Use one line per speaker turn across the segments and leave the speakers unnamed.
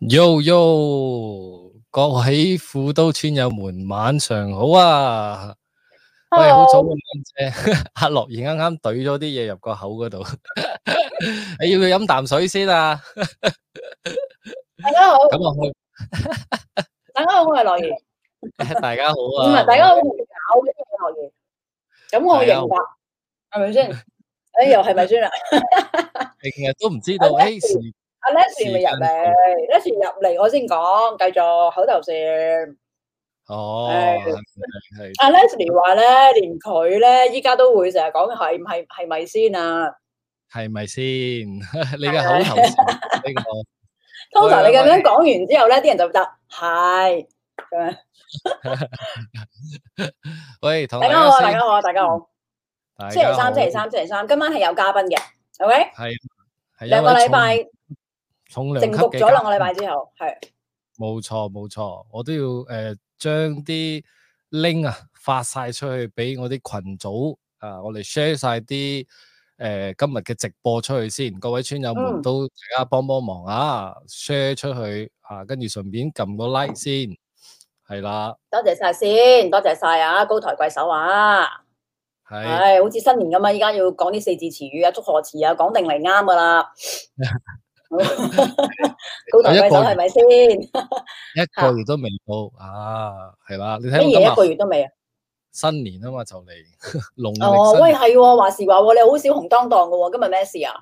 Yo Yo，各位富都村友們，晚上好啊！喂，好早咁啫， 阿樂兒啱啱懟咗啲嘢入個口嗰度， 你要唔要飲啖水先啊？
大家好，
咁啊
大家好，我係樂兒。
開，大家好
唔
啊！
係，大家好，我係搞嘅樂兒。咁我認白，係咪先？哎，又係咪先啊
成日都唔知道，誒時
阿 Leslie 咪入嚟，Leslie 入嚟我先講，繼續口頭禪。
哦，係
阿 Leslie 話咧，連佢咧依家都會成日講係唔係係咪先啊？
係咪先？ 你嘅口頭禪呢個。
通常你咁樣講完之後咧，啲人就會答係咁樣。
喂，同
大家好，
先
大家好，大家好。
大
星期三，星期
家好，
三，星期三，今晚係有嘉賓嘅，OK？
係
兩個禮拜
重量
靜
級嘅
局咗兩個禮拜之後，係。
冇錯冇錯，我都要誒將啲 link 啊發晒出去俾我啲群組啊，我哋 share 晒啲誒今日嘅直播出去先，各位村友們
嗯
都大家幫幫忙啊，share 出去啊，跟住順便撳個 like 先，係啦，
多謝晒先，多謝晒啊！高抬貴手啊！
係
唉，好似新年咁啊，依家要講啲四字詞語啊、祝賀詞啊，講定嚟啱 噶啦。高抬貴手係咪先？
一個月都未到啊，係啦，你睇
乜啊嘢一
我
個
今日
月都未啊？
新年啊嘛，就嚟 農
哦，
嗯曆新
喂，
年，
係喎，話時話喎，你好少紅當當噶喎，今日咩事啊？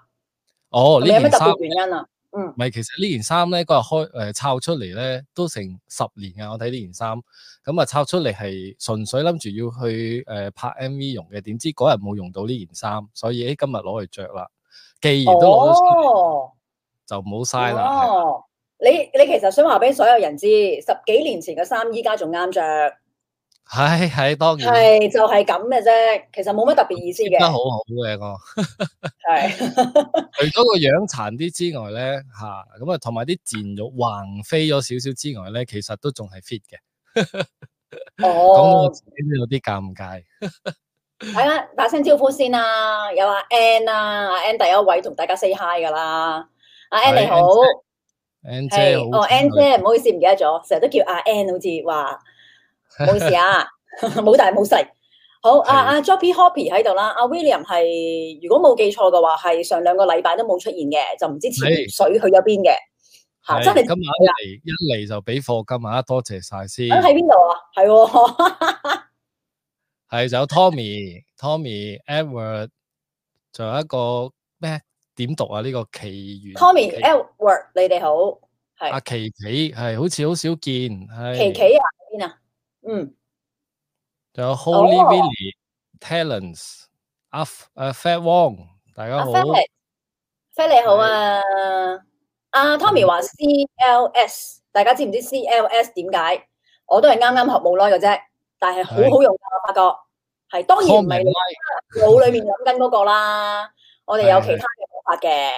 哦
係
呢
咪有
件
咩特
衫
別。原因啊？嗯，
唔係，其實呢件衫咧，嗰日開誒抄出嚟咧，都成十年啊！我睇呢件衫，咁啊抄出嚟係純粹諗住要去誒、呃拍 MV 用嘅，點知嗰日冇用到呢件衫，所以哎誒今日攞嚟着啦。既然都攞咗出嚟，
哦，
就唔好嘥啦。 係
哦，你你其實想話俾所有人知，十幾年前嘅衫依家仲啱着，
嗯係係當然，
係啊就係咁嘅啫，其實冇乜特別意思
得好
嘅，
好嘅我。
係
除咗個樣殘啲之外咧，嚇咁啊，同埋啲箭肉橫飛咗少少之外咧，其實都仲係 fit 嘅。講到
哦
我。自己都有啲尷尬。
係啦，打聲招呼先啦，有阿 Ann 啊，阿 Ann 第一位同大家 say hi 噶啦，阿 Ann
係
你好，
N 姐
係
好，
哦 Ann 姐，唔好意思唔記得咗，成日都叫阿 Ann 好似話，冇事啊， 冇大冇細。好，阿
係
阿 Joppy Hoppy 喺度啦，阿 William 係如果冇記錯嘅話，係上兩個禮拜都冇出現嘅，就唔知潛
係
水去咗邊嘅，嚇，
係
即係你
今晚一嚟一嚟就俾課金啊，多謝晒先。
啊喺邊度啊？係喎，
係就有 Tommy、Tommy、Edward，仲有一個咩點讀啊？呢、個奇緣
Tommy
奇
Edward 你哋好，
啊奇奇係好似好少見，係
琪琪啊喺邊啊？嗯。
仲有 Holy
哦
Willie、Talents、阿阿 Fat Wong，大家
阿
啊好，
Felix，Felix 好啊！阿
嗯
Tommy 話 CLS，大家知唔知 CLS 點解？我都係啱啱學冇耐嘅啫，但係好
係
好用㗎我發覺係當然唔
Comment
係你腦裏面諗緊嗰個啦，我哋有其他嘅方法嘅，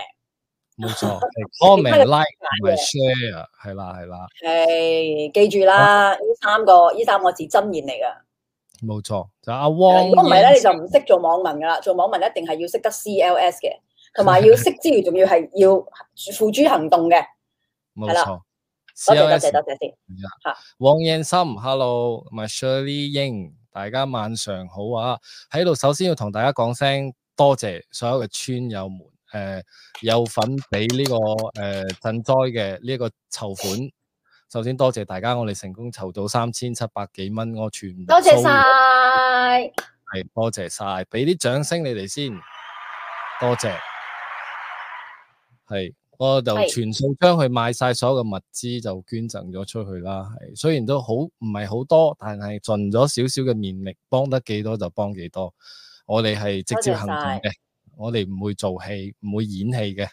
冇錯係
其他嘅
，comment like 同埋
嘅
share à, 係啦係啦，
係記住啦，呢三個呢三個字真言嚟㗎。
冇錯就阿汪
如果唔係咧，
燕
你就唔識做網民噶啦。做網民一定係要識得 CLS 嘅，同埋要識之餘，仲要係要付諸行動嘅。
冇
係啦
錯，
多謝多
CLS
謝多謝先。
王燕心，hello，同埋 Shirley 英，大家晚上好啊！喺度首先要同大家講聲多謝所有嘅村友們，誒、呃有份俾呢、個誒賑災嘅呢一個籌款，首先多謝大家，我哋成功籌到三千七百幾蚊，我全部
多謝
數
晒，
係多謝晒，俾啲掌聲你哋先，多謝。係，我就
係
全數將佢賣晒所有嘅物資就捐贈咗出去啦。係，雖然都好唔係好多，但係盡咗少少嘅綿力，幫得幾多就幫幾多。我哋係直接行動
多謝
嘅，我哋唔會做戲，唔會演戲嘅。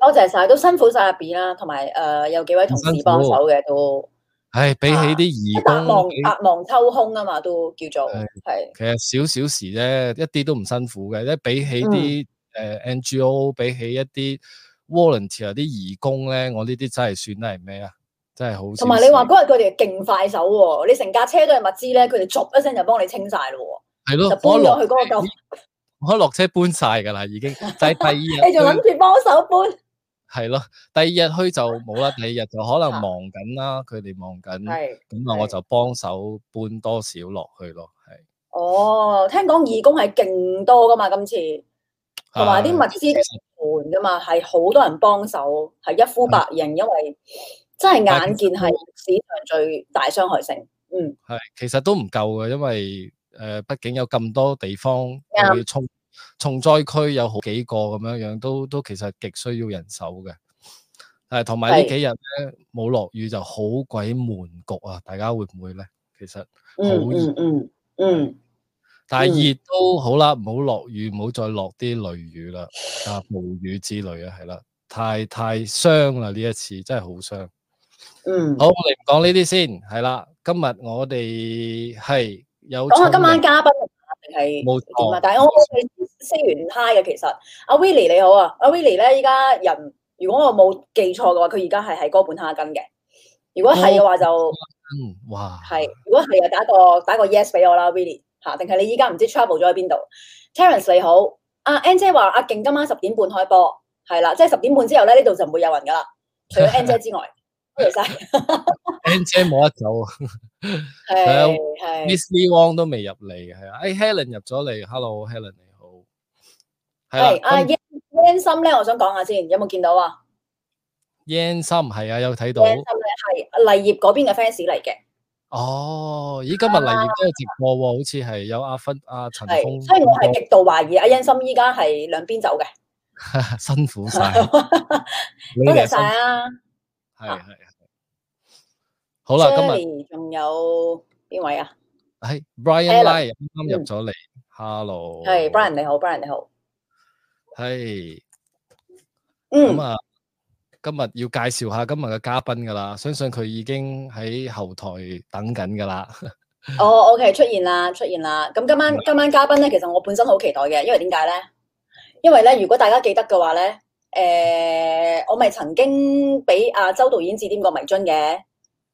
多謝晒，都辛苦晒阿 B 啦，同埋誒有幾位同事幫手嘅都，
唉，比起啲
啊即
義
係百忙
工，比
百忙抽空啊嘛，都叫做
係
係
其實少少時啫，一啲都唔辛苦嘅。一比
嗯
起啲呃誒 NGO，比起一啲 volunteer 啲義工咧，我呢啲真係算得係咩啊？真係好少事。
同埋你話嗰日佢哋勁快手喎，你成架車都係物資咧，佢哋逐一聲就幫你清晒咯
係
喎，
咯
就，
我
搬
一落
咗去嗰個救，
我一落車搬晒㗎啦，已經。但係第二日
你仲諗住幫手搬？
係咯，第二日去就冇 啦，第二日就可能忙緊啦，佢哋忙緊，
係。
咁啊我就幫手搬多少落去咯，係。
哦，聽講義工係勁多噶嘛，今次同埋啲物資都盤噶嘛，係好多人幫手，係一呼百應，因為真係眼見係史上最大傷害性。嗯，
係，其實都唔夠嘅，因為誒，畢竟有咁多地方
啱
去重重災區有好幾個咁樣樣，都都其實極需要人手嘅。誒，同埋呢
係
幾日咧冇落雨就好鬼悶焗啊！大家會唔會咧？其實，
嗯
好熱
嗯嗯嗯，
但
嗯
係熱都好啦，唔好落雨，唔好再落啲雷雨啦，啊暴雨之類啊，係啦，太太傷啦呢一次，真係好傷。
嗯，
好，我哋唔講呢啲先，係啦，今日我哋係有
講下今
聰
晚
明
嘉賓定係
冇
點啊
錯？
但係我我哋 say 完 hi 嘅，其實阿 Willie 你好啊，阿 Willie 咧依家人，如果我冇記錯嘅話，佢而家係喺哥本哈根嘅。如果
哦
係嘅話就。
嗯，哇，
係，如果係啊，打個打個 yes 俾我啦，Willie 嚇，定係你依家唔知 travel 咗去邊度？Terence 你好，阿 Ann 姐話阿勁今晚十點半開波，係啦，即係十點半之後咧，呢度就唔會有人噶啦，除咗 Ann 姐之外，多謝晒。
N 姐冇得走啊係啊
係係
，Miss Lee Wong 都未入嚟嘅，係啊，誒 Helen 入咗嚟，Hello Helen 你好，係
係，啊阿
啦，咁
Yan Yan 心咧，我想講下先，有冇見到啊
Yan 心係啊，有睇到
？Yan，心咧係麗葉嗰邊嘅 fans 嚟嘅，
哦，咦，今日黎業都有直播喎，好似係有阿芬阿陳
係，
峰，
所以我係極度懷疑阿 Yan 心依家係兩邊走嘅。
辛苦 晒，你
多謝
哋
晒啊！
係係係，好啦，今日
Shirley，仲有邊位啊？
係 Brian
Alan
Lai 啱啱入咗嚟，Hello，
嗯係 Brian 你好，Brian 你好，
係
嗯
咁。啊，今日要介紹下今日嘅嘉賓噶啦，相信佢已經喺後台等緊噶啦。
哦，OK，出現啦，出現啦。咁今
嗯
晚今晚嘉賓咧，其實我本身好期待嘅，因為點解咧？因為咧，如果大家記得嘅話咧，誒、我咪曾經俾阿周導演指點過迷津嘅。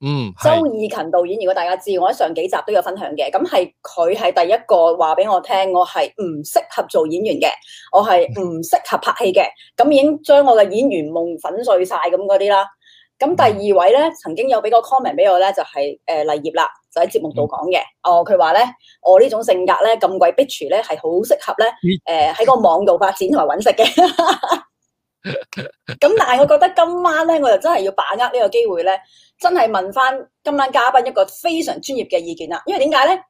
嗯，
周
係
以勤導演，如果大家知，我喺上幾集都有分享嘅。咁係佢係第一個話俾我聽，我係唔適合做演員嘅，我係唔適合拍戲嘅。咁已經將我嘅演員夢粉碎晒咁嗰啲啦。咁第二位咧，曾經有俾個 comment 俾我咧，就係、誒、麗葉啦，就喺節目度講嘅。哦，佢話咧，我呢種性格咧咁鬼 bitch 咧，係好適合咧誒喺個網度發展同埋揾食嘅。咁但係我覺得今晚咧，我就真係要把握呢個機會咧，真係問翻今晚嘉賓一個非常專業嘅意見啦。因為點解咧？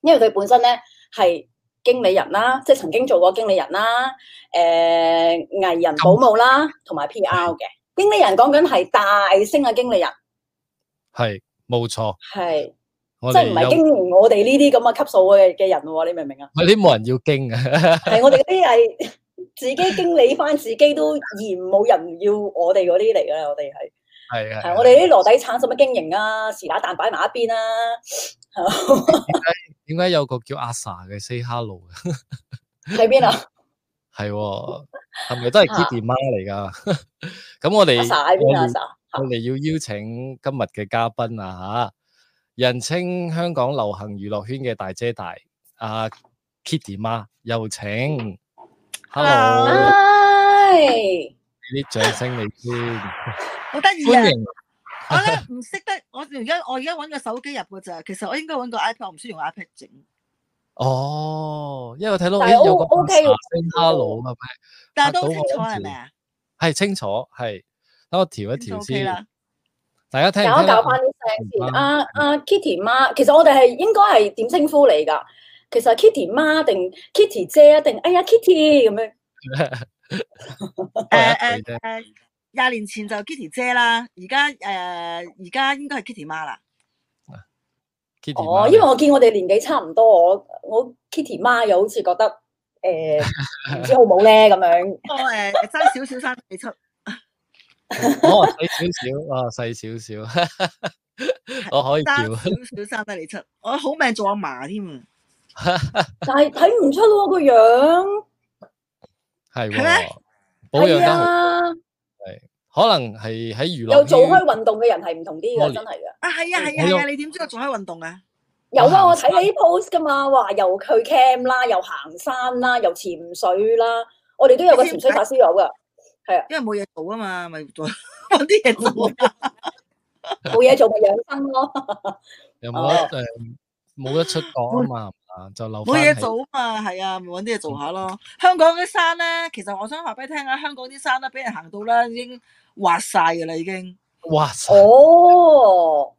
因為佢本身咧係經理人啦，即係曾經做過經理人啦，誒、呃藝人保姆啦，同埋 P.R. 嘅經理人講緊係大星嘅經理人，
係冇錯，
係
我
即係
哋
唔係
有
經營我哋呢啲咁嘅級數嘅嘅人喎，你明 唔明啊？
我啲冇人要經啊嘅，
係我哋嗰啲係 自己經理翻自己都嫌冇人要我哋嗰啲嚟㗎啦，我哋係。
係
系
係
我哋啲羅底橙使乜經營啊？是打蛋擺埋一邊啊啦、
點解有個叫阿 sa 嘅 say hello 嘅？
喺邊啊？
係喎，係咪都係 Kitty 媽嚟㗎？ 咁我哋
阿 sa 喺邊啊？阿
我哋
sa
我哋要邀請今日嘅嘉賓啊吓，人稱香港流行娛樂圈嘅大姐大，阿、Kitty 媽，有請。Hello，
啊唉，
俾啲掌聲你先，
好得意啊
歡！迎。
我咧唔識得，我而家我而家揾個手機入噶咋，其實我應該揾個 iPad，我唔需要用 iPad 整。
哦，因為我睇到
但係
咦有個
O- OK 喎
hello 啊，
但係都
拍
好
到我
清楚
嗰
係
時
咪啊？
係清楚，係等我調一
清楚
調
OK
先，
啦。
大家聽唔啊
搞一
聽
搞
到？
翻啲聲
嗯
先。阿阿 Kitty 媽，其實我哋係應該係點稱呼你㗎？其實 Kitty 媽定 Kitty 姐啊，定哎呀 Kitty 咁樣。
一句啫
誒誒誒，廿年前就 Kitty 姐啦，而家誒而家應該係 Kitty 媽啦。
Kitty 媽
哦，因為
嚟，
我見我哋年紀差唔多，我我 Kitty 媽又好似覺得 誒唔、知好唔好咧咁樣。
我誒爭少少三米 七，
我細 少少，啊細少少， 我可以
爭
調。
少少三米七，我好命做阿嫲添啊！
但係睇唔出喎個樣，
係
係
喎
咩，
保養
係
得好，
啊，
可能係喺娛
有
樂
做
圈
開運動嘅人係唔同啲
多
㗎，
年
真係㗎。
啊係啊係啊係啊！你點知我做開運動啊？
有啊，
我
我
行
睇你啲 post 噶嘛，話又去 camp 啦，又行山啦，又潛水啦，我哋都有個潛水法師友噶。係啊
因為冇嘢做啊嘛，咪做 搵啲嘢做啊。
冇嘢做咪養生咯。
又冇得诶，冇得出國啊嘛，係嘛就留
冇
返
嘢
喺
做啊嘛，係啊，咪揾啲嘢做下咯。香港啲山咧，其實我想話俾你聽啊，香港啲山咧，俾人行到咧已經滑晒噶啦，已經。
哇塞！
哦，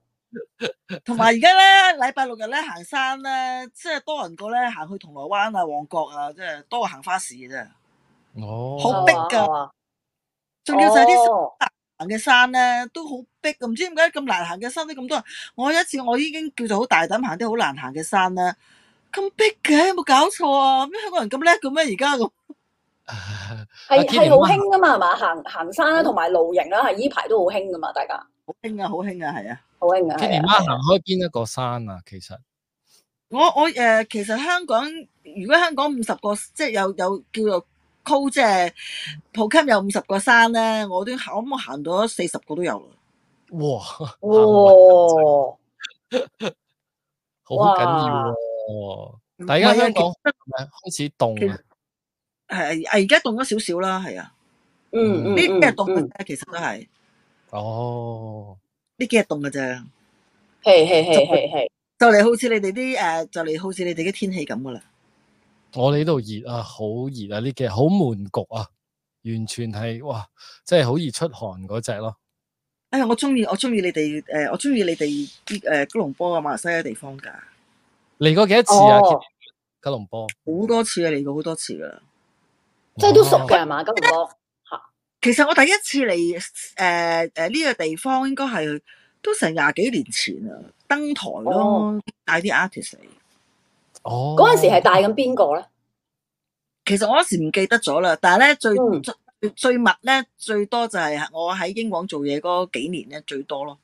同埋而家咧，禮拜六日咧行山咧，即係多人過咧行去銅鑼灣啊、旺角啊，即係多過行花市嘅啫。
哦，
好逼㗎
係嘛
仲要就係啲
哦
行嘅山咧都好逼，唔知點解咁難行嘅山都咁多人。我有一次我已經叫做好大膽行啲好難行嘅山咧，咁逼嘅有冇搞錯啊？咩香港人咁叻嘅咩？而家咁
阿
啊
係
Kitty
係好興噶嘛，係嘛？行行山啊啦，同埋露營啦，係呢排都好興噶嘛，大家
好興啊，好興啊，係啊！
好興啊。
Kitty
係啊
媽行開邊一個山啊？其實
我我誒、呃其實香港如果香港五十個即係有有叫做 call 即係普及有五十個山咧，我都行我諗我行咗四十個都有啦。
哇，
哇！
好緊要喎！但而
啊
家
啊
香港係咪開始凍啊？
係啊而家凍咗少少啦，係啊，
嗯嗯，
呢幾日凍
嗯
嘅啫，其實都係
哦，
呢幾日凍嘅啫，
係係係係係，
就嚟好似你哋啲誒，就嚟好似你哋啲天氣咁噶啦。
我哋呢度熱啊，好熱啊！呢幾日好悶焗啊，完全係哇，即係好易出汗嗰只咯。
哎呀，我中意我中意你哋誒、呃我中意你哋啲誒吉隆坡啊、馬來西亞地方㗎，
嚟過幾多次啊
哦
Kitty？，吉隆坡
好多次啊，嚟過好多次㗎啦。
即係都熟
哦
嘅係嘛？咁唔多。
其實我第一次嚟誒誒呢個地方應該係都成廿幾年前啦，登台咯
哦，
帶啲 artist 嚟。
哦，
嗰陣時係帶緊邊個咧？
其實我嗰時唔記得咗啦，但係咧最、
嗯
最最密咧最多就係我喺英皇做嘢嗰幾年咧最多咯，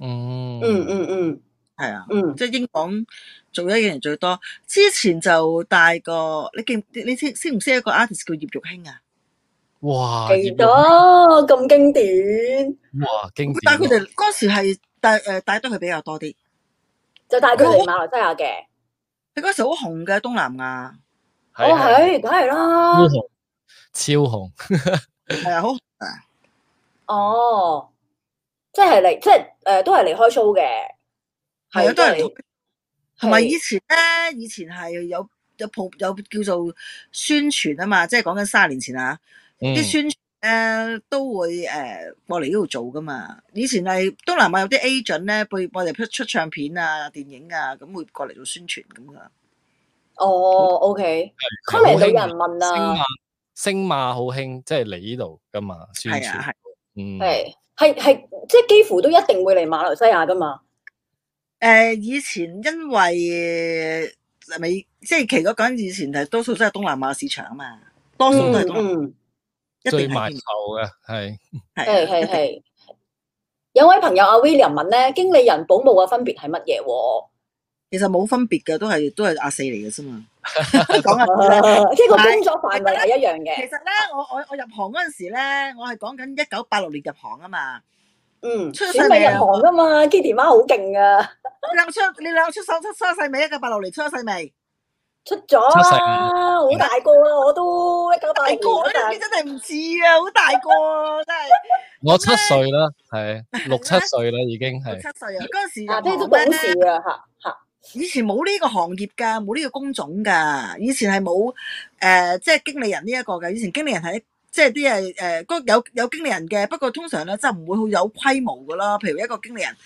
嗯
嗯嗯嗯
係啊，
嗯，
即係英皇做咗幾年最多。之前就帶個你記唔你你識識唔識一個 artist 叫葉玉卿啊？
哇，
記
葉
得
玉
咁經典，
哇經典
但
啊，
係佢哋嗰時係帶誒帶得佢比較多啲，
就帶佢嚟馬來西亞嘅。
佢嗰時好紅嘅東南亞。
哦，係，梗係
啊超
啦。
紅超紅，
係啊，好
哦，即係嚟，即係誒，都係嚟開 show 嘅。
係啊，都係
嚟
同同埋
係
以前咧，以前係有有鋪有叫做宣傳啊嘛，即係講緊卅年前啊，啲
嗯
宣傳咧都會誒、呃、過嚟呢度做噶嘛。以前係東南亞有啲 agent 咧，會我哋出出唱片啊、電影啊，咁會過嚟做宣傳咁噶。
哦，OK。comment 到有人問
星
啊
馬，星馬好興，即係嚟呢度噶嘛宣
係啊，
傳，
係
嗯
係係係，即係幾乎都一定會嚟馬來西亞噶嘛。
誒、呃以前因為呃美即係其嗰講以前係多數都係東南亞市場啊嘛，多數
嗯
都係東南亞，
嗯，
一
最
定
埋
係
頭嘅係
係
係 啊
係係。有位朋友阿 William 問咧，經理人保姆嘅分別係乜嘢 喎？
其實冇分別嘅，都係都係阿四嚟嘅啫嘛。講下先啦
即係個工作範圍係一樣
其
嘅。
實咧，我我我入行嗰陣時咧，我係講緊一九八六年入行啊嘛。
嗯，
出
選
世未
美
啊
入行噶嘛，Kitty 媽好勁啊噶，
你兩個出你兩個出手出出世未？一九八六年出世未？
出咗
出世
啦，好大個啦，我都一九八啊
啊大
零年
個啊
嗰
咧，
陣
你真係唔似啊，好大個啊，真係
我七歲啦，係六七歲啦已經係，
七歲啊！嗰陣時
啊，即係都
入
懂
行
事
咧，
啊，嚇嚇，
以前冇呢個行業㗎，冇呢個工種㗎，以前係冇誒，即係經理人呢一個㗎。以前經理人係即係啲誒誒，嗰有有經理人嘅，不過通常咧就唔會好有規模㗎啦。譬如一個經理人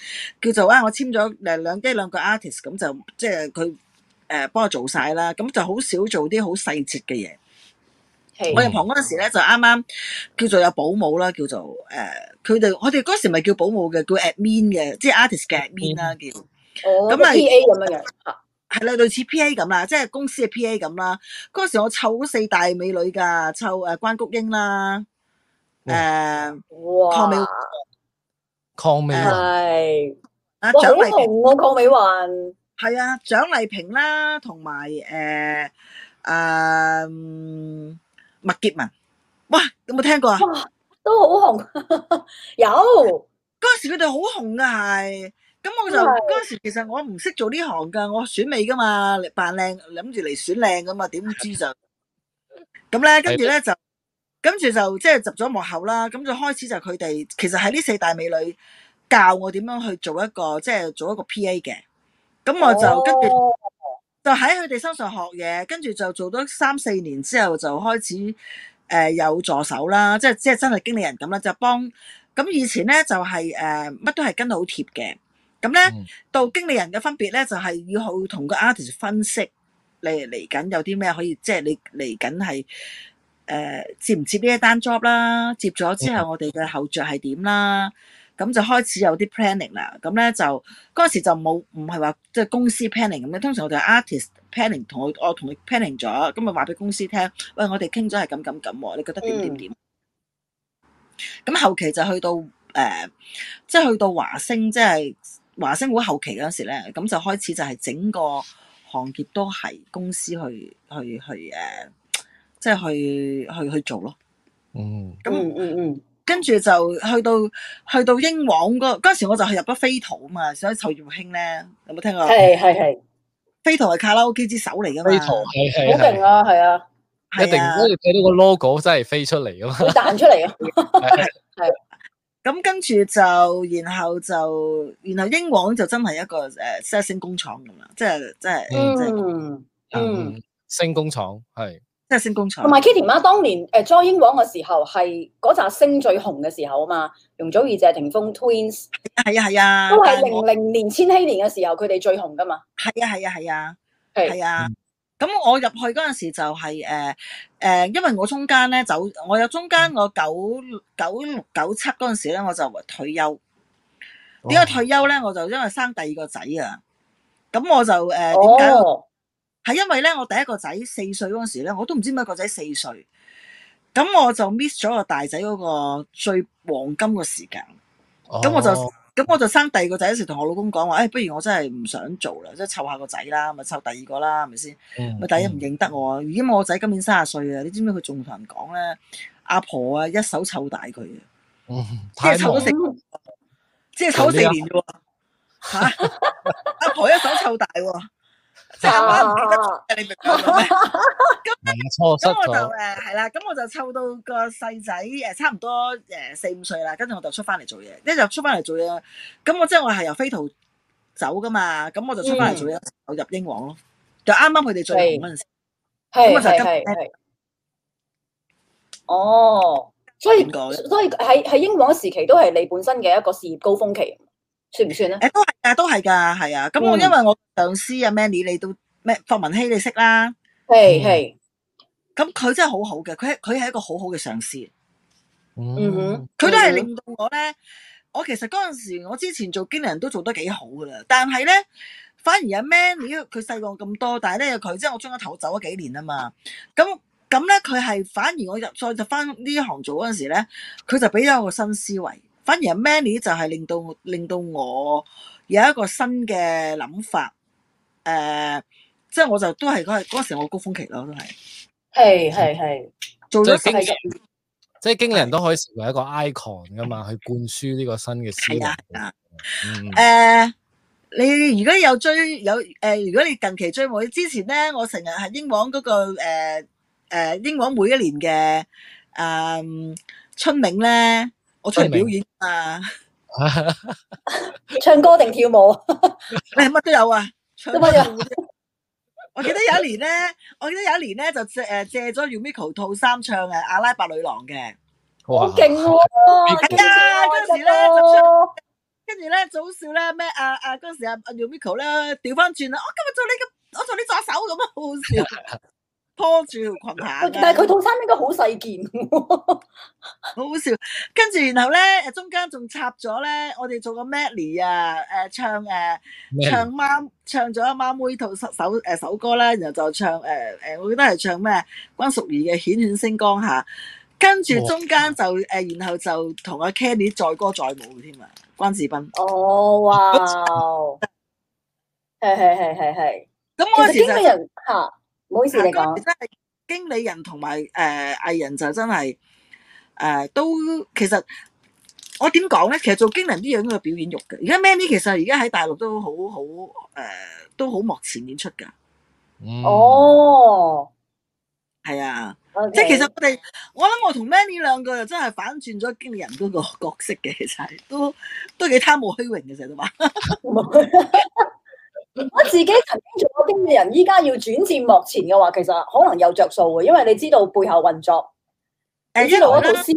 叫做啊，我簽咗誒兩一兩個 artist，咁就即係佢誒幫我做晒啦，咁就好少做啲好細節嘅嘢。我
係
入行嗰陣時咧，就啱啱叫做有保姆啦，叫做誒，佢哋我哋嗰時咪叫保姆嘅，叫 admin 嘅，即係 artist 嘅 admin 啦，叫
哦，
咁
咁啊
咪
P A 咁樣樣嚇，
係啦，類似 PA 咁啦，即係公司嘅 PA 咁啦。嗰陣時我湊四大美女㗎，湊誒關菊英啦，
哇
誒邝美
哇，
抗美援
係，
啊
哇，好
蔣麗
紅
萍
喎，邝美雲，
係啊，蔣麗萍啦，同埋誒誒麥潔文。哇，有冇聽過啊？
哇，都好紅， 有，
嗰陣時佢哋好紅噶係，咁我就
因為
嗰陣時其實我唔識做呢行噶，我選美噶嘛，扮靚諗住嚟選靚噶嘛，點知就咁咧，跟住咧就跟住就即係入咗幕後啦，咁就開始就佢哋其實喺呢四大美女教我點樣去做一個即係做一個 P.A. 嘅，咁我就跟住
哦
就喺佢哋身上學嘢，跟住就做咗三四年之後就開始誒、呃有助手啦，即係即係真係經理人咁啦，就幫咁以前咧就係誒乜都係跟得好貼嘅，咁咧、
嗯
到經理人嘅分別咧就係、要去同個 artist 分析你嚟緊有啲咩可以即係你嚟緊係。誒、接唔接呢一單 job 啦，接咗之後我哋嘅後着係點啦，咁就開始有啲 planning 啦。咁咧就嗰陣時就冇唔係話即係公司 planning 咁樣，通常我哋係 artist planning 同我我同佢 planning 咗，咁咪話俾公司聽，喂我哋傾咗係咁咁咁喎，你覺得點點點？咁後期就去到誒、呃即係去到華星，即係華星會後期嗰陣時咧，咁就開始就係整個行業都係公司去去去誒、呃即係去去去做咯。
嗯
咁
嗯嗯嗯，
跟住就去到去到英皇嗰嗰陣時，我就係入咗飛圖啊嘛，所以臭月興咧有冇聽過？
係係係，
飛圖係卡拉 OK 之首嚟噶嘛？
飛圖係係
好勁
係，
啊，係啊，
一定
係啊
因為睇到個 logo 真係飛出嚟噶嘛
會彈出嚟啊，
咁跟住就，然後就，然後英皇就真係一個誒，呃即係星工廠咁啦，即係即係
嗯
嗯。嗯，
嗯，星工廠係
即係星工廠
同。埋 Kitty 媽當年誒 join 英皇嘅時候係嗰扎星最紅嘅時候啊嘛，容祖兒、謝霆鋒、Twins
係啊係啊，
都係
但我
零零年、千禧年嘅時候佢哋最紅噶嘛，
係啊係啊係啊
係
係啊。咁我入去嗰陣時就係誒誒，因為我中間咧走，我有中間我九九六九七嗰陣時咧，我就退休。
哦
點解退休咧？我就因為生第二個仔啊。咁我就誒點解我
哦，
係因為咧，我第一個仔四歲嗰陣時咧，我都唔知點解個仔四歲，咁我就 miss 咗個大仔嗰個最黃金嘅時間，咁我就
哦
咁我就生第二個仔嗰時，同我老公講話，誒、哎不如我真係唔想做啦，即係湊下個仔啦，咪湊第二個啦，係咪先？
嗯
咪第一唔認得我，而家我仔今年三十歲啊，你知唔知佢仲同人講咧？阿婆啊，一手湊大佢啊，
嗯
即
太
係湊到
忙
四，即係湊咗四年啫喎，嚇！ 阿婆一手湊大喎，即係阿媽唔記得
啊
你明唔明我講咩？
錯失
咁我就
咗，
誒係啦，咁我就湊到個細仔誒差唔多誒四五歲啦，跟住我就出翻嚟做嘢，一入出翻嚟做嘢，咁我即係我係由飛圖走噶嘛，咁我就出翻嚟做嘢，我入英皇咯，就啱啱佢哋最紅嗰陣時，
係
咁啊我就
係
急
係係，哦，所以
點講咧
所以喺喺英皇時期都係你本身嘅一個事業高峰期，算唔算咧？
誒都係啊，都係㗎，係啊，咁我
嗯
因為我上司啊 Manny 你都咩霍文希你識啦，
係係，
咁佢真係好好嘅，佢係佢係一個好好嘅上司，
嗯哼，
佢都
嗯
係
哼
令到我咧，我其實嗰陣時我之前做經理人都做得幾好噶啦，但係咧反而阿 Manny 佢細過我咁多，但係咧佢即係我中間頭走咗幾年啊嘛，咁咁咧佢係反而我入再就翻呢行做嗰陣時咧，佢就俾咗我個新思維，反而阿 Manny 就係令到令到我有一個新嘅諗法，誒、即係我就都係嗰嗰時我高峰期咯，都係
係係係，
做
即
咗
係
十
經
係
理，即係經理人都可以成為一個 icon 噶嘛，去灌輸呢個新嘅思
係啊係
維
啊。
嗯
誒、呃你如果有追有誒、如果你近期追妹，之前咧我成日係英皇嗰、個誒、誒英皇每一年嘅誒、呃嗯春茗咧，我出嚟表演啊，
唱歌定跳舞啊？
你乜都有啊，唱
咁我就
我記得有一年咧，我記得有一年咧就借誒借咗 Umiko 套衫唱誒阿拉伯女郎嘅，
好
哇，
勁喎！
係啊嗰陣時咧就出跟住咧就好笑咧咩啊啊嗰陣時阿阿 Umiko 咧調翻轉啦，我今日做你嘅，我做你左手咁啊，好好笑， 拖住條裙行啊。
但係佢套衫應該好細件喎，
好好笑。跟住然後咧，誒中間仲插咗咧，我哋做個 medley 啊，誒、唱誒、
咩
唱媽唱咗媽妹套首首誒首歌啦，然後就唱誒誒、我記得係唱咩關淑怡嘅《顯顯星光下》，跟住
哇
中間就誒、然後就同阿 Kenny 載歌載舞添啊，關智斌。
哦哇，係係係係係。
咁
其
我
實
嗰時
經理
就
人嚇，唔好意思你
嗰
講
時，真係經理人同埋誒藝人就真係誒、呃都其實。我點講咧？其實做經理人呢樣都有表演欲嘅。而家 Manny 其實而家喺大陸都好好呃誒、都好幕前演出㗎。
嗯
哦，
係啊，即係其實我哋，我諗我同 Manny 兩個又真係反轉咗經理人嗰個角色嘅，其實係都都幾貪慕虛榮嘅，成日都話。
我自己曾經做過經理人，依家要轉戰幕前嘅話，其實可能有着數嘅，因為你知道背後運作，
誒
你
一
知道
來
嗰套
啦，
先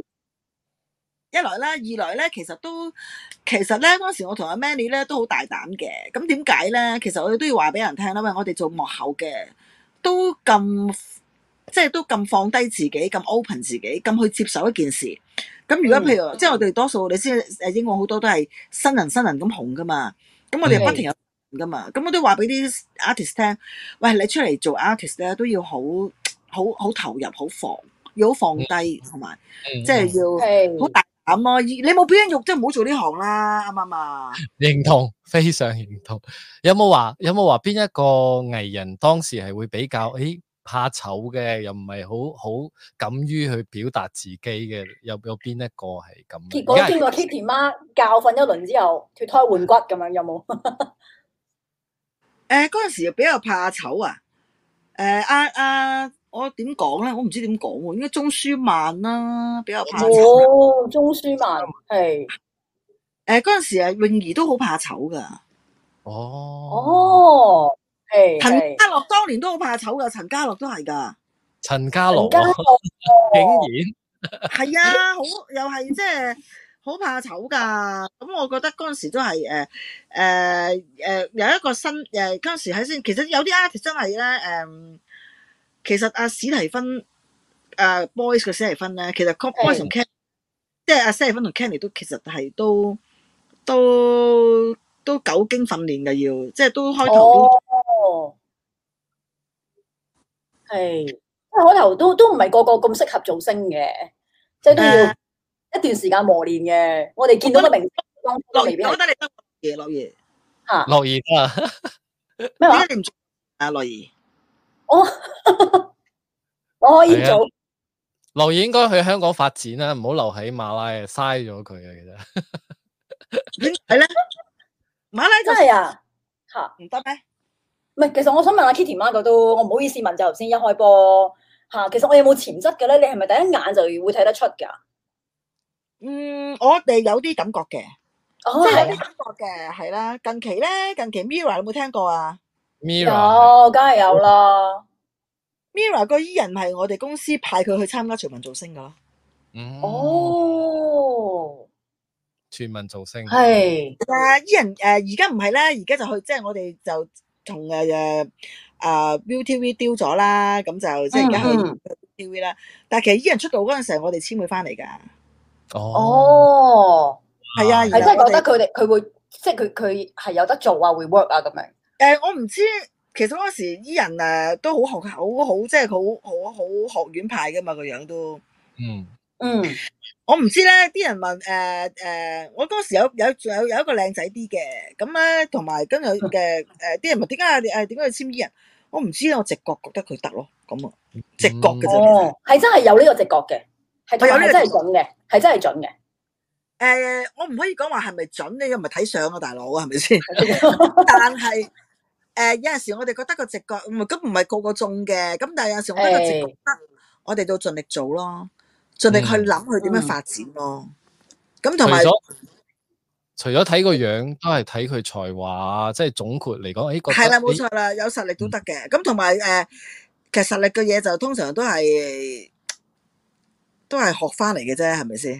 一來啦，二來咧，其實都其實咧嗰陣時，我同阿 Manny 咧都好大膽嘅。咁點解咧？其實我哋都要話俾人聽啦，喂，我哋做幕後嘅都咁即係都咁放低自己，咁 open 自己，咁去接受一件事。咁如果
嗯
譬如、即係我哋多數，你知誒英國好多都係新人新人咁紅噶嘛，咁我哋
嗯
不停有噶嘛，咁我都話俾啲 artist 聽，喂，你出嚟做 artist 咧都要好好好投入，好放，要好放低，同埋
嗯
即係要好
係
大膽咯、你冇表演欲，真係唔好做呢行啦，啱唔啱啊？
认同，非常認同。有冇話有冇話邊一個藝人當時係會比較诶、咦怕醜嘅，又唔係好好敢於去表達自己嘅？有有邊一個係咁？
結果經過 Kitty 媽教訓一輪之後，脱胎換骨咁樣有冇？
誒嗰陣時又比較怕醜啊！誒啊啊！我點講咧？我唔知點講喎，應該鍾舒漫啦，比較怕醜。
哦，鍾舒漫係
誒嗰陣時啊，泳兒都好怕醜噶，
哦，
哦係
陳
係
家樂當年都好怕醜噶，陳家樂都係噶，
陳家
陳
樂
家
啊
樂
竟然。
係啊，好又係即係好怕醜噶。咁我覺得嗰陣時都係誒誒誒有一個新誒嗰陣時喺先，其實有啲 artist 真係咧誒，其實阿史提芬誒、呃 boys 嘅史提芬咧，其實 Co-
係
boys 同 Ken 即係阿史提芬同 Kenny 都其實係都都都久經訓練嘅要，即係都開頭都。
哦，係，即係開頭都都唔係個個咁適合做星嘅，即係都要
誒
一段時間磨練嘅。我哋見到個明星當初都
樂
未必
兒，我
係
覺得你得嘢，樂兒，
嚇
樂兒得 啦，
咩話
點？解你唔做啊？樂兒，
我可以
係啊
做，
樂兒應該去香港發展啦，唔好留喺馬拉嘅，嘥咗佢啊！其實
點解咧？馬拉
真
就
係啊嚇。
唔得咩？
唔係，其實我想問下 Kitty 媽嗰都，我唔好意思問就頭先一開波嚇、其實我有冇潛質嘅咧？你係咪第一眼就會睇得出㗎？
嗯，我哋有啲感覺嘅，即
哦，
係
係
有啲感覺嘅，係啦。近期咧，近期 Mira 有冇聽過啊
Mira
有，梗係有啦。
？Mira 個伊人係我哋公司派佢去參加全民造星噶咯。
嗯
哦，
全民造星，
係，
誒，啊伊人誒呃而家唔係啦，而家就去即係我哋就同誒誒啊 ViuTV 丟咗啦，咁就即係而家去
嗯
TV 啦。但係其實伊人出道嗰陣時候，我哋簽佢翻嚟
啊
㗎。
哦，
哦，
係啊，
係
係真係覺
然
得佢哋佢會即係佢佢係有得做啊，會 work 啊咁樣。
誒、呃我唔知，其實嗰時伊人誒都好學好好，即係好好好學院派噶嘛個樣都。
嗯，
嗯，
我唔知咧，啲人問誒誒、我嗰時有有有有一個靚仔啲嘅，咁咧同埋跟住嘅誒啲人問點解啊誒點解要簽伊人？我唔知啊，我直覺覺得佢得咯，咁啊，直覺嘅啫。
哦，係真係有呢個直覺嘅，係
我
同
有
埋係
呢個
真係
直覺
準嘅，係真係準嘅。
誒、我唔可以講話係咪準，你又唔係睇相啊，大佬係咪先？但係誒、有陣時我哋覺得個直覺唔係咁唔係個個中嘅，咁但係有陣時我覺得個直覺
係
得，我哋都盡力做咯，盡力去諗佢點樣發展咯。咁
除
同埋
咗除咗睇個樣，都係睇佢才華，即係總括嚟講，誒覺
係
得
啦，冇
咦
錯啦，有實力都得嘅。咁同埋誒，其實實力嘅嘢就通常都係都係學翻嚟嘅啫，係咪先？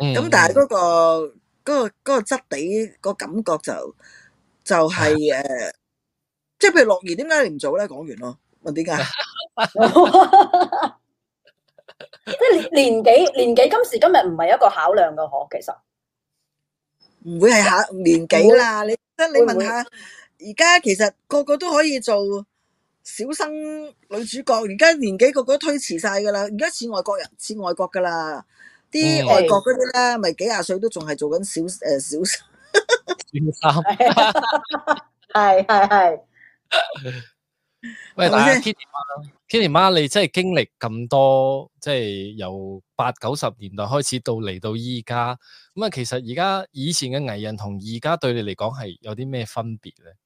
嗯
咁但
嗯
係嗰、個嗰、個嗰、個質地、個感覺就就 係、誒，即係譬如樂兒點解你唔做咧？講完咯，問點解？
即係年年紀年紀今時今日唔係一個考量嘅嗬，其實。
唔會係下年紀啦，你得你
會唔
問
會
下，而家其實個個都可以做小生女主角，而家年紀個個都推遲晒噶啦，而家似外國人似外國噶啦，啲
嗯
外國嗰啲咧，咪幾廿歲都仲係做緊小誒、小生。
小三。
係係係，
喂，但
係咪
係
先
Kitty 媽，Kitty 媽，你真係經歷咁多，即係由八九十年代開始到嚟到依家，咁啊，其實而家以前嘅藝人同而家對你嚟講係有啲咩分別咧？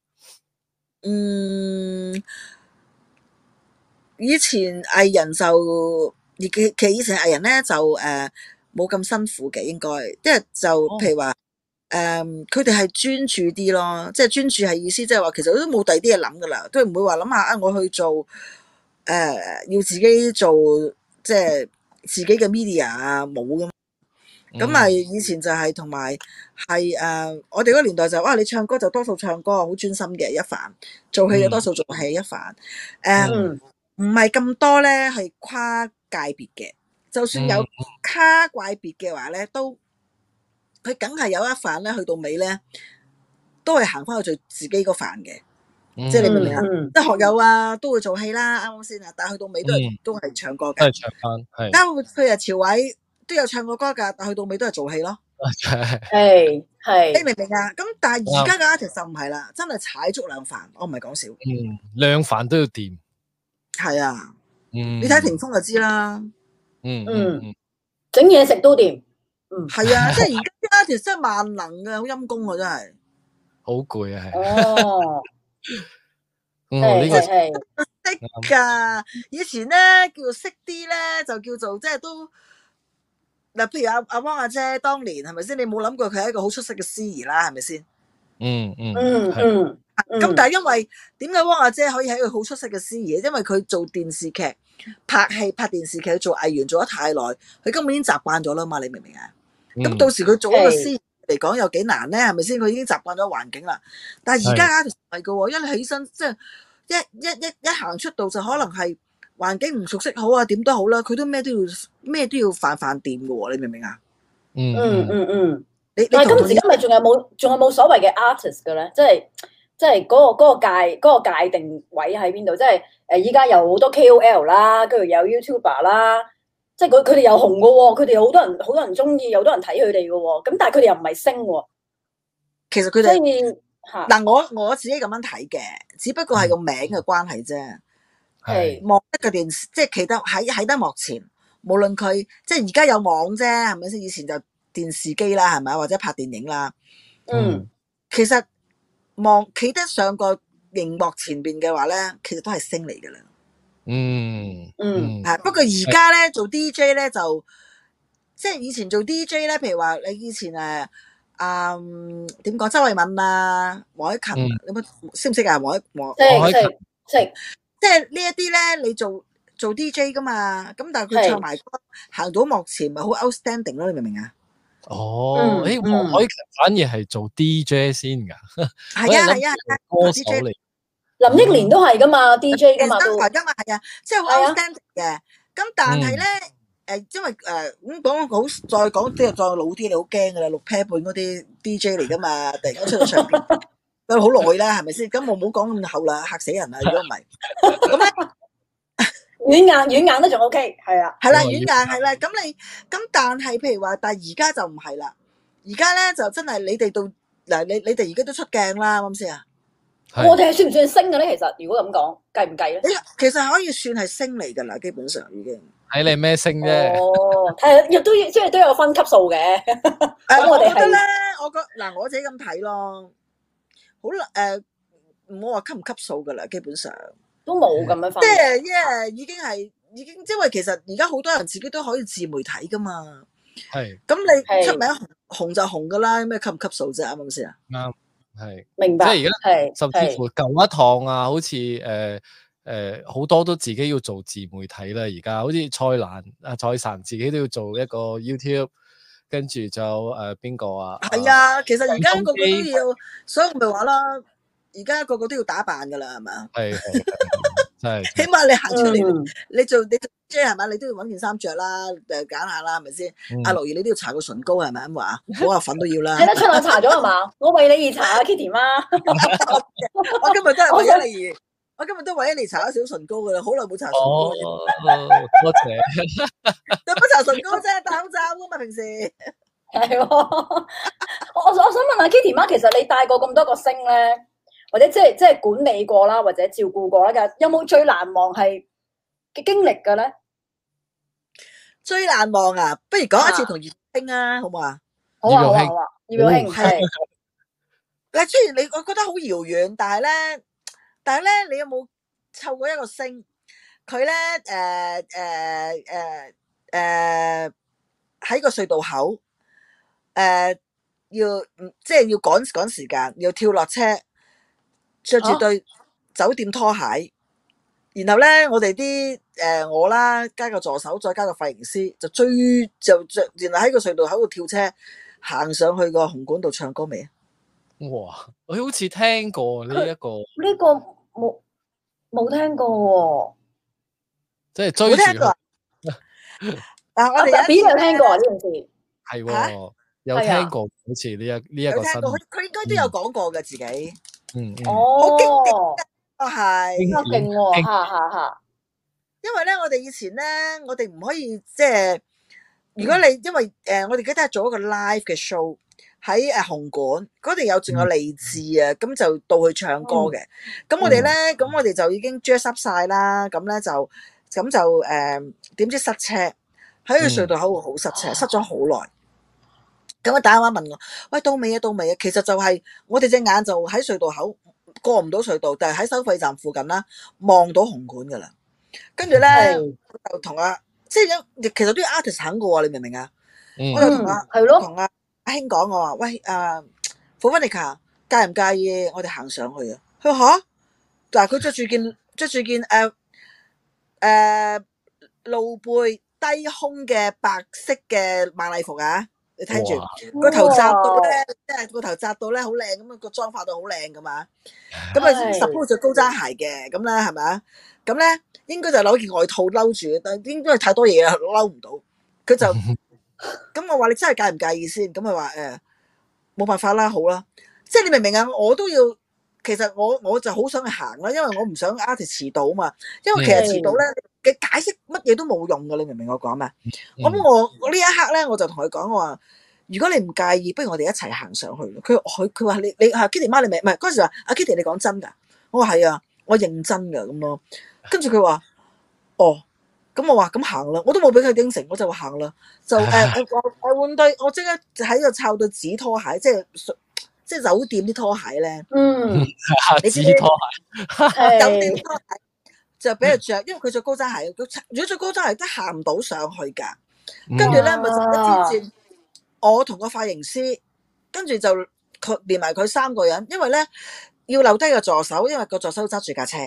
嗯，以前藝人就而其其實以前藝人咧就誒冇咁辛苦嘅，應該，即係就譬如話誒，佢哋係專注啲咯，即係專注係意思即係話其實都冇第二啲嘢諗噶啦，都唔會話諗下啊，我去做誒、呃要自己做即係自己嘅 media 啊，冇噶嘛。
嗯
咁啊咪以前就係同埋係誒，我哋嗰個年代就哇，你唱歌就多數唱歌，好專心嘅一範；做戲就
嗯
多數做戲一範。誒、
嗯，
唔係咁多咧，係跨界別嘅。就算有
嗯
跨界別嘅話咧，都佢梗係有一範咧，去到尾咧，都係行翻去做自己嗰範嘅。
嗯
即係你明唔
嗯
明啊
嗯，
即係學友啊，都會做戲啦，啱啱先啊？但係去到尾都係、
嗯
都係唱歌
都
嘅
係。唱翻，係
啱佢啊，朝偉都有唱過歌㗎，但去到尾都係做戲咯。
係係
你。明唔明啊？咁但係而家嘅 artist 就唔係啦，真係踩足兩飯，我唔係講笑。
嗯，兩飯都要掂。
係啊，
嗯，
你睇霆鋒就知啦。
嗯，嗯
嗯
嗯
整嘢食都掂。
係啊，即係而家啲 artist 真係萬能嘅，好陰功啊，真係。
好攰啊，係。
哦，
嗯
係
呢個
係係，
啊嗯
識㗎，以前咧叫做識啲咧，就叫做即係都嗱，譬如阿阿汪阿姐當年係咪先？你冇諗過佢係一個好出色嘅司儀啦，係咪先？
嗯嗯
嗯
係
嗯，
咁
咁
但係因為點解汪阿姐可以係一個好出色嘅司儀？因為佢做電視劇、拍戲、拍電視劇、做藝員做得太耐，佢根本已經習慣咗啦嘛，你明唔明啊？
嗯
咁到時佢做一個司儀嚟講有幾難咧？係咪先？佢已經習慣咗環境啦。但係而家唔係嘅喎，一起身即係一一一一行出道就可能係環境唔熟悉好啊，點都好啦，佢都咩都要咩都要飯飯掂嘅喎，你明唔明啊？
嗯
嗯嗯嗯，
你你
但係
同
今時
佢
今日仲有冇仲有冇所謂嘅 artist 嘅咧？即係即係嗰個嗰個界嗰個界定位喺邊度？即係誒依家有好多 KOL 啦，跟住有 YouTuber 啦，即係佢佢哋又紅嘅喎，佢哋好多人好多人中意，有好多人睇佢哋嘅喎。咁但係佢哋又唔係星喎，
其實佢哋
所以嚇
嗱我我自己咁樣睇嘅，只不過係個名嘅關係啫。
係
嗯
係
望得個電視，即係企得喺喺得幕前，無論佢即係而家有網啫，係咪先？以前就電視機啦，係咪或者拍電影啦。
嗯
其實望企得上個熒幕前邊嘅話咧，其實都係星嚟㗎啦。
嗯
嗯
嗯
嚇，不過而家咧做 DJ 咧就即係以前做 DJ 咧，譬如話你以前誒。啊嗯，點講？周慧敏啊，黃凱
嗯
芹啊，你有冇識唔識啊？黃凱黃
即
我可
係
以
即係即係
即係呢一啲咧，你做做 DJ 噶嘛，咁但係佢
係
唱埋歌，行到幕前咪好 outstanding 咯，你明唔明啊？嗯
哦，誒，黃海芹反而係做 DJ 先㗎，
係啊係啊，
歌手嚟。
林憶蓮都係噶嘛，DJ 噶嘛
登
都
台噶嘛，係啊，即係好
係啊
outstanding 嘅。咁但係咧，誒，因為誒咁講好，再講啲再老啲，你好驚噶啦，六 pair 半嗰啲 DJ 嚟噶嘛，突然間出到場邊， 都好耐啦，係咪先？咁我唔好講咁後啦，嚇死人啦！如果唔係，咁咧。
軟硬軟硬都仲 OK，係啊，
係啦，
咁啊
軟硬係啦。咁你咁但係譬如話，但係而家就唔係啦。而家咧就真係你哋到嗱，你你哋而家都出鏡啦，啱唔啱先啊？
我哋係算唔算星嘅咧？其實如果咁講，計唔計咧？
你其實可以算係星嚟㗎啦，基本上已經。
睇你咩星啫。
哦，係啊亦都要即係都有分級數嘅。
誒，
啊我
我
哋
覺得
係
咧，我覺嗱我自己咁睇咯，好啦誒，唔好話吸唔吸數㗎啦，基本上。
都冇咁樣分
即。係因為已經係已經，因為其實而家好多人自己都可以自媒體㗎嘛。
係
咁你
係
出名紅紅就紅㗎啦，咩吸唔吸數啫？啱唔啱先啊？
係，
明白。
即係
係
甚至乎舊一趟啊，好似誒誒好多都自己要做自媒體啦。而家好似蔡瀾啊、蔡神自己都要做一個 YouTube，跟住就誒邊個啊？
哦
系啊，其實而家
運動
個個都
機
要，所以我咪話啦，而家個個都要打扮噶啦，係嘛？
係，係啊係真
起
係
碼你行出嚟，
嗯
你做你做 J 係咪？你都要揾件衫着啦，诶揀下啦，係咪先？
嗯
阿樂兒你都要搽個唇膏係咪咁話？好啊，粉都要啦
睇。得出我查咗 係嘛？ 我為你而查啊，Kitty 媽。
我今日都係為咗你而，我今日都為咗你搽咗少唇膏噶啦，好耐冇搽唇
哦
膏，，
多謝。
你不搽唇膏啫，戴口罩噶嘛平時。
係喎。 我我想我想問下 Kitty 媽，其實你帶過咁多個星咧，或者即係即係管理過啦，或者照顧過啦嘅，有冇最難忘係嘅經歷嘅咧？
最難忘啊，不如講一次同葉冰啊，好唔好啊？
好啊好
葉
啊
玉卿哦
好啊，葉耀興 係
嗱，雖然你我覺得好遙遠，但係咧，但係咧，你有冇湊過一個星？佢咧誒誒誒誒喺個隧道口誒、呃要唔即係要趕趕時間，要跳落車，着住
哦
對酒店拖鞋。然後咧，我哋啲誒我啦，加個助手，再加個髮型師，就追就着，然後喺個隧道口度跳車，行上去個紅館度唱歌未啊？
哇！ 我好似聽過呢、一個，
呢個冇冇聽過喎，
即 係追
冇
住
聽過
佢
啊。嗱，我
阿
哋
B 有
有一次
聽過啊呢件事，
係
嚇
喎，有
係啊
聽過好似呢一呢一
有
個
聽
新
過，佢
聞，
佢應該都有講過嘅自己，
嗯嗯，
哦，
啊係。
經
哇勁
典
喎，嚇嚇嚇，
因為咧，我哋以前咧，我哋唔可以即係，如果
嗯
你因為诶、呃我哋記得係做一個 live 嘅 show 喺诶红馆，嗰度有仲
嗯
有勵志啊，咁就到去唱歌嘅。咁、我
嗯
哋咧，咁我哋就已經 dress up 晒啦，咁咧就咁就诶，点、知塞車喺個隧道口好塞車，塞咗好耐。咁啊打電話問我，喂到未啊到未啊？其實就係我哋隻眼就喺隧道口過唔到隧道，但係喺收費站附近啦，望到紅館噶啦。跟住咧
係，
就同阿即係有其實啲 artist 肯嘅喎，你明唔明啊？
嗯
我就
嗯
同阿，
係咯，
同阿阿興講我話，喂啊，傅芬妮卡介唔介意我哋行上去啊？佢話吓，但係佢着住件着住件誒誒露背低胸嘅白色嘅晚禮服啊！你睇住。
哇
個頭扎到
哇
咧，即係個頭扎到咧好靚咁啊，個妝化到好靚噶嘛。咁啊
係
，suppose 着高踭鞋嘅，咁啦係咪啊？咁咧應該就攞件外套摟住，但應該係太多嘢啦，摟唔到。佢就咁我話你真係介唔介意先？咁佢話誒冇辦法啦，好啦，即係你明唔明啊？我都要。其實我我就好想去行啦，因為我唔想 artist 遲到啊嘛。因為其實遲到咧，嘅解釋乜嘢都冇用噶，你明唔明我講咩？咁、
嗯
我我呢一刻咧，我就同佢講，我話：如果你唔介意，不如我哋一齊行上去咯。佢佢佢話你你啊 Kitty 媽你咪唔係嗰陣時話阿 Kitty 你講真㗎？我話係啊，我認真㗎咁咯。跟住佢話：哦，咁我話咁行啦，我都冇俾佢應承，我就話行啦。就誒、呃我我換對，我即刻喺度摷對紙拖鞋，即係即係酒店啲拖鞋咧，
嗯，
下
你知
肢
唔知
拖
係
酒店啲拖鞋就俾佢着，因為佢着高踭鞋，佢如果着高踭鞋都行唔到上去㗎。
鞋，
跟住咧咪
啊
就一支箭，我同個髮型師，跟住就佢連埋佢三個人，因為咧要留低個助手，因為個助手揸住架車，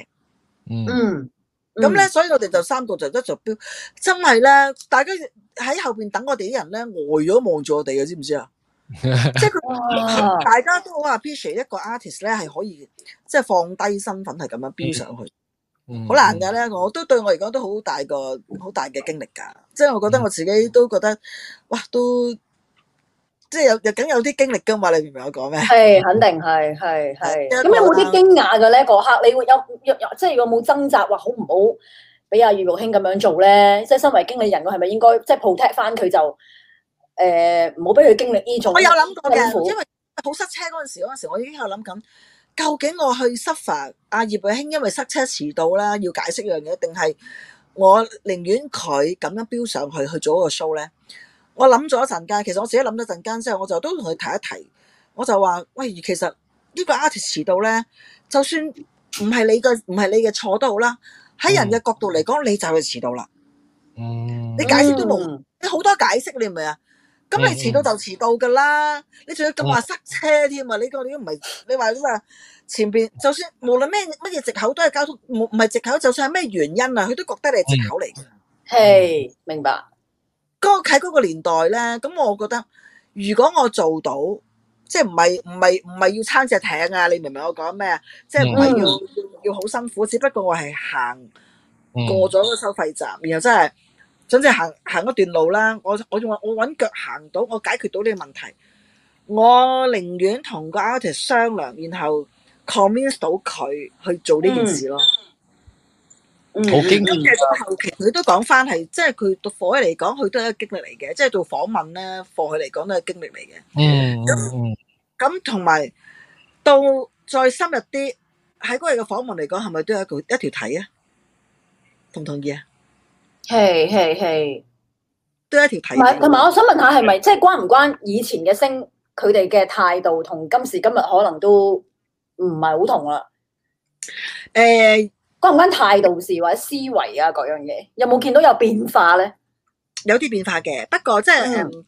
嗯嗯
嗯，
咁咧、所以我哋就三個就一座標，真係咧，大家喺後邊等我哋啲人咧呆咗望住我哋嘅，知唔知啊？即係佢
哇，
大家都好 appreciate 一個 artist 咧係可以即係放低身份係咁樣標上去。
嗯
好難㗎，咧，我都對我嚟講都好大個好大嘅經歷㗎，即係我
嗯
覺得我自己都覺得，哇，都即係有有梗有啲經歷㗎嘛，你明唔明我講咩？
係肯定係係係。
一
咁
個
有冇
啦
啲驚訝嘅咧？嗰刻你會有有有即係有冇掙扎話好唔好俾阿余玉卿咁樣做咧？即係身為經理人，我係咪應該即係 protect 翻佢就誒唔好俾佢經歷呢種？
我有諗過
辛苦
嘅，因為好塞車嗰陣時，嗰陣時我已經喺度諗緊，究竟我去 suffer 阿葉永興因為塞車遲到啦，要解釋一樣嘢，定係我寧願佢咁樣飆上去去做一個 show 咧？我諗咗一陣間，其實我自己諗咗陣間之後，我就都同佢提一提，我就話：喂，其實呢個 artist 遲到咧，就算唔係你嘅唔係你嘅錯都好啦，喺人嘅角度嚟講，你就係遲到啦。
嗯
你解釋都冇
嗯
你好多解釋，你明唔明啊？咁你
嗯
遲到就遲到噶啦，你仲要咁話塞車添啊！呢個你都唔係你話咁啊，前邊就算無論咩乜嘢藉口都係交通，唔唔係藉口，就算係咩原因啊，佢都覺得你
嗯
係藉口嚟嘅。
係明白。
嗰個喺嗰個年代咧，咁我覺得如果我做到，即係唔係唔係唔係要撐只艇啊？你明唔明我講咩啊？即係唔係要
嗯
要要好辛苦，只不過我係行過咗個收費站，然後真係總之行行一段路啦。我我仲話我揾腳行到，我解決到呢個問題。我寧願同個 artist 商量，然後 convince 到佢去做呢件事咯。
嗯
好驚
咁其實到後期佢都講翻係，即係佢對火嚟講，佢都係一個經歷嚟嘅，即係做訪問咧，貨佢嚟講都係經歷嚟嘅。
嗯嗯
咁同埋到再深入啲，喺嗰日嘅訪問嚟講，係咪都有一個一條題啊？同唔同意啊？
係係係。
都有一條題
同埋同埋，
嘅。
我想問下係咪即係關唔關以前嘅星佢哋嘅態度同今時今日可能都唔係好同啦？
誒，
關唔關態度事或者思維啊各樣嘢？有冇見到有變化咧？
有啲變化嘅，不過即係誒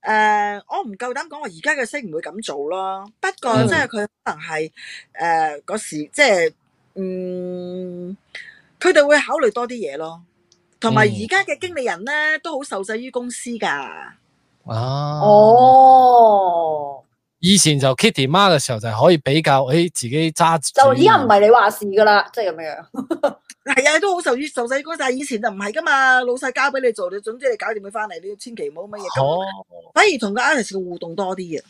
嗯
誒，我唔夠膽講我而家嘅星唔會咁做咯。不過
嗯
即係佢可能係誒嗰時即係嗯，佢哋會考慮多啲嘢咯。同埋
嗯
而家嘅經理人咧，都好受制於公司㗎。
啊，，
哦，
以前就 Kitty 媽嘅時候就係可以比較，诶、自己揸
就
主
而
意
家唔係你話事㗎啦，即係咁樣 樣。
係啊，都好受於受制於公司，但係以前就唔係㗎嘛。老細交俾你做，你總之你搞掂佢翻嚟，你千祈唔好乜嘢。咁
哦
反而同個 artist 嘅互動多啲嘅。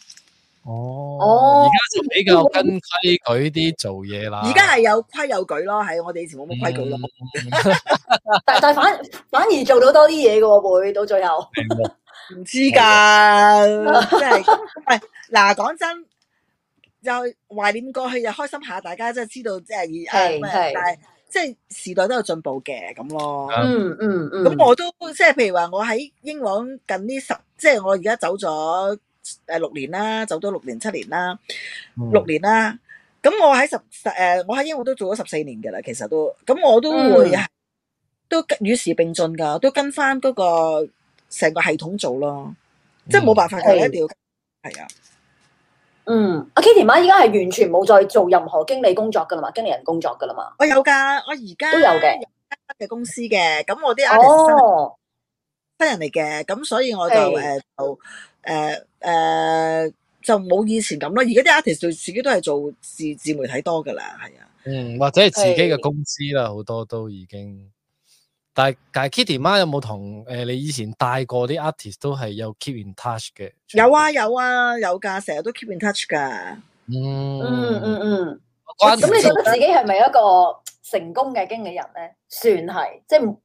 哦，而
哦
家就比較跟規矩啲做嘢啦。嗯
而家係有規有矩咯，係我哋以前冇乜規矩咯。
咯，
但但反反而做到多啲嘢嘅喎，會到最後。
明喎
唔知噶，即系 喂嗱，講真，又懷念過去，又開心下，大家真係知道，即係而
係
誒
係
但係即係時代都有進步嘅咁咯。
啊
嗯嗯嗯。
咁我都即係譬如話，我喺英皇近呢十，即係我而家走咗誒六年啦，走咗六年七年啦，
嗯
六年啦。咁我喺十十誒，我喺英皇都做咗十四年嘅啦，其實都咁我都會
嗯
係都跟與時並進㗎，都跟翻嗰個成個系統做咯。即係冇辦法
嗯係
㗎，一定要係啊。
嗯，阿 Kitty 媽依家係完全冇再做任何經理工作㗎啦嘛，經理人工作㗎啦嘛，
我有㗎，我而家
都有嘅。
嘅公司嘅，咁我啲 artist 新
哦，
新人嚟嘅，咁所以我就
係
誒就誒誒就冇以前咁咯。而家啲 artist 就自己都係做自自媒體多㗎啦，係啊。
嗯，或者係自己嘅公司啦，好多都已經。但係但係 Kitty 媽有冇同诶你以前帶過啲 artist 都係有 keep in touch 嘅？
有啊，有啊有㗎，成日都 keep in touch 㗎。
嗯
嗯嗯嗯。
關
咁你覺得
事
自己係咪一個成功嘅經理人咧？算係，即係唔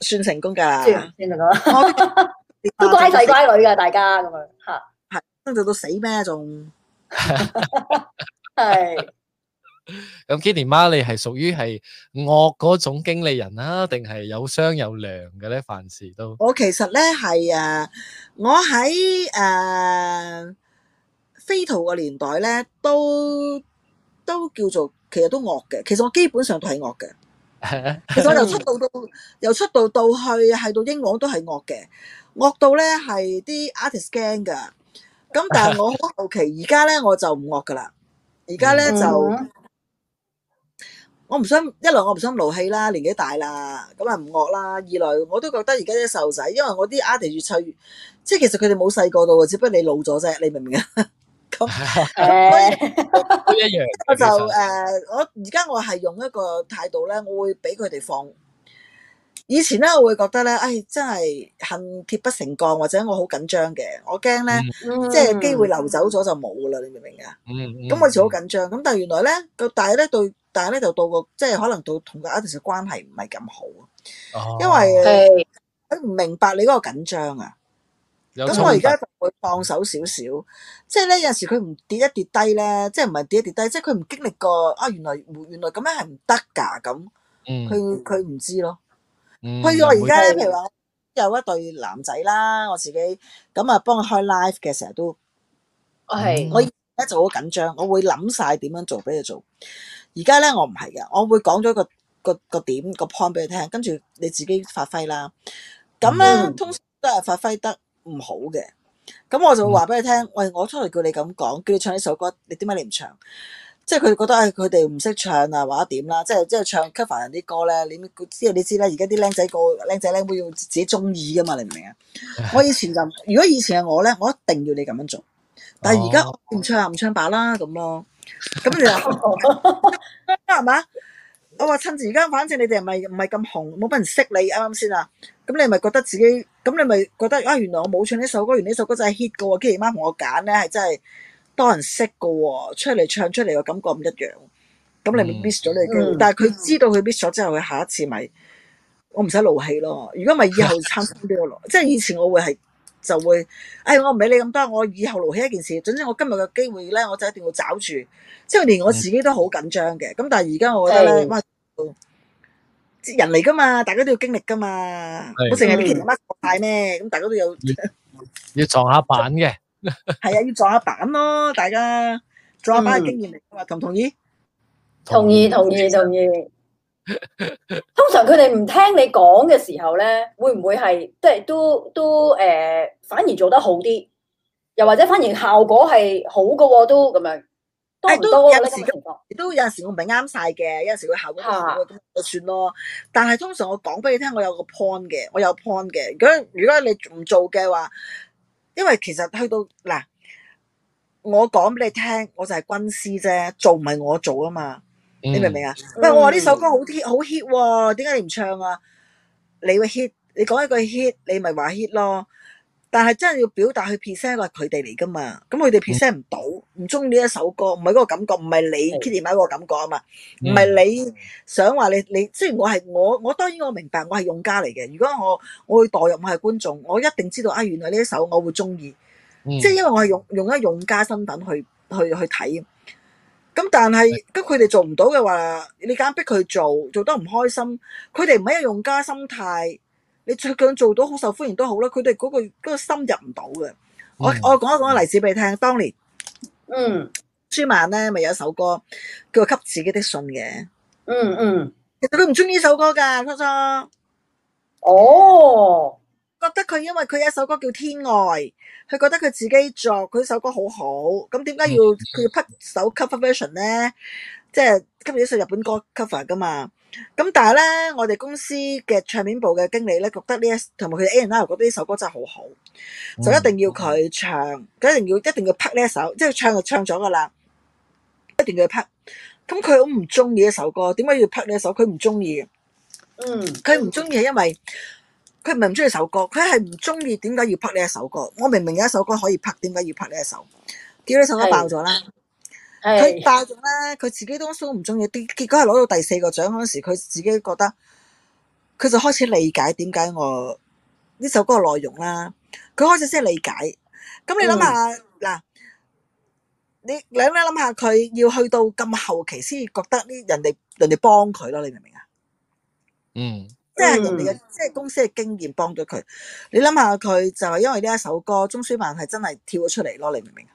算成功
算唔
㗎，
算係咁啊？
我都
都乖仔乖女㗎，大家咁樣嚇，
做到死咩仲？
係
咁 Kitty 媽你係屬於係惡嗰種經理人啦、定係有商有量嘅咧？凡事都
我其實咧係誒，我喺誒飛圖個年代咧，都都叫做其實都惡嘅。其實我基本上都係惡嘅。其實我由出道到由出道到去係到英皇都係惡嘅，惡到咧係啲 artist 驚㗎。咁但係我好後期，而家咧我就唔惡㗎啦。而家咧就
嗯
我唔想一來我唔想勞氣啦，年紀大啦，咁啊唔惡啦。二來我都覺得而家啲細路仔，因為我啲 artist 越湊越，即係其實佢哋冇細個到嘅，只不過你老咗啫，你明唔明啊？
誒
都一樣嘅。
我
其
就誒、
實
我而家我係用一個態度咧，我會俾佢哋放。以前咧，我會覺得咧，唉、真係恨鐵不成鋼，或者我好緊張嘅，我驚咧，即係機會流走咗就冇㗎啦，你明唔明啊？
嗯嗯
咁我以前好緊張，咁但係原來咧，個但係咧對，但係咧就到個即係可能到同個 artist 嘅關係唔係咁好，
哦
因為
係
佢唔明白你嗰個緊張啊。
有
咁
衝
我而
突
家就會放手少少，即係咧有陣時佢唔跌一跌低咧，即係唔係跌一跌低，即係佢唔經歷過啊，原來原來咁樣係唔得㗎咁，
嗯
佢佢唔知咯。
嗯
譬如我而家
嗯
咧，譬如話有一對男仔啦，我自己咁啊幫佢開 live 嘅，成日都
係
我咧就好緊張，我會諗晒點樣做俾佢做。而家咧我唔係嘅，我會講咗個個個點個 point 俾佢聽，跟住你自己發揮啦。咁咧
嗯
通常都係發揮得唔好嘅，咁我就會話俾佢聽，喂，我出嚟叫你咁講，叫你唱呢首歌，你點解你唔唱？即係佢覺得唉佢哋唔識唱啊，或者點啦，即係即係唱 cover 人啲歌咧，你知你知啦，而家啲僆仔個僆仔僆妹要自己中意噶嘛，你明唔明啊？我以前就如果以前係我咧，我一定要你咁樣做，但係而家
哦
我唔唱啊唔唱吧啦咁咯，咁你就 係嘛？我話趁住而家，反正你哋唔係唔係咁紅，冇乜人識你啱啱先啊。咁你咪覺得自己，咁你咪覺得啊，原來我冇唱呢首歌，原來呢首歌真係 hit 嘅喎。跟住媽同我揀咧，係真係多人識嘅喎，出嚟唱出嚟嘅感覺唔一樣。咁你咪
嗯
miss 咗你嘅機會
嗯
但係佢知道佢 miss 咗之後，佢下一次咪我唔使勞氣咯。如果咪以後參加呢個勞，即係以前我會係就會，唉、我唔理你咁多，我以後勞氣一件事。總之我今日嘅機會咧，我就一定要找住。即係連我自己都好緊張嘅。咁但係而家我覺得咧，
係
哇！人嚟噶嘛，大家都要經歷噶嘛，
係
唔好淨係俾
嗯
其他乜大咩，咁大家都有
要撞下板嘅，
係啊，要撞下板咯，大家撞下板嘅經驗嚟噶嘛，同唔同意？
同意同意同意。通常佢哋唔聽你講嘅時候咧，會唔會係即係都都诶、呃反而做得好啲，又或者反而效果係好噶喎、都咁樣多唔
誒都
多咧？
有
呢
時
個情況
都有陣時我唔係啱晒嘅，有陣時佢效果唔好嘅咁就算咯。但係通常我講俾你聽，我有個 point 嘅，我有 point 嘅。如果如果你唔做嘅話，因為其實去到嗱，我講俾你聽，我就係軍師啫，做唔係我做啊嘛，你明唔明啊？喂，我話呢
嗯
首歌好 hit 好 hit 喎，點解你唔唱啊？你會 hit，你講一句 hit，你咪話 hit 咯。但係真係要表達去 present 係佢哋嚟噶嘛？咁佢哋 present 唔到，唔中意呢一首歌，唔係嗰個感覺，唔係你
係
Kitty 買嗰個感覺啊嘛，唔
嗯
係你想話你你，雖然我係我我當然我明白我係用家嚟嘅，如果我我會代入我係觀眾，我一定知道啊原來呢一首我會中意，
嗯
即係因為我係用用一用家身份去去去睇。咁但係咁佢哋做唔到嘅話，你夾硬逼佢做，做得唔開心，佢哋唔係一個用家心態，你最緊做到好受歡迎都好啦，佢哋嗰個嗰、個心入唔到嘅。我
嗯
我講一講個例子俾你聽，當年
嗯
舒曼咧咪有一首歌叫做《給自己的信》嘅，
嗯嗯，
其實佢唔中意呢首歌㗎，初初。
哦，
覺得佢因為佢有一首歌叫《天外》，佢覺得佢自己作佢首歌好好，咁點解要佢要 put 首 cover version 咧？即係今年首日本歌 cover 噶嘛？咁但係咧，我哋公司嘅唱片部嘅經理咧，覺得呢一同埋佢哋 A R 覺得呢首歌真係好好，就一定要佢唱，佢一定要一定要 put 呢一首，即係唱就唱咗噶啦，一定要 put。咁佢好唔中意呢首歌，點解要 put 呢一首？佢唔中意嘅。
嗯
佢唔中意係因為佢唔係唔中意首歌，佢係唔中意點解要拍呢一首歌？我明明有一首歌可以拍，點解要拍呢一首？結果呢首歌
係
爆咗啦，佢
係
爆咗咧，佢自己都都唔中意，啲結果係攞到第四個獎嗰陣時，佢自己覺得佢就開始理解點解我呢首歌嘅內容啦，佢開始先理解。
嗯
咁你諗下嗱。你你諗一諗下，佢要去到咁後期先覺得呢人哋人哋幫佢咯，你明唔明啊？
嗯
即係人哋嘅
嗯，
即係公司嘅經驗幫咗佢。你諗下佢就係因為呢一首歌，鍾舒漫係真係跳咗出嚟咯，你明唔明啊？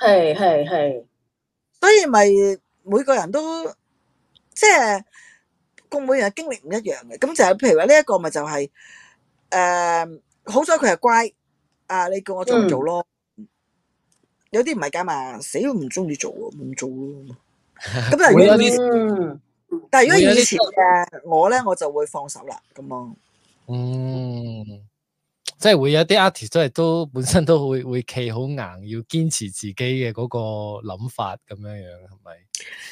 係係係，
所以咪每個人都即係共每人嘅經歷唔一樣嘅。咁就係譬如話呢一個咪就係、誒、好彩佢係乖啊！你叫我做咪
嗯
做咯，有啲唔係㗎嘛，死都唔中意做喎，唔做咯。咁但係
會有
如
啲
果
嗯
但係如
會有
果
啲
以前嘅我咧，我就會放手啦，咁咯。
嗯，即係會有啲 artist 真係都本身都會 會企好硬，要堅持自己嘅嗰個諗法咁樣樣，係咪？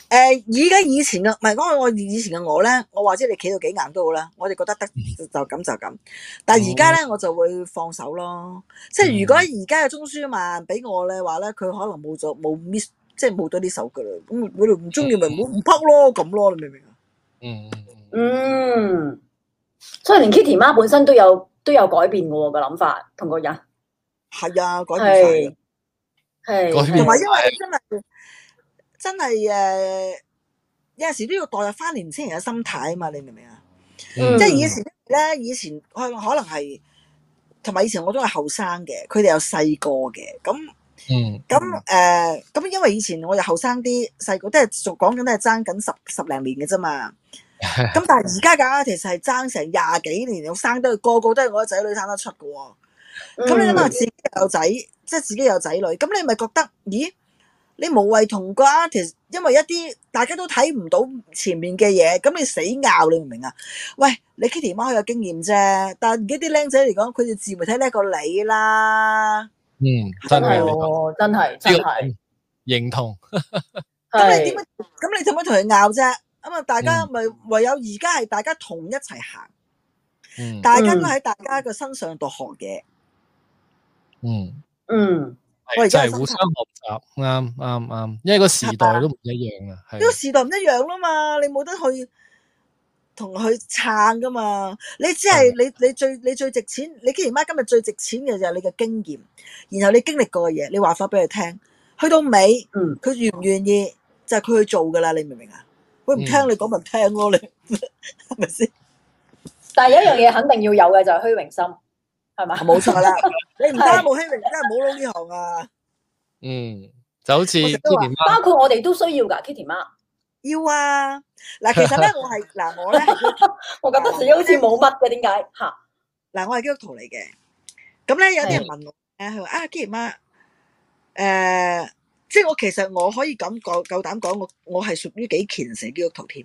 诶，而家呃以前嘅唔係講我我以前嘅我咧，我話知你企到幾硬都好啦，我哋覺得得就咁就咁。但係而家咧，我就會放手咯。即係如果而家嘅鐘舒曼俾我咧話咧，佢可能冇咗冇 miss，即係冇咗呢首噶啦。咁佢哋唔中意咪唔好唔扑咯，咁咯，你明唔明啊？
嗯嗯嗯
嗯，所以連 Kitty 媽本身都有都有改變嘅喎個諗法同個人
係啊，改變晒㗎
係。係
改變
同埋因
係
為真係真係诶，有阵时都要代入翻年青人嘅心態啊嘛，你明唔明啊？
嗯
即係以前咧，以前可能可能係同埋以前我都係後生嘅，佢哋又細個嘅，咁
嗯
咁誒咁，因為以前我又後生啲，細個都係仲講緊都係爭緊十十零年嘅 啫嘛。咁但係而家嘅其實係爭成廿幾年，我生得個個都係我啲仔女生得出嘅喎。
嗯
咁你諗下，自己有仔，即係自己有仔女，咁你咪覺得，咦？你無謂同個 artist，因為一啲大家都睇唔到前面嘅嘢，咁你死拗，你明唔明啊？喂，你 Kitty 媽好有經驗啫，但係而家啲僆仔嚟講，佢哋自媒體叻過你啦。
嗯，真
真係
係你講
喎，真係真
呢個
係
認同，
嗯咁你點
係
樣？咁你點樣同佢拗啫？咁啊，大家咪唯有而家係大家同一齊行，
嗯
大家都喺大家嘅身上度學嘢。
嗯。
嗯。
係
我
就
而家
係
嘅心態
互相學習，啱啱啱，因為個時代都唔一樣啊，
呢個
係
時代唔一樣啦嘛，你冇得去同佢撐噶嘛。你只係你你最你最值錢，你既然媽今日最值錢嘅就係你嘅經驗，然後你經歷過嘅嘢，你話翻俾佢聽。去到尾，
嗯
佢願唔願意就係佢去做噶啦，你明唔明啊？佢唔聽
嗯
你講咪唔聽咯，你 係咪先？
但係有一樣嘢肯定要有嘅就係虛榮心，係嘛？
冇錯啦，你唔加冇希榮，真係冇撈呢行啊！
嗯，就好似
我成日都話
Kitty 媽，
啊
包括我哋都需要㗎，Kitty 媽。
要啊！嗱，其 實咧我係嗱我咧係基督徒
我覺得自己好似冇乜嘅，點解嚇？
嗱我係基督徒嚟嘅，咁咧有啲人問我咧，佢話啊，基然媽，诶、即係我其實我可以咁講，夠膽講，我我係屬於幾虔誠嘅基督徒添。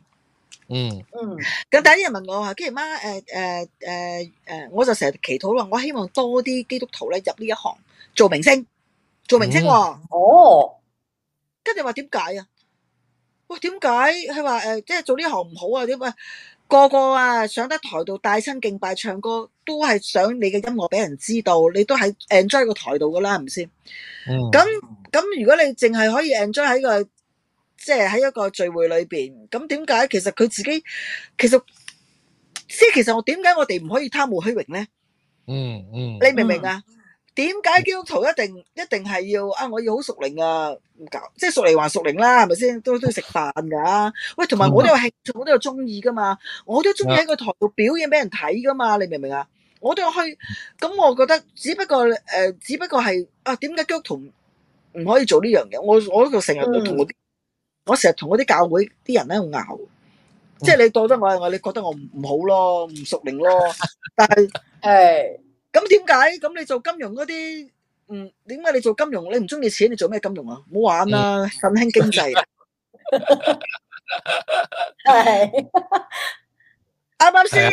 嗯
嗯
咁但係啲人問我話，基然媽，呃誒誒誒誒，呃我就成日祈禱啦，我希望多啲基督徒咧入呢一行做明星，做明星喎、
哦，
跟住話點解啊？哇，點解？佢話誒，即係做呢行唔好啊？點啊？個個啊上得台度大親敬拜唱歌，都係想你嘅音樂俾人知道，你都喺 enjoy 個台度噶啦，係咪先？
嗯，
咁咁如果你淨係可以 enjoy 喺個即係喺一個聚會裏邊，咁點解其實佢自己其實即係其實我點解我哋唔可以貪慕虛榮咧？
嗯嗯，
你明唔明啊？點解基督徒一定一定係要啊？我要好熟靈啊，唔搞即係熟靈還熟靈啦，係咪先？都都要食飯㗎。喂，同埋我都有興趣，我都有中意㗎嘛，我都中意喺個台度表演俾人睇㗎嘛，你明唔明啊？我都有去，咁我覺得只不過誒、呃只不過係啊，點解基督徒唔唔可以做呢樣嘢？我我嗰度成日
嗯
同我啲，我成日同我啲教會啲人喺度拗，即係你當得我係我，你覺得我唔唔好咯，唔熟靈咯，但係。
係
咁點解？咁你做金融嗰啲，嗯，點解你做金融？你唔中意錢，你做咩金融啊？唔好玩啦，振興經 濟啊。
係
啱唔啊啱先？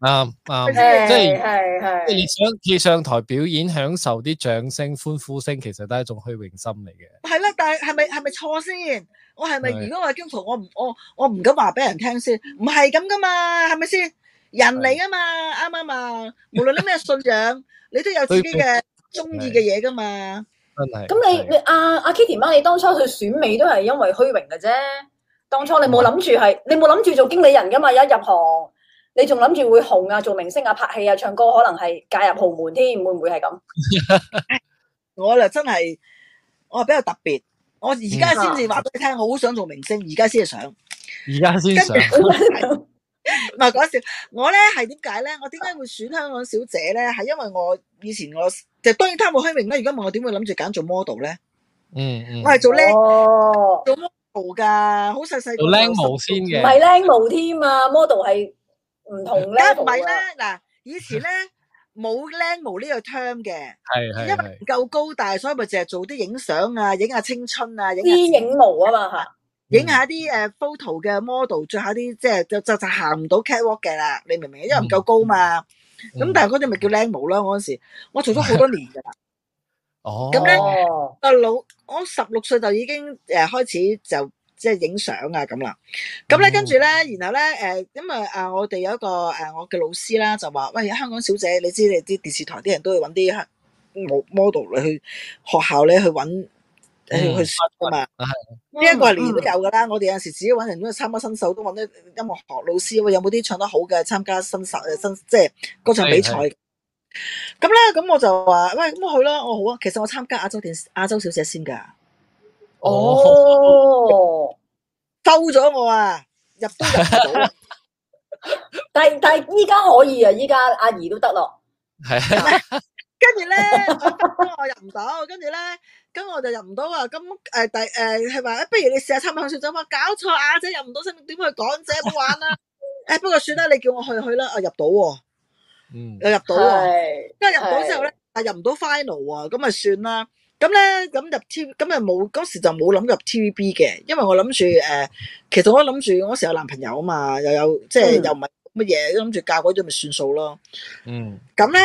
啱啱，
係
即係
係
即係你
係
想你上台表演，享受啲掌聲、歡呼聲，其實都係一種虛榮心嚟嘅。
係啦，但係係咪係咪錯先？我係咪
係
如果我係基督徒，我唔我我唔敢話俾人聽先？唔係咁噶嘛，係咪先？人嚟噶嘛，啱唔啱啊？無論你咩信 仰，你都有自己嘅中意嘅嘢噶嘛。
真係。
咁你
係
你阿阿 Kitty 媽，你當初去選美都係因為虛榮嘅啫。當初你冇諗住係，你冇諗住做經理人噶嘛？一入行，你仲諗住會紅啊，做明星啊，拍戲啊，唱歌，可能係嫁入豪門添，會唔會係咁？
我就真係我係比較特別，我而家先至話俾你聽，我好想做明星，而家先係想。
而家先上，
唔係講笑，我咧係點解咧？我點解會選香港小姐咧？係因為我以前我就當然貪慕虛榮啦。如果唔係我點會諗住揀做 model 咧？
嗯嗯，
我係做僆
哦，
做 model 㗎，好細細個
做僆模先
唔
嘅
係靚模添啊，model 係唔同
梗係
level
唔係
啊。
啦，嗱，以前咧冇僆模呢個 term 嘅，
係係
因為
係
唔夠高大，所以咪淨係做啲影相啊、影下青春啊、影
私
下
影模啊嘛嚇，
影下啲誒 photo 嘅 model，着下啲即係就就就行唔到 catwalk 嘅啦。你明唔明？因為唔夠高嘛。
嗯
咁、但係嗰啲咪叫僆模啦。嗰陣時我做咗好多年㗎啦。
哦
咁咧
哦，
我老我十六歲就已經誒開始就即係影相啊咁啦，咁咧
嗯
跟住咧，然後咧誒，因為啊我哋有一個誒我嘅老師啦，就話喂香港小姐，你知你啲電視台啲人都會揾啲香 mo- model 嚟去學校咧去揾去
嗯
去選㗎嘛，呢一個係年年都有㗎啦。我哋有陣時自己揾人都去參加新手，都揾啲音樂學老師喂，有冇啲唱得好嘅參加新手誒新即係歌唱比賽。
係
咁咧，咁我就話喂，咁我去啦，我好啊。其實我參加亞洲電視亞洲小姐先㗎。哦
哦，
收咗我啊，入都入 唔到啊，
但係但係依家可以啊，依家阿姨都得咯，
係
跟住咧，我我入唔到，跟住咧，咁我就入唔到啊，咁誒第誒係話，不如你試下參加小姐，我搞錯啊，姐入唔到，使點去講姐，唔好玩啦。誒不過算啦，你叫我去去啦，啊入到喎，
嗯
又入到啊喎，
係
跟住入到之後咧，啊入唔到 final 啊，咁咪算啦。咁咧，咁入 T，咁咪冇嗰時就冇諗入 TVB 嘅，因為我諗住誒，其實我諗住我嗰時有男朋友啊嘛，又有即係
嗯
又唔係乜嘢，啊諗住嫁嗰咗咪算數咯。
嗯
咁咧，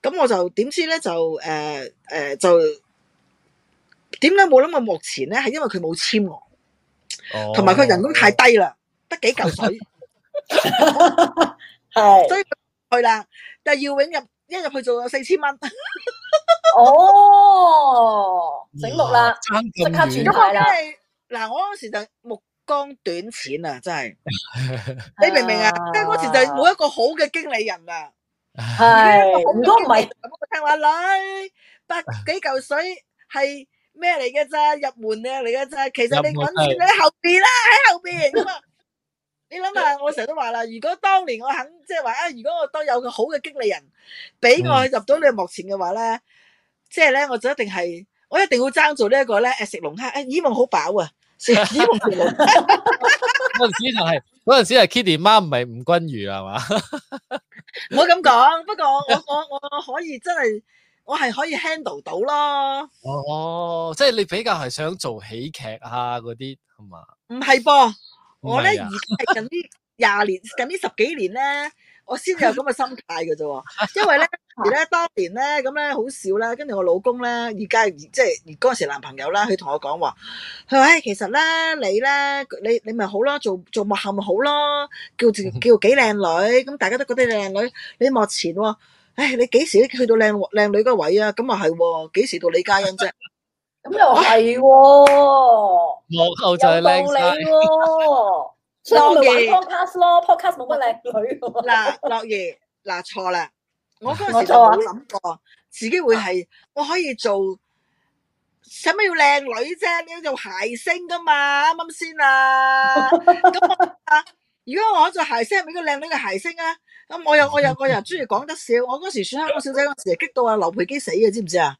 咁我就點知咧就誒誒、呃呃就點解冇諗過目前咧？係因為佢冇簽我，
哦，
同埋佢人工太低啦，得幾嚿 水
係。
去啦。但係耀永入一入去做咗四千蚊，
哦，醒目啦，
哇，爭咁
即刻轉
遠
咁
咗
我
係
真
啦
係嗱，我嗰時就目光短淺啊，真係
Ờ.
你明唔明啊？即係嗰時就冇一個好嘅經理人啊。
係，如果唔係，
聽話女百幾嚿水係咩嚟嘅咋？入門嘅嚟嘅咋？其實你揾錢喺後邊啦，喺後邊咁啊！你諗下，我成日都話啦，如果當年我肯即係話啊，如果我都有個好嘅經理人俾我入到你嘅幕前嘅話咧，即係咧我就一定 係我一定會爭做呢一個咧誒食龍蝦誒耳夢好飽啊！食耳夢食龍蝦
嗰陣時就係嗰陣時係 Kitty 媽唔係吳君如係嘛？
唔好咁講。不過我我我可以真係，我係可以 handle 到咯。
哦，即係你比較係想做喜劇啊嗰啲係嘛？
唔係噃，
唔
我咧
係
而
啊
家係近呢廿年，近呢十幾年咧，我先有咁嘅心態嘅啫 喎。因為咧，而咧當年咧咁咧好少啦，跟住我老公咧，而家即係而嗰陣時男朋友啦，佢同我講話，佢話唉，其實咧你咧你你咪好咯，做做幕後咪好咯，叫自叫幾靚女，咁大家都覺得你靚女，你幕前喎。唉，你幾時去到靚靚女嗰個位啊？咁啊係喎，幾時到李嘉欣啫？
咁又係喎，
幕後
有
就係
道
靚晒
理。喎。所以我咪玩 podcast 咯，podcast 冇乜靚女喎。
嗱，樂兒，嗱錯啦，我嗰陣
我
時就
錯啊
冇諗過自己會係我可以做，使乜要靚女啫？你要做鞋星噶嘛，啱啱先 啊。咁我啊，如果我可以做鞋星，係咪一個靚女嘅鞋星啊？咁我又我又我又中意講得少，我嗰時選香港小姐嗰時，激到啊阿劉培基死嘅，知唔知啊？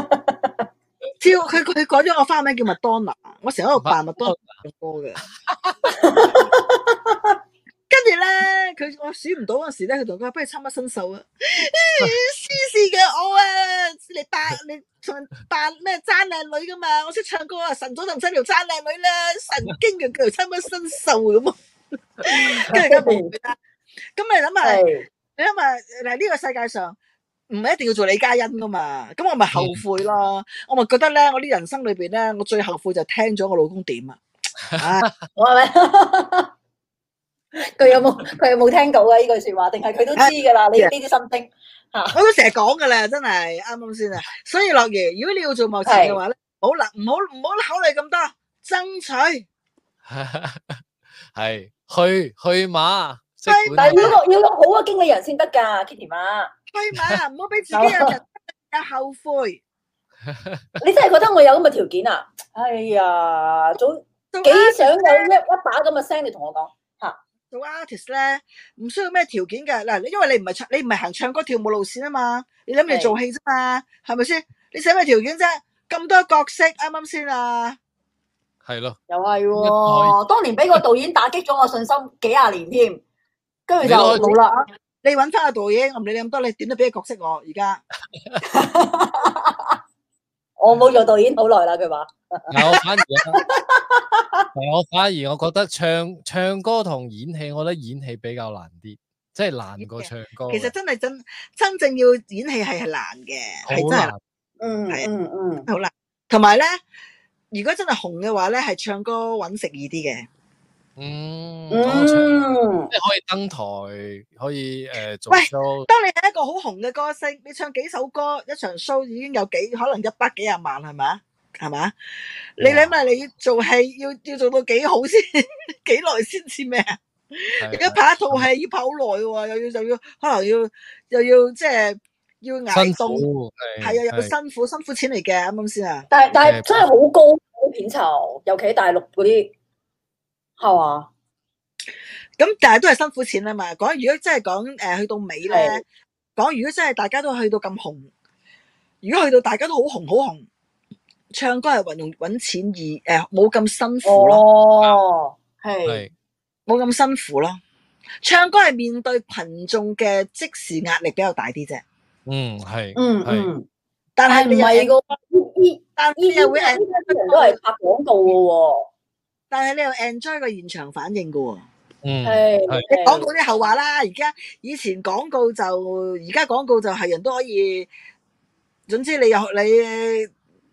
照佢佢改咗我花名叫麥當娜，我成日喺度扮麥當娜歌嘅。 跟住咧，佢我選唔到嗰時咧，佢同我講：不如參加新秀 啊！黐線嘅我啊，你扮你同人扮咩爭靚女噶嘛？我識唱歌啊，晨早就唔使條爭靚女啦，神經嘅叫參加新秀 咁啊！跟住而家冇啦。咁你諗下，
係
你諗下嗱，呢個世界上唔係一定要做李嘉欣噶嘛？咁我咪後悔咯，我咪覺得咧，我呢人生裏邊咧，我最後悔就聽咗我老公點啊！唉
我係咪？佢有冇佢有冇聽到啊？呢句説話定係佢都知㗎啦？你呢啲心聲。
我都成日講噶啦，真係啱啱先啊！所以樂兒，如果你要做幕前嘅話咧，唔好諗，唔好唔好考慮咁多，爭取
係去去馬，即
去
但
管
係要個要個好嘅經理人先得㗎，Kitty 媽。
飛馬，唔好俾自己有人有後悔。
你真係覺得我有咁嘅條件啊？哎呀，早
做
幾
artist
想有
咧
一一把咁嘅聲，你同我講。
做 artist 咧，唔需要咩條件嘅嗱，因為你唔係唱，你唔係行唱歌跳舞路線啊嘛，你諗住做戲啫嘛，係咪先？你使咩條件啫？咁多角色，啱啱先啊！
係咯，
又係
喎
啊喎，當年俾個導演打擊咗我信心幾廿年添，跟住就
你攞去
冇啦。
你揾翻個導演，我唔理你咁多，你點都俾個角色我而家。
我冇做導演好耐啦，佢話。
但我反而啊但我反而我覺得唱唱歌同演戲，我覺得演戲比較難啲，即係難過唱歌嘅。
其實真係真真正要演戲係係難嘅，係真
好
係難
難。
嗯
啊
係
嗯嗯，
好啦，同埋咧，如果真係紅嘅話咧，係唱歌揾食易啲嘅。
嗯，我唱
嗯，
即係可以登台，可以诶、呃做
喂
show，
當你係一個好紅嘅歌星，你唱幾首歌，一場 show 已經有幾可能一百幾廿萬係咪啊？係咪啊？你諗下，你做戲要要做到幾好先， 幾耐先至咩啊？
係
而家拍一套戲要拍好耐喎，又要又要可能要又要即係要捱
辛
凍，
苦，
係啊，又要
係
辛苦，辛苦錢嚟嘅，啱啱先啊？
但係但係
誒
真係好高啲片酬，尤其喺大陸嗰啲，係嘛？
咁但係都係辛苦錢啊嘛。講如果真係講誒去到尾咧
係，
講如果真係大家都去到咁紅，如果去到大家都好紅好紅，唱歌係運用揾錢而誒冇咁辛苦咯，
哦，係，
啊係
冇咁、辛苦咯。唱歌係面對群眾嘅即時壓力比較大啲啫，
嗯係
嗯
係
嗯，
但
但
係
係唔
你又
係個呢
但
呢
你又
呢
啊會
呢
en-
啲人都係拍廣告嘅
但係你又 enjoy 個現場反應嘅喎。
嗯
喎，係
係
你廣告啲後話啦，而家以前廣告就而家廣告就係人都可以，總之你又你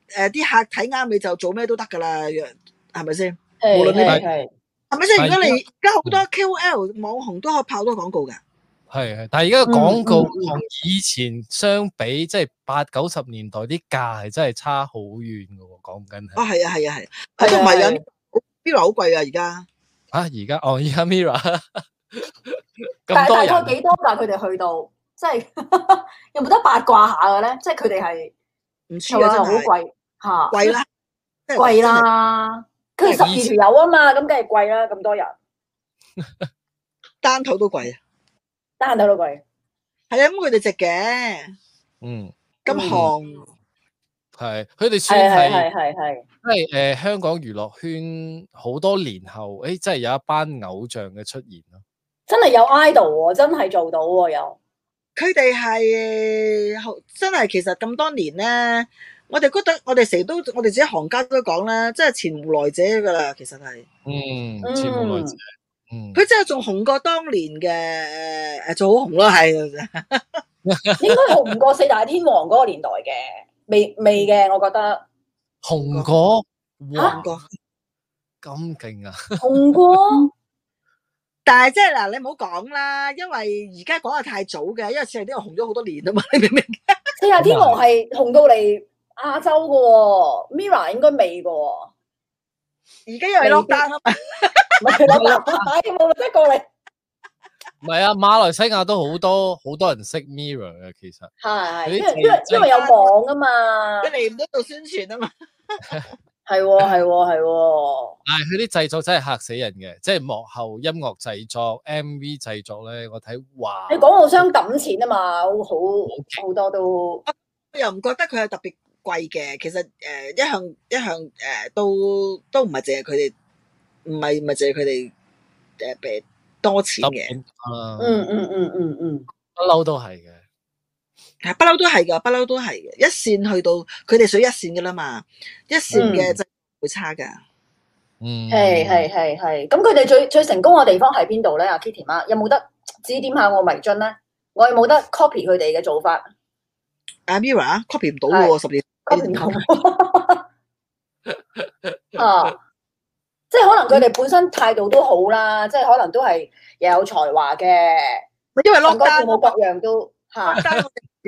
誒啲、客睇啱你就做咩都得㗎啦，係咪先？無論
係
你
係係嗯
係咪先？
但
如
係
果你而家好多 KOL 網紅都可以拍好多廣告㗎，
係係，但係而家嘅廣告
嗯嗯嗯
同以前相比，即係八九十年代啲價係真係差好遠嘅喎，講緊
哦
係
係啊係啊係，
嗯係
啊同埋有
係
B 樓好貴啊而家，
啊而家哦而家 Mira
但
咁多
係大概
人
幾多㗎？佢哋去到，即係 有冇得八卦下嘅咧？即係佢哋係
唔知
係咪
啊
就
真
好
係
貴嚇，
貴啦，真係
貴，啦。佢哋十二條友啊嘛，咁梗係貴啦，咁多人，
單頭都貴啊，
單人睇到貴。
係啊咁佢哋值嘅，
嗯
咁
嗯
行
係佢哋算
係係
係
係係係，
即係诶、呃香港娛樂圈好多年後，诶、真係有一班偶像嘅出現咯。
真係有 idol 喎，真係做到喎又。
佢哋係呃好真係其實咁多年咧，我哋覺得我哋成日都我哋自己行家都講啦，即係前無來者㗎啦，其實係
嗯，似乎來自嗯，
佢真係仲紅過當年嘅呃诶，誒做好紅咯，係
應該紅唔過四大天王嗰個年代嘅，未未嘅，我覺得
紅果哇
紅過。
咁勁啊！
紅 過。
但係即係嗱，你唔好講啦，因為而家講得太早嘅，因為四大天王紅咗好多年啊嘛，你明唔明？
四大天王係紅到嚟亞洲嘅喎，Mira 應該未嘅喎，
而家因為
明
lock down 啊嘛，
唔係佢 諗下，冇即係過嚟。
唔係啊，馬來西亞都好多好多人識 Mirror 嘅，其實嗰
係，
啲
因為
字
因為因為有網啊嘛，
佢嚟唔到做宣傳啊嘛，
係喎係喎係喎，
但係佢啲製作真係嚇死人嘅，即係幕後音樂製作、MV 製作咧，我睇哇，
你
好
廣告商揼錢啊嘛，好好
勁
好多都
我又唔覺得佢係特別貴嘅。其實诶、誒一向一向诶、誒都都唔係淨係佢哋，唔係唔係淨係佢哋诶俾多錢
特
嘅，
別啊，
嗯嗯嗯嗯嗯，
不嬲都係嘅。
係不嬲都係噶，不嬲都係嘅。一線去到佢哋水一線噶啦嘛，一線嘅就會差啊噶。
嗯，
係係係係，咁佢哋最最成功嘅地方喺邊度咧？阿 Kitty 媽有冇得指點下我迷津咧？我有冇得 copy 佢哋嘅做法
阿 Mira copy 唔到喎，十年
？copy 唔到 啊！即係可能佢哋本身態度都好啦，即係可能都係又有才華嘅，
因為啊
各
lock
各
down
冇各樣都嚇。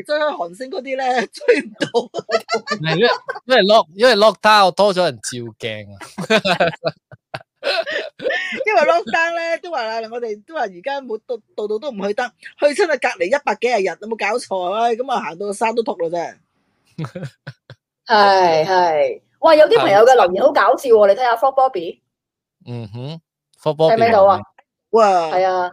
追韓星嗰啲咧 追唔到，
唔係因為因為 lock 因為 lockdown 多咗人照鏡啊，
因為 lock down 咧都話啦，我哋都話而家冇到度度都唔去得，去親啊隔離一百幾廿日，有冇搞錯啊？咁啊行到山都篤啦真係。
系系，哇！Ờ, 有啲朋友嘅留言好搞笑喎，你睇下 Frog Bobby
嗯哼，科波
睇唔睇到啊？？
哇！
系啊，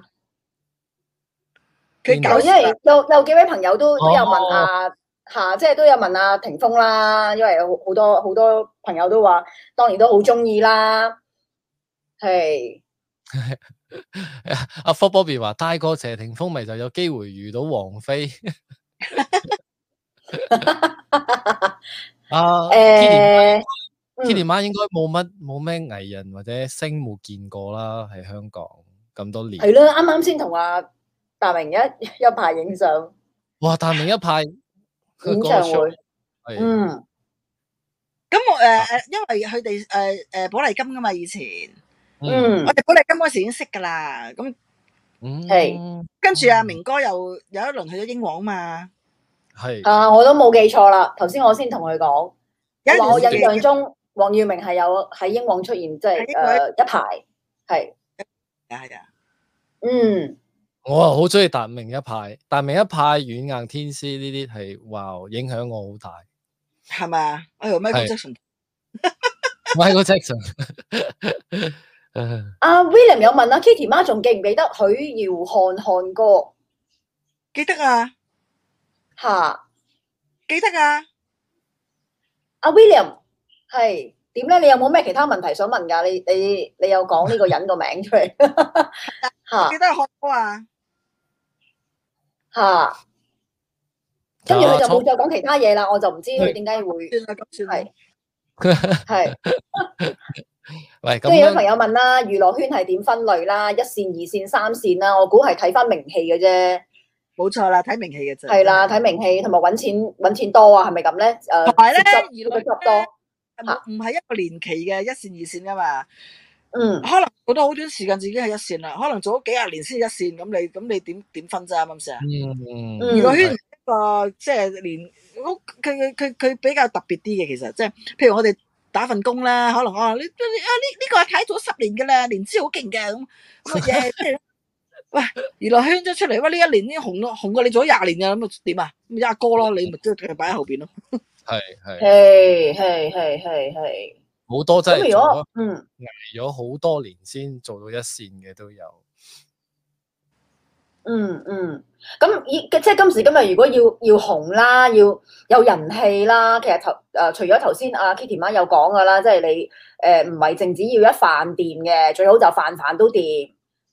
佢
搞
有
搞
因為有有幾位朋友都都有問
哦
啊，吓，即係都有問啊霆鋒啦，因為有好多好多朋友都話，當年都好中意啦，係
阿 Four Bobby 話大過謝霆鋒咪就有機會遇到王 菲。
Ờ，
啊
诶，
，Kitty
嗯
媽應該冇乜冇咩藝人或者星冇見過啦，喺香港咁多年。
係啦，啱啱先同阿大明一 一排影相
哇！但另一 派
演唱會，
係
嗯，
咁我誒誒，因為佢哋誒誒寶麗金啊噶嘛，以前
嗯
我哋寶麗金嗰時已經識噶啦。咁
嗯
係
跟住
嗯
阿明哥又有一輪去咗英皇啊嘛，
係
啊，我都冇記錯啦，頭先我先同佢講。
有一
話我
段
印
時間
象中，黃耀明係有喺英皇出現，即係
喺英皇
誒一排，係
係啊，
嗯
我啊好中意達明一派，達明一派軟硬天師呢啲係哇影響我好大。
係嘛？哎呦，Michael
係
Jackson
Michael Jackson，
阿 William 有問啊 Kitty 媽仲記唔記得許耀漢漢歌
記得啊，
嚇？
記得啊。
阿 William 係點咧？你有冇咩其他問題想問㗎？你你你有講呢個人個名出嚟 嚇
記得學歌啊，
嚇，跟住佢就
啊
冇再講其他嘢啦，我就唔知佢點解會
算啦，咁算啦。
係。
喂，咁
跟住有朋
樣
友問啦，娛樂圈係點分類啦？一線、二線、三線啦，我估係睇翻名氣嘅啫。
冇錯啦，睇名氣嘅啫。
係啦，睇名氣同埋揾錢揾錢多啊，係咪咁咧？誒、
同埋咧
接觸
娛樂
接觸多，
冇，唔係一個年期嘅一線二線噶嘛，
嗯，
可能過咗好短時間自己係一線啦，可能做咗幾廿年先一線，咁你咁你點點分咋啱唔啱先啊？
嗯
嗯
娛樂圈一個即係連佢佢佢佢比較特別啲嘅，其實即係譬如我哋打份工啦，可能啊你你啊呢呢個係睇咗十年嘅啦，年資好勁嘅咁咁嘢，即係喂娛樂圈咗出嚟，喂呢一年已經紅咯，紅過你做咗廿年嘅，咁啊點啊？咁阿哥咯，你咪即係擺喺後邊咯。
係係
係係係係係。
好多真
咁
係
如
做
果
咗
嗯
捱咗好多年先做到一線嘅都有。
嗯嗯，咁以即係今時今日，如果要要紅啦，要有人氣啦，其實頭誒、呃除咗頭先阿 Kitty 媽有講噶啦，即係你誒唔係淨止要一飯店嘅，最好就飯飯都掂，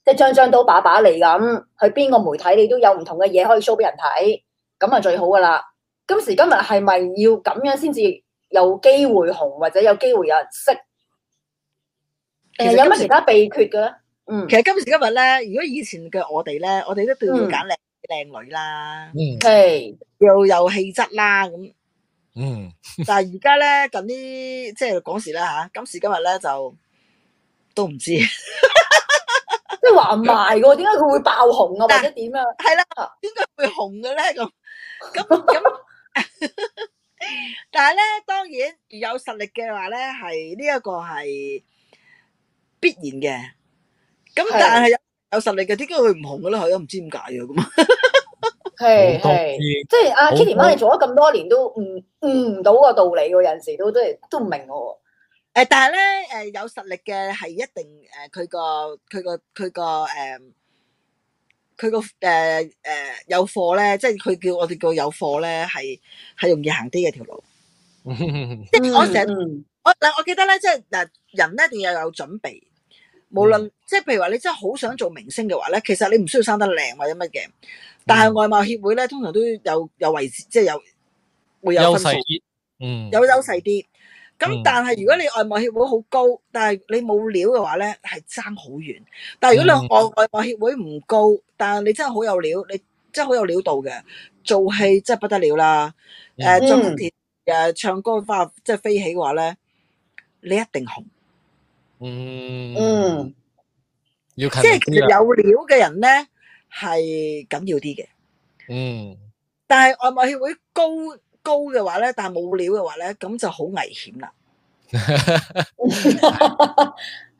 即係張張都把把嚟咁，去邊個媒體你都有唔同嘅嘢可以 show 俾人睇，咁啊最好噶啦。今時今日係咪要咁樣先至有機會紅，或者有機會有人識？
其
誒
實
有乜
今時
其他秘訣嘅咧？嗯，
其實今時今日咧，如果以前嘅我哋咧，我哋都都要
嗯
揀靚靚女啦，
嗯
係
要有氣質啦咁。
嗯
但係而家咧近呢，即係嗰時啦吓，今時今日咧就都唔知，係
即係話唔埋喎，點解佢會爆紅啊，或者點啊？
啦，點解會紅嘅咧 咁？咁咁， 但係咧當然有實力嘅話咧，係呢一個係必然嘅。咁
係
但係有有實力嘅，點解會唔紅嘅咧？佢都唔知點解嘅咁啊。
係
好多
係。
啲
即係阿
好
Kitty 媽，
好
你做咗咁多年都悟悟唔到個道理喎，有陣時都都係都唔明我
诶，但系咧，诶、有實力嘅係一定诶，佢個佢個佢個诶，佢個诶诶有貨咧，即係佢叫我哋叫有貨咧，係係容易行啲嘅條路。
嗯
即
喎。
係我成日
嗯
我嗱，我記得咧，即係嗱，人咧一定要有準備。
嗯
無論即係譬如話，你真係好想做明星嘅話咧，其實你唔需要生得靚或者乜嘅，但
嗯
係外貌協會咧，通常都有有位置，即係有會有
優
分數
勢啲，嗯
有優勢
嗯
啲。咁但係如果你外貌協會好高，但係你冇料嘅話咧，係爭好遠。但係如
嗯
果你外外貌協會唔高，但係你真係好有料，你真係好有料到嘅，做戲真係不得了啦。
嗯
誒、作
嗯
填誒呃唱歌花即係飛起嘅話咧，你一定紅。
嗯
嗯，
要勤
即係
力
其
啲
實
啦，
有料嘅人咧係緊要啲嘅，
嗯
但係外貌協會高高嘅話咧，但係冇料嘅話咧，咁就好危險啦。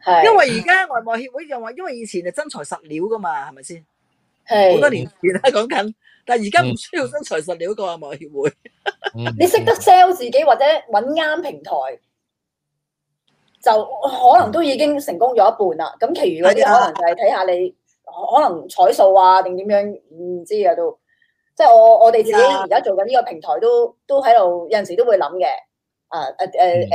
係
因為而家外貿協會又話，因為以前係真材實料噶嘛，係咪先？
係
好多年前啦啊講緊，但係而家唔需要真材實料個外貿協會。
嗯
你識得 sell 自己或者揾啱平台，就可能都已經成功咗一半啦。咁其餘嗰啲
係啊
可能就係睇下你可可能彩數啊定點樣唔知啊都。即係我我哋自己
係啊
而家做緊呢個平台都都喺度有陣時都會諗嘅。啊
嗯
誒誒誒誒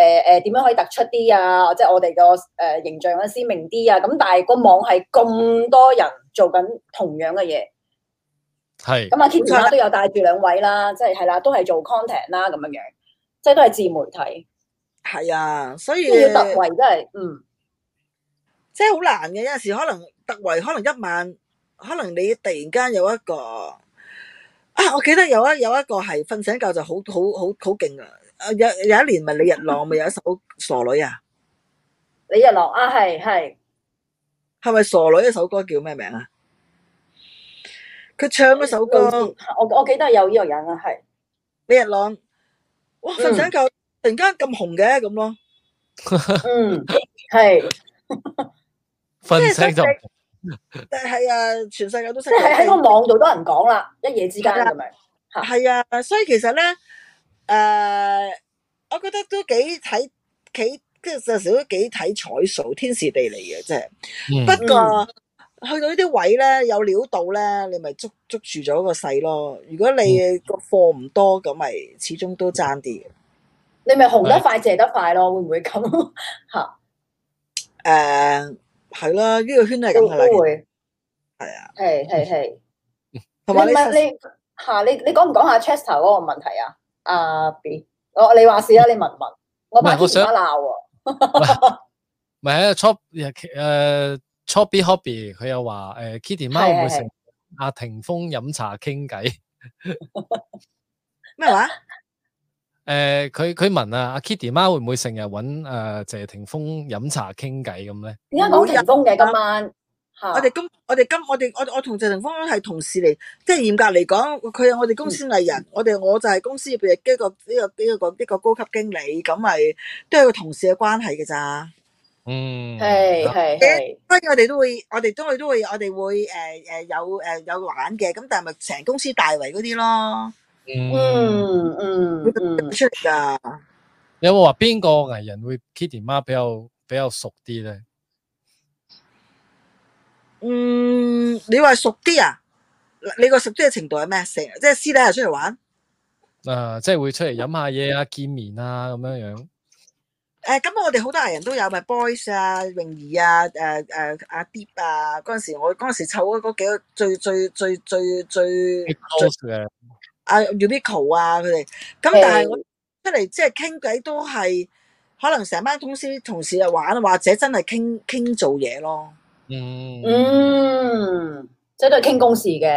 點樣可以突出啲啊？或者我哋個誒形象咧鮮明啲啊？咁但係個網係咁多人做緊同樣嘅嘢。
係
咁啊，Kitty 媽都有帶住兩位啦，即係係啦，都係做 content 啊啦咁樣樣，即係都係自媒體，
係啊，所以
即係要突圍真係，嗯，
即係好難嘅。有陣時可能突圍，可能一晚，可能你突然間有一個啊，我記得有一有一個係瞓醒覺就好好好好勁啊！啊有有一年咪李日朗咪有一首 傻女啊，
李日朗啊，係係，
係咪傻女一首歌叫咩名啊？佢唱嗰首
老
歌
師。我我記得有呢個人啊， 係，
李日朗，哇！瞓醒覺突然間咁紅嘅咁咯，
嗯，係，
瞓醒就
但係啊，全世界都識
即係喺個
佢。
網度多人講啦，一夜之間
啊
咁樣，
係啊，所以其實咧，诶、我覺得都幾睇幾，即係有時都幾睇彩數，天時地利嘅啫。
嗯
不過去到呢啲位咧，有料到咧，你咪捉捉住咗個勢咯。如果你個貨唔多，咁咪始終都爭啲嘅。
你咪紅得快，謝得快咯，會唔會咁？ 嚇，
诶、係啦，呢、個圈都係
都
咁噶啦，
都會，
係啊。
係係係。
同埋
你
你
咪
實
你嚇你你講唔講下 Chester 嗰個問題啊？阿 B，我你話事啊啦，你問問，我怕
唔係我
啲
想
電話鬧啊喎。
唔係啊，Chop 誒 Choppy Hobby 佢又話誒 Kitty 貓會
係係係
成阿霆鋒飲茶傾偈。
咩話？
誒佢佢問啊，阿 Kitty 貓會唔會成日揾誒謝霆鋒飲茶傾偈咁咧？
點解講霆鋒嘅今晚？嚇，
啊我哋今我哋今我哋我我同謝霆鋒係同事嚟，即係嚴格嚟講，佢係我哋公司藝人，我哋我就係公司入邊嘅一個呢個呢個一個高級經理，咁咪都係個同事嘅關係嘅咋。
嗯，
係係係，
所以我哋都會，我哋都會都會，我哋會誒誒、呃有誒、呃有玩嘅，咁但係咪成公司大圍嗰啲咯，
嗯，
嗯嗯嗯，
出嚟㗎。
有冇話邊個藝人會 Kitty 貓比較比較熟啲咧？
嗯，你話熟啲啊？你個熟啲嘅程度係咩？成即係私底下出嚟玩。
啊，即係會出嚟飲下嘢啊、見面啊咁樣樣。
誒咁、我哋好多藝人都有，咪 Boys 啊、泳兒啊、誒誒阿 Deep 啊，嗰陣時我嗰陣時湊嗰嗰幾個最最最最最
close 嘅，
啊 Ubico 啊佢哋，咁但係我出嚟即係傾偈都係可能成班公司同事啊玩，或者真係傾傾做嘢咯。
嗯，
嗯，即係都係傾公事嘅。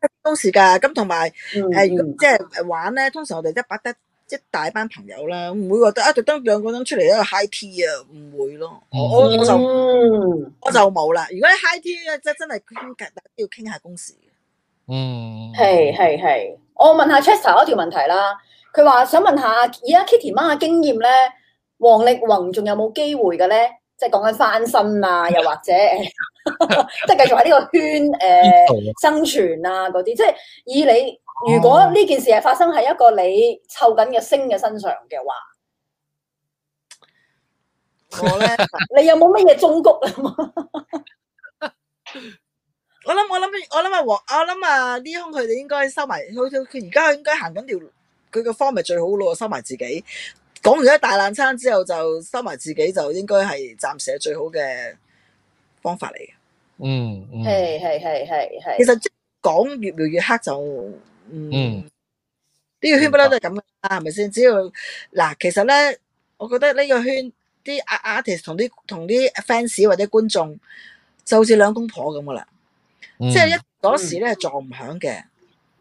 嗯
當時㗎，咁同埋誒，
誒，
如果即係玩咧，通常我哋一把得一大班朋友啦，唔會話得啊特登兩個人出嚟喺度 high tea 啊，唔會咯。我我我就
嗯
我就冇啦。如果你 high tea 咧，真真係傾偈，要傾下公事。
嗯，
係係係，我問下 Chester 一條問題啦。佢話想問下，而家 Kitty 媽嘅經驗咧，王力宏仲有冇機會嘅咧？即係講緊翻身啊，又或者 誒，即係繼續喺呢個圈誒、
呢度啊
生存啊嗰啲，即係以你如果呢件事係發生喺一個你湊緊嘅星嘅身上嘅話，
我咧，
你有冇乜嘢忠告啊？
我諗我諗我諗啊黃，我諗啊呢空佢哋應該收埋，佢佢佢而家應該行緊條佢個方咪最好咯，收埋自己。講完一大爛餐之後，就收埋自己，就應該係暫時係最好嘅方法嚟嘅。
嗯嗯
係係係係
其
係，
實即係講越描越黑就嗯，
嗯
呢、個圈不嬲都係咁噶啦，係咪先？只要嗱，其實咧，我覺得呢個圈啲 art- artist 同啲同啲 fans 或者觀眾就好似兩公婆咁噶啦，
嗯，
即係一鎖匙咧撞唔響嘅，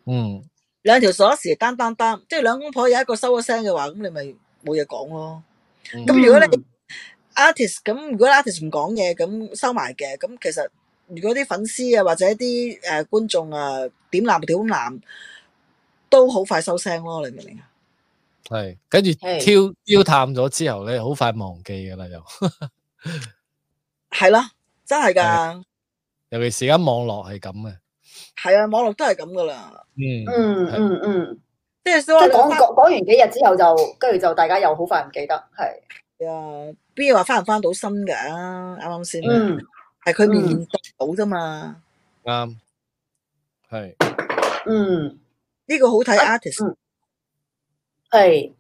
嗯
兩條鎖匙單單單，即係兩公婆有一個收咗聲嘅話，咁你咪冇嘢講咯。
嗯
咁如果你 artist 咁，如果 artist 唔講嘢，咁收埋嘅，咁其實如果啲粉絲啊或者啲誒、呃、觀眾啊點藍點藍，都好快收聲咯，你明唔明啊？
係，跟住
係
挑挑探咗之後咧，好快忘記噶啦又，
係啦，真係㗎，
尤其是而家網絡係咁嘅，
係啊，網絡都係咁㗎啦，
嗯，
嗯嗯嗯。
即係
即
所
係
以
講
話
講講完幾日之後就，跟住就大家又好快唔記得，係，
啊，邊話翻唔翻到身㗎？啱啱先
嗯，
係佢面
嗯
對到啫嘛，
啱，係，
嗯，
呢、個好睇 artist
係。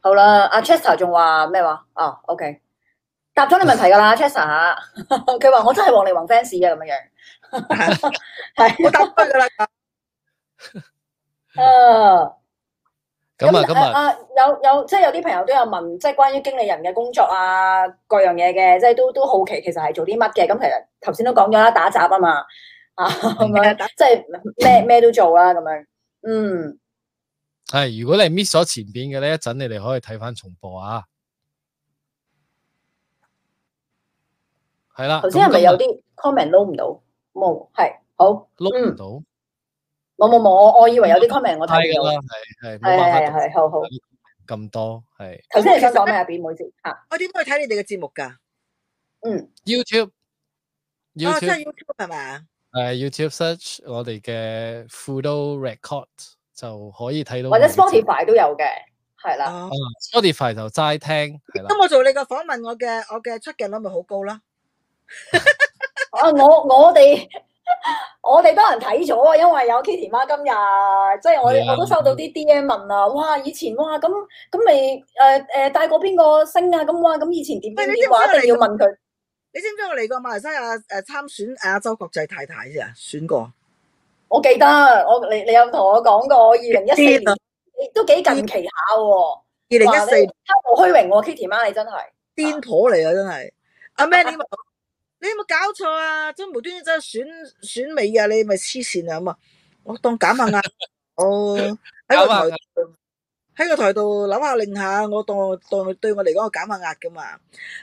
好啦，阿 Chester 仲話咩話？哦，OK，答咗你問題㗎啦，Chester 吓， 佢話我真係王力宏 fans 啊，咁樣樣，
我
係，
答得㗎啦。
啊。
咁
誒
啊
啊有有即係有啲朋友都有問，即係關於經理人嘅工作啊，各樣嘢嘅，即係都都好奇其實係做啲乜嘅。咁其實頭先都講咗啦，打雜啊嘛，啊咁樣，即係咩咩都做啦咁樣。嗯，
今日係，如果你 miss 咗前邊嘅咧，一陣你哋可以睇翻重播啊，係啦，
頭先係咪
啊咁
有啲 comment 撈唔到？冇，係好，
今日
嗯
碌唔到？
冇冇冇，我我以為有啲 comment 我睇
嗯係噶
唔到
啦，。係係冇
係係
辦
係
法
係，好好。
咁多，係
頭先你想講咩啊？邊妹先嚇？
我點可以睇你哋嘅節目㗎？啊
嗯
YouTube。
啊
哦，真
YouTube
係 YouTube 係啊嘛？
誒 YouTube search 我哋嘅 Fudo Record 就可以睇到我
或
哋
者
嘅節目，
Spotify 都有嘅，係啦。
哦。
Spotify 就齋聽係啦，
咁我做你個訪問，我嘅我嘅出鏡率咪好高啦。
啊！我我哋 我哋多人睇咗啊，因為有 Kitty 媽今日，即係
係啊
我我都收到啲 D M 問啊，哇！以前哇咁咁咪誒誒帶過邊個星啊，咁哇咁以前點點點話一定要問佢，
你知唔知我嚟過馬來西亞誒參選亞洲國際太太啫，選過。
我記得我你你有同我講過，二零一四年
知道
都幾近期下喎，
二零
哇
一四
你刻無虛榮喎，Kitty 媽你真係
癲婆嚟啊，真係。阿 Man，你咪 你有冇搞錯啊？真無端端真係選選美啊！你咪黐線啊咁啊！我當減下壓， 我喺
減
個
下
台喺個台度諗下令下，我當我當對我嚟講，我減下壓噶嘛。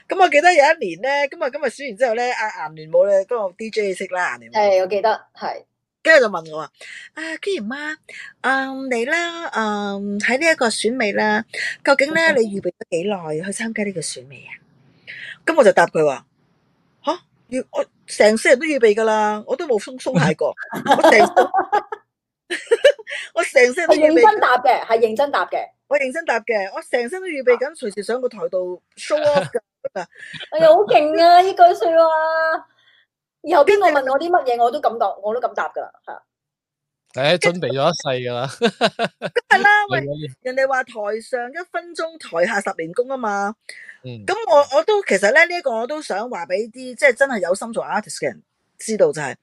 咁我記得有一年咧，咁啊咁啊選完之後咧，阿顏聯武咧，嗰個 DJ 識啦，顏聯武。
係我記得係
跟住就問我話：啊，居然媽，嗯，你啦，嗯，喺呢一個選美啦，究
嗯
竟咧你預備咗幾耐去參加呢個選美啊？咁我就答佢話：吓、要我成世人都預備噶啦，我都冇鬆鬆 懈過，我成我成世人都
係
預
認
備
真
緊，
答嘅，係認真答嘅。
我認真答嘅，我成身都預
啊
備緊，隨時上個台度 show off 噶。
哎呀，好勁啊！呢句説話，以後邊個問我啲乜嘢，我都咁講，我都咁答噶啦，嚇。
诶，准备咗一世噶啦，
系 啦，喂，
你
人哋話台上一分鐘，台下十年功啊嘛。
嗯
咁我我都其實咧呢、呢個我都想話俾啲即係真係有心做 artist 嘅人知道就係、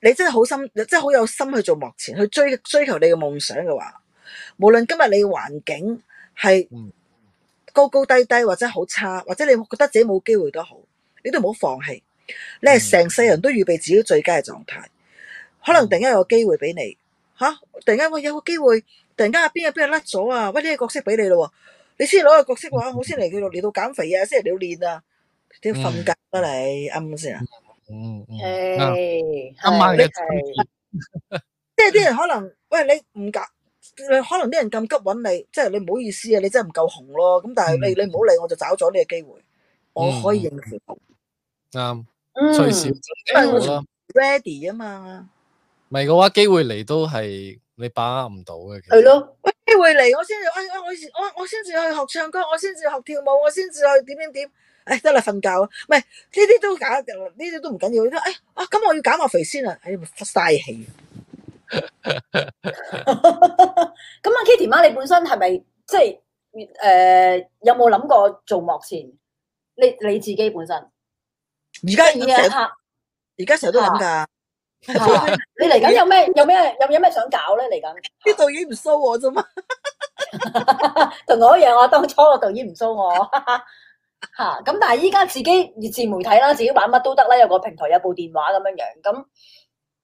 你真係好心，即係好有心去做幕前，去追追求你嘅夢想嘅話，無論今日你嘅環境係
嗯
高高低低或者好差，或者你覺得自己冇機會都好，你都唔好放棄。你
嗯
係成世人都預備自己最佳嘅狀態，可能突然間有個機會俾你吓、突然間喂有個機會，突然間邊個邊個甩咗啊，喂呢、個角色俾你咯喎。你先攞個角色嘅話，我先嚟叫做嚟到減肥啊，先嚟到練啊，你要瞓覺啦你，啱唔啱先啊？
嗯嗯
係，
啱啱嘅
係
即係啲人可能，喂你唔搞，可能啲人咁急揾你，即係你唔好意思啊，你真係唔夠紅咯。咁但係你你唔好理，我就找咗呢個機會，我可以應付到
啱，
嗯
随时
嗯
好啦。
ready 啊嘛。
唔係嘅話，機會嚟都係你把握唔到嘅。其實
係，咯，
喂，機會嚟我先至，哎哎我先我我先至去學唱歌，我先至學跳舞，我先至去點點點。唉，得啦，瞓覺啊！唔係呢啲都假，呢啲都唔緊要。呢啲哎啊，咁我要減下肥先啊！唉，咪嘥氣。
咁阿啊 Kitty 媽，你本身係咪即係誒有冇諗過做幕前？你你自己本身
而家
呢一刻，
而家成日都諗㗎，
嚇你嚟緊有咩有咩有有咩想搞咧？嚟緊
啲導演唔收我啫嘛，
同我一樣，我當初個導演唔騷我 嚇，咁但係依家自己自媒體啦，自己玩乜都得啦，有個平台，有部電話咁樣樣。咁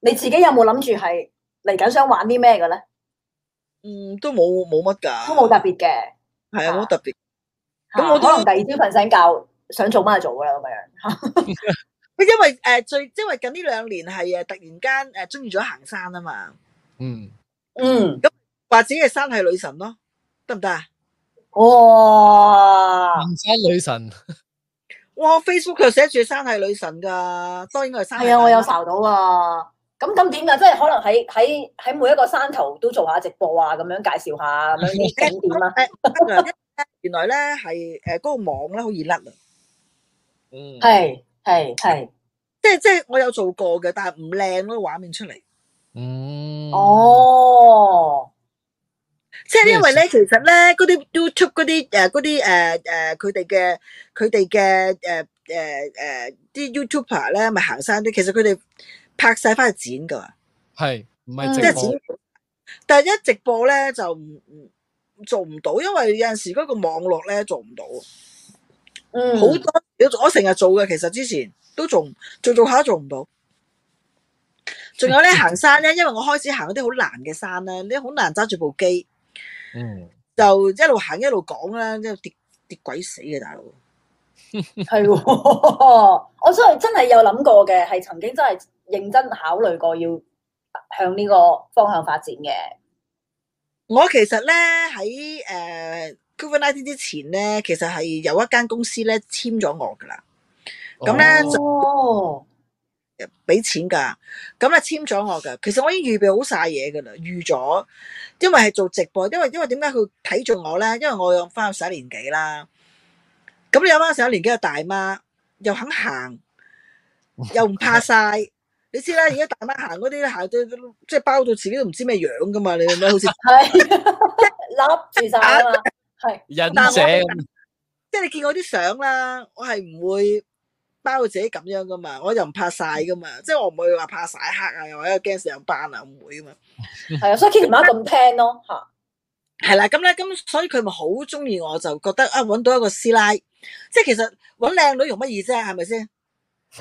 你自己有冇諗住係嚟緊想玩啲咩嘅咧？
嗯，都冇冇乜㗎，
都冇特，別嘅，
係啊，冇特別。
嚇
咁我都
可能第二朝瞓醒覺想做乜就做㗎啦咁樣。
因為誒、呃最，因為近呢兩年係誒呃突然間誒中意咗行山啊嘛，
嗯，
嗯，
話自己係山系女神咯，得唔得啊？
哇！
行山女神，
哇我！Facebook 佢寫住山系女神㗎，當然我係山系。
係啊，我有睄到啊。咁咁點㗎？即係可能喺喺喺每一個山頭都做下直播啊，咁樣介紹下咁 樣啲景點啊。
誒得㗎 原來咧係誒嗰個網咧好易甩啊，
嗯，
係係係。
即係即係我有做過嘅，但係唔靚咯畫面出嚟。
嗯，，
哦，
即係因為咧，其實咧嗰啲 YouTube 嗰啲誒嗰啲誒誒佢哋嘅佢哋嘅誒誒誒啲 YouTuber 咧，咪行山啲，其實佢哋拍晒翻去剪㗎，
係唔
嗯
係
即係
直播？
剪。但係一直播咧就唔唔做唔到，因為有陣時嗰個網絡咧做唔到，啊
嗯，
好多嘢做我成日做嘅，其實之前都做唔做做下都做唔到。仲有咧行山咧，因為我開始行嗰啲好難嘅山咧，你好難揸住部機。
嗯，
就一路行一路講啦，即係跌跌鬼死嘅大佬。
係喎。 我真係真係有諗過嘅，係曾經真係認真考慮過要向呢個方向發展嘅。
我其實咧喺誒 c o v i d 之前咧，其實係有一間公司咧簽咗我噶啦，咁咧就
哦，
俾錢噶，咁啊簽咗我噶。其實我已經預備好晒嘢噶啦，預咗，因為係做直播，因為因為點解佢睇中我咧？因為我有翻上一年紀啦，咁你有翻上一年紀嘅大媽，又肯行，又唔怕晒。你知啦，而家大媽行嗰啲咧，行到即係包到自己都唔知咩樣噶嘛，你明唔明？好似
係 笠住晒啊嘛，係。
忍
但
者
係我
咁
即係你見我啲相啦，我係唔會包到自己咁樣噶嘛，我又唔怕晒噶嘛，即係我唔會話怕晒黑啊，又或者驚上班啊，唔會噶嘛。
係啊，所以 Kitty 媽咁聽咯嚇，
係啦，咁咧，咁所以佢咪好中意我，就覺得啊，揾到一個師奶，即係其實揾靚女容乜易啫，係咪先？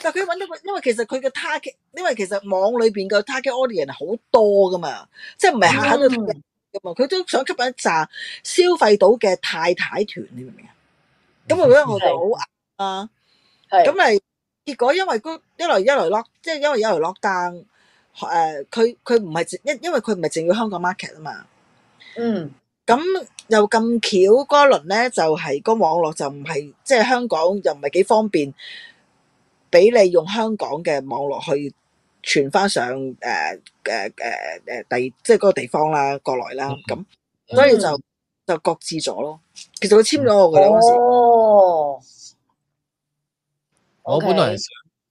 但佢揾到個，因為其實佢嘅 target，因為其實網裏邊嘅 target audience 好多噶嘛，即係唔係下下都睇人噶嘛，佢都想吸引一扎消費到嘅太太團，你明唔明啊？咁我覺得我就好啱啊。
係
咁咪結果因為嗰一來一來 lock，即係因為一來 lock down，誒、佢佢唔係淨因因為佢唔係淨要香港 market 啊嘛，
嗯
咁又咁巧嗰一輪咧就係、個網絡就唔係即係香港又唔係幾方便，俾你用香港嘅網絡去傳翻上呃誒誒誒誒呃第即係嗰個地方啦，國內啦，咁
嗯
所以就就擱置咗咯。其實佢簽咗我㗎啦嗰陣時。
哦，
我本來係
OK
想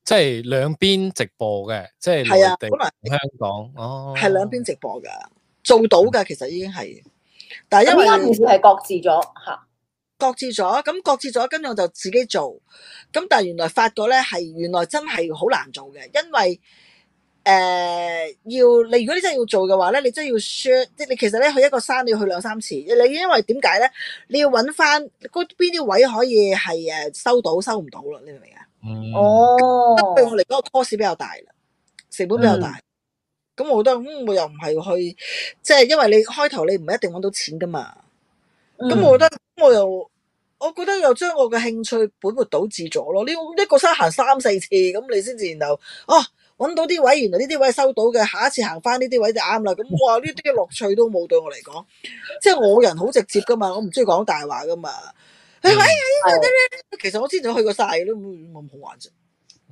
即係兩邊直播嘅，即係
係啊
哦內地
本來
同香港哦，
係兩邊直播㗎，做到㗎，其實已經係。但係因
咁呢個件
為
事係擱置咗嚇，
擱置咗，咁擱置咗，跟住我就自己做。咁但係原來發覺咧，係原來真係好難做嘅，因為誒、呃要你如果你真係要做嘅話咧，你真係要 share，即係你其實咧去一個山你要去兩三次，你因為點解咧？你要揾翻嗰邊啲位可以係誒收到收唔到咯，你明唔明啊？
嗯
哦，
對我嚟講個 cost 比較大啦，成本比較大。咁我覺得嗯，我又唔係去，即係因為你開頭你唔一定揾到錢噶嘛。咁、
嗯
我覺得我又，我覺得又將我嘅興趣本末倒置咗咯。呢一個山行三四次，咁你先至然後哦揾到啲位，原來呢啲位收到嘅，下一次行翻呢啲位就啱啦。咁哇，呢啲樂趣都冇對我嚟講，即係我人好直接噶嘛，我唔中意講大話噶嘛。你
嗯
話哎呀其實我之前都去過晒嘅，都冇冇好玩啫。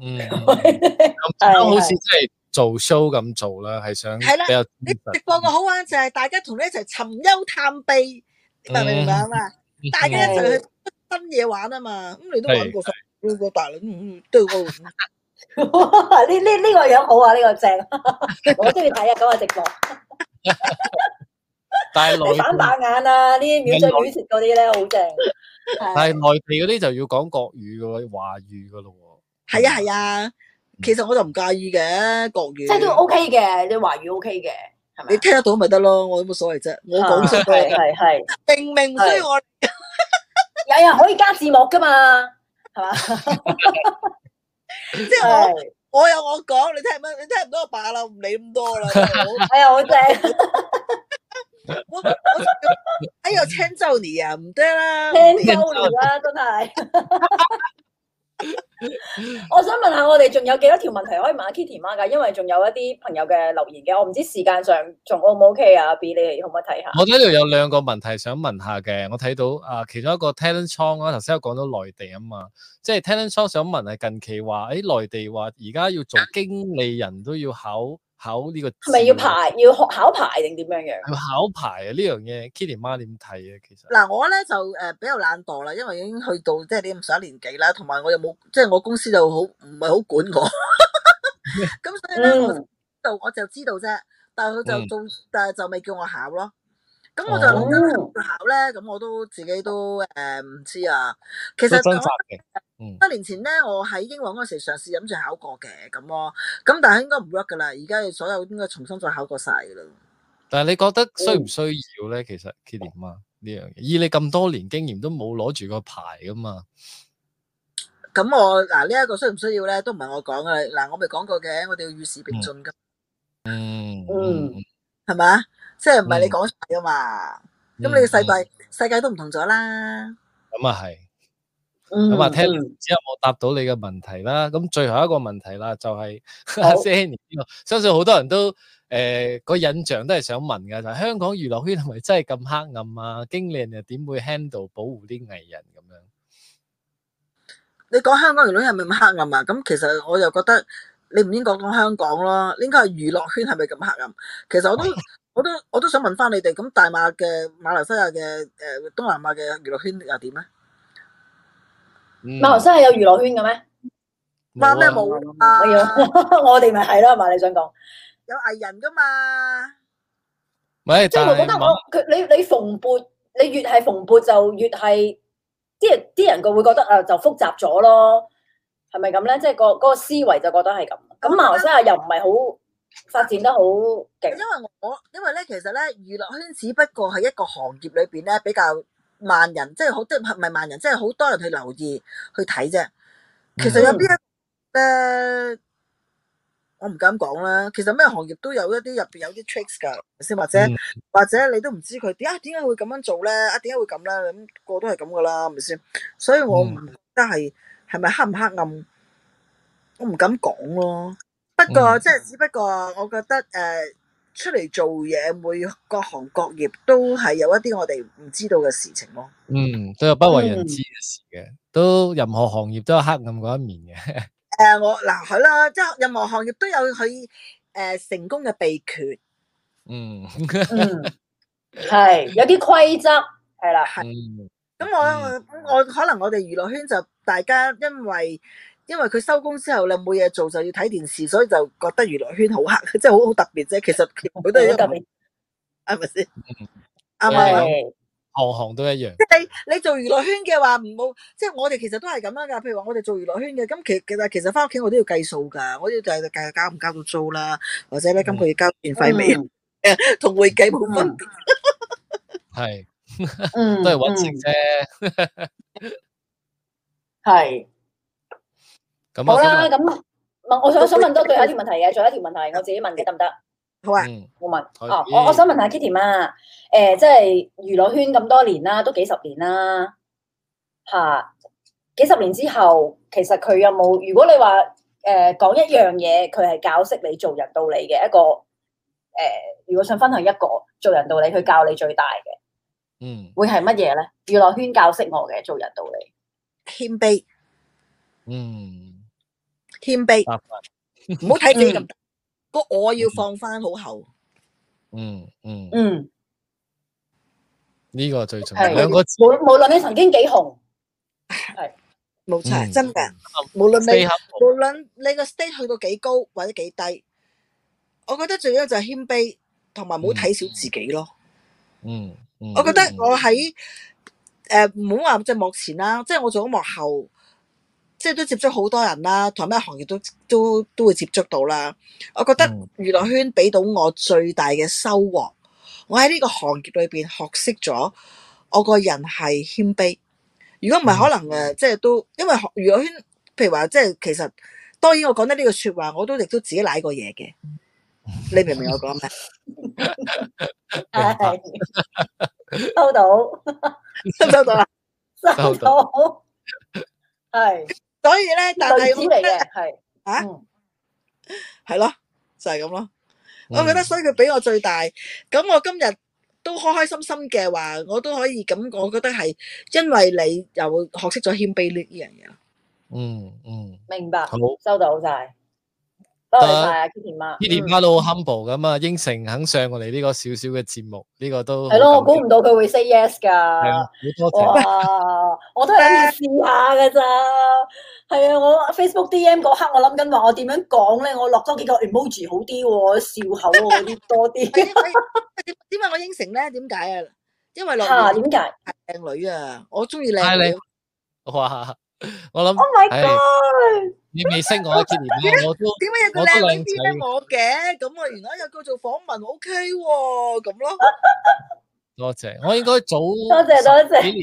嗯，
係
咁好似即係做 show 咁做啦，係想
係啦
比較
你
真實
直播嘅好玩就係大家同你一齊尋幽探秘，你明唔明白啊嘛？
嗯
大家一齊去新嘢玩啊嘛，咁你都玩過十個大佬，嗯嗯都我
哇嗯 呢呢呢個樣好啊，呢個正， 我都要睇啊，嗰個直播。
但係內
你反白眼啊！呢啲秒嘴秒舌嗰啲咧好正，
但係內地嗰啲就要講國語噶喎，華語噶咯
嗯
係啊係啊，其實我就唔介意嘅國
即係都
語，
OK 嘅，你華語 OK 嘅，係咪啊
你？聽得到咪得咯，我有冇所謂啫？我講出
係係啊係，
明明所以我
有人可以加字幕 噶嘛，係嘛？
即係我
係
我有我講，你聽唔你聽唔到就罷啦，唔理咁多啦。 我
係啊，好正，
我我哎呀，青州你啊，唔得啦，
聽周年啦，真係。 我想問下，我哋仲有幾多條問題可以問阿 Kitty 媽㗎？因為仲有一啲朋友嘅留言嘅，我唔知時間上仲 O 唔 OK 啊？阿 B，你哋可唔可以睇下
喎。？我呢度有兩個問題想問下嘅，我睇到啊，其中一個 talent song 啦，頭先有講到內地啊嘛，即係 talent song 想問係近期話，誒內地話而家要做經理人都要考考呢個字
係咪要
喎
排要學考牌定點樣樣？
要考牌啊？呢樣嘢 Kitty 媽點睇啊？其實
嗱，我咧就誒、呃比較懶惰啦，因為已經去到即係啲咁上一年紀啦，同埋我又冇即係我公司就好唔係好管我， 咁所以咧我就
嗯，
就我就知道啫，但係佢就
嗯
做，但係就未叫我考咯。咁我就
哦
諗緊
嗯
考咧，咁我都自己都誒唔、知啊。其實
都掙扎
我
嘅，
多年前咧，我喺英皇嗰時嘗試諗住考過嘅咁咯，咁但係應該唔 work 噶啦，而家所有應該重新再考過晒噶啦。
但係你覺得
嗯
需唔需要咧？其實 Kitty 媽呢樣嘢，以你咁多年經驗都冇攞住個牌噶嘛，
咁我嗱呢一個需唔需要咧，都唔係我講噶啦。嗱，我咪講過嘅，我哋要與時並進噶，
嗯
嗯
係咪啊？即係唔係你講晒噶嘛？咁你嘅世
嗯
界世界都唔同咗啦。
咁啊係。
咁
咁啊，聽唔知有冇答到你嘅問題啦。咁最後一個問題啦，就係阿 Sandy 呢個，相信好多人都誒個印象都係想問嘅，就係香港娛樂圈係咪真係咁黑暗啊？經理人又點會 handle 保護啲藝人咁樣？
你講香港娛樂圈係咪咁黑暗啊？咁其實我又覺得你唔應該講香港咯，應該係娛樂圈係咪咁黑暗？其實我都我都我都想問翻你哋，咁大馬嘅馬來西亞嘅誒、呃、東南亞嘅娛樂圈又點咧？
嗯
馬來西亞有娛樂圈嘅咩？
話咩
啊
冇啊？
我要我哋咪係咯，係嘛？你想講，
有藝人噶嘛？
唔係，
即係我覺得
但係啊
我佢你你蓬勃，你越係蓬勃就越係啲人啲人個會覺得啊就複雜咗咯，係咪咁咧？即係個嗰個思維就覺得係咁。咁馬來西亞又唔係好發展得好勁，
因為我因為咧，其實咧娛樂圈只不過係一個行業裏邊咧比較萬人，即係好即係唔係萬人，即係好多人去留意去睇啫。其實有邊一咧，我唔敢講啦。其實咩行業都有一啲入邊有啲 tricks 㗎，先或者、
嗯
或者你都唔知佢點啊點解會咁樣做咧？啊點解會咁咧？咁個都係咁噶啦，係咪先？所以我唔
嗯
覺得係係咪黑唔黑暗，我唔敢講咯。不過、
嗯
即係只不過，我覺得誒、呃出嚟做嘢，每各行各業都係有一啲我哋唔知道嘅事情咯。
嗯都有不為人知嘅事嘅，都任何行業都有黑暗嗰一面嘅。
誒、呃我嗱係啦，即係任何行業都有佢誒、呃成功嘅秘訣。
嗯
嗯，係有啲規則係啦，
嗯
咁我、我可能我哋娛樂圈就大家因為一因為佢收工之後咧冇嘢做就要睇電視，所以就覺得娛樂圈好黑， 即係好好特別啫。其實佢都係一
好特
個
別
係咪先？啱唔啱啊？
係
行行都一樣。
即係你你做娛樂圈嘅話，唔好即係我哋其實都係咁樣啊噶。譬如話我哋做娛樂圈嘅，咁其其實其實翻屋企我都要計數㗎，我都要計計交唔交到租啦，或者咧今個月交電費未，
嗯
同會計冇分別。
係
嗯
都係揾食啫。
系
咁
好啦，
啊，
咁問我想想問多最後一條問題嘅，最後一條問題我自己問嘅得唔得？
好啊，
今日嗯
我問
可以
哦，我我想問下 Kitty 啊，诶、即係娛樂圈咁多年啦，都幾十年啦，吓、幾十年之後，其實佢有冇？如果你話诶讲一樣嘢，佢係教識你做人道理嘅一個诶、如果想分享一個做人道理，佢教你最大嘅
嗯
會係乜嘢咧？娛樂圈教識我嘅做人道理，
謙卑
嗯，
謙卑，
答
唔好睇自己咁大，個我要放翻好後。
嗯嗯，
嗯，
呢個最重要。
係
兩個字
無無論你曾經幾 紅，
冇錯，
嗯
真嘅。無論你
四合
無論你個 state 去到幾高或者幾低，我覺得最緊要就係謙卑，同埋唔好睇小自己咯。
嗯嗯，
我覺得
嗯
我喺誒唔好話即係幕前啦，即係我做咗幕後，即係都接觸好多人啦，同咩行業都都都會接觸到啦。我覺得
嗯
娛樂圈俾到我最大嘅收穫，我喺呢個行業裏邊學識咗我個人係謙卑。如果唔
嗯
係，可能誒呃即係都因為學娛樂圈，譬如話即係其實當然我講得呢個説話，我都亦都自己舐過嘢嘅。你明唔明 我講咩？
白
係收到。
收唔收到啊？
收
收到，系
所以咧，但
例
係
子
我
嚟
覺得
嘅，系
啊
嗯
係咯，就係咁咯。
嗯
我覺得所以佢俾我最大，咁我今日都開開心心嘅話，我都可以咁，我覺得係因為你又學識咗謙卑呢呢樣嘢啦。
嗯嗯
明白，
好。
收到晒，多
得
謝晒啊，Kitty 媽
Kitty
嗯
媽都好 humble 咁啊，應承肯上我哋呢個少少嘅節目，呢個都
係咯，我估
好
唔到佢會 say yes
感動係
噶
啊，，好多謝。
哇，我都係諗住試下噶咋，係啊，我 Facebook DM 嗰刻我諗緊話我點樣講咧，我落多幾個 emoji 好啲喎，笑口嗰啲多 啲，
點點點解我應承咧？點解啊？因為落
嚇
雨
點解
係靚女啊，我中意
太
靚
靚
女。
哇！我諗
？Oh my
唉
god！
你未識我啊，Kitty 媽，我都
點解有個
我都
靚女
靚
啲
仔
得我嘅？咁我原來有個做訪問 OK 喎，咁咯。
多謝。我應該早
多
多
謝多謝
幾年，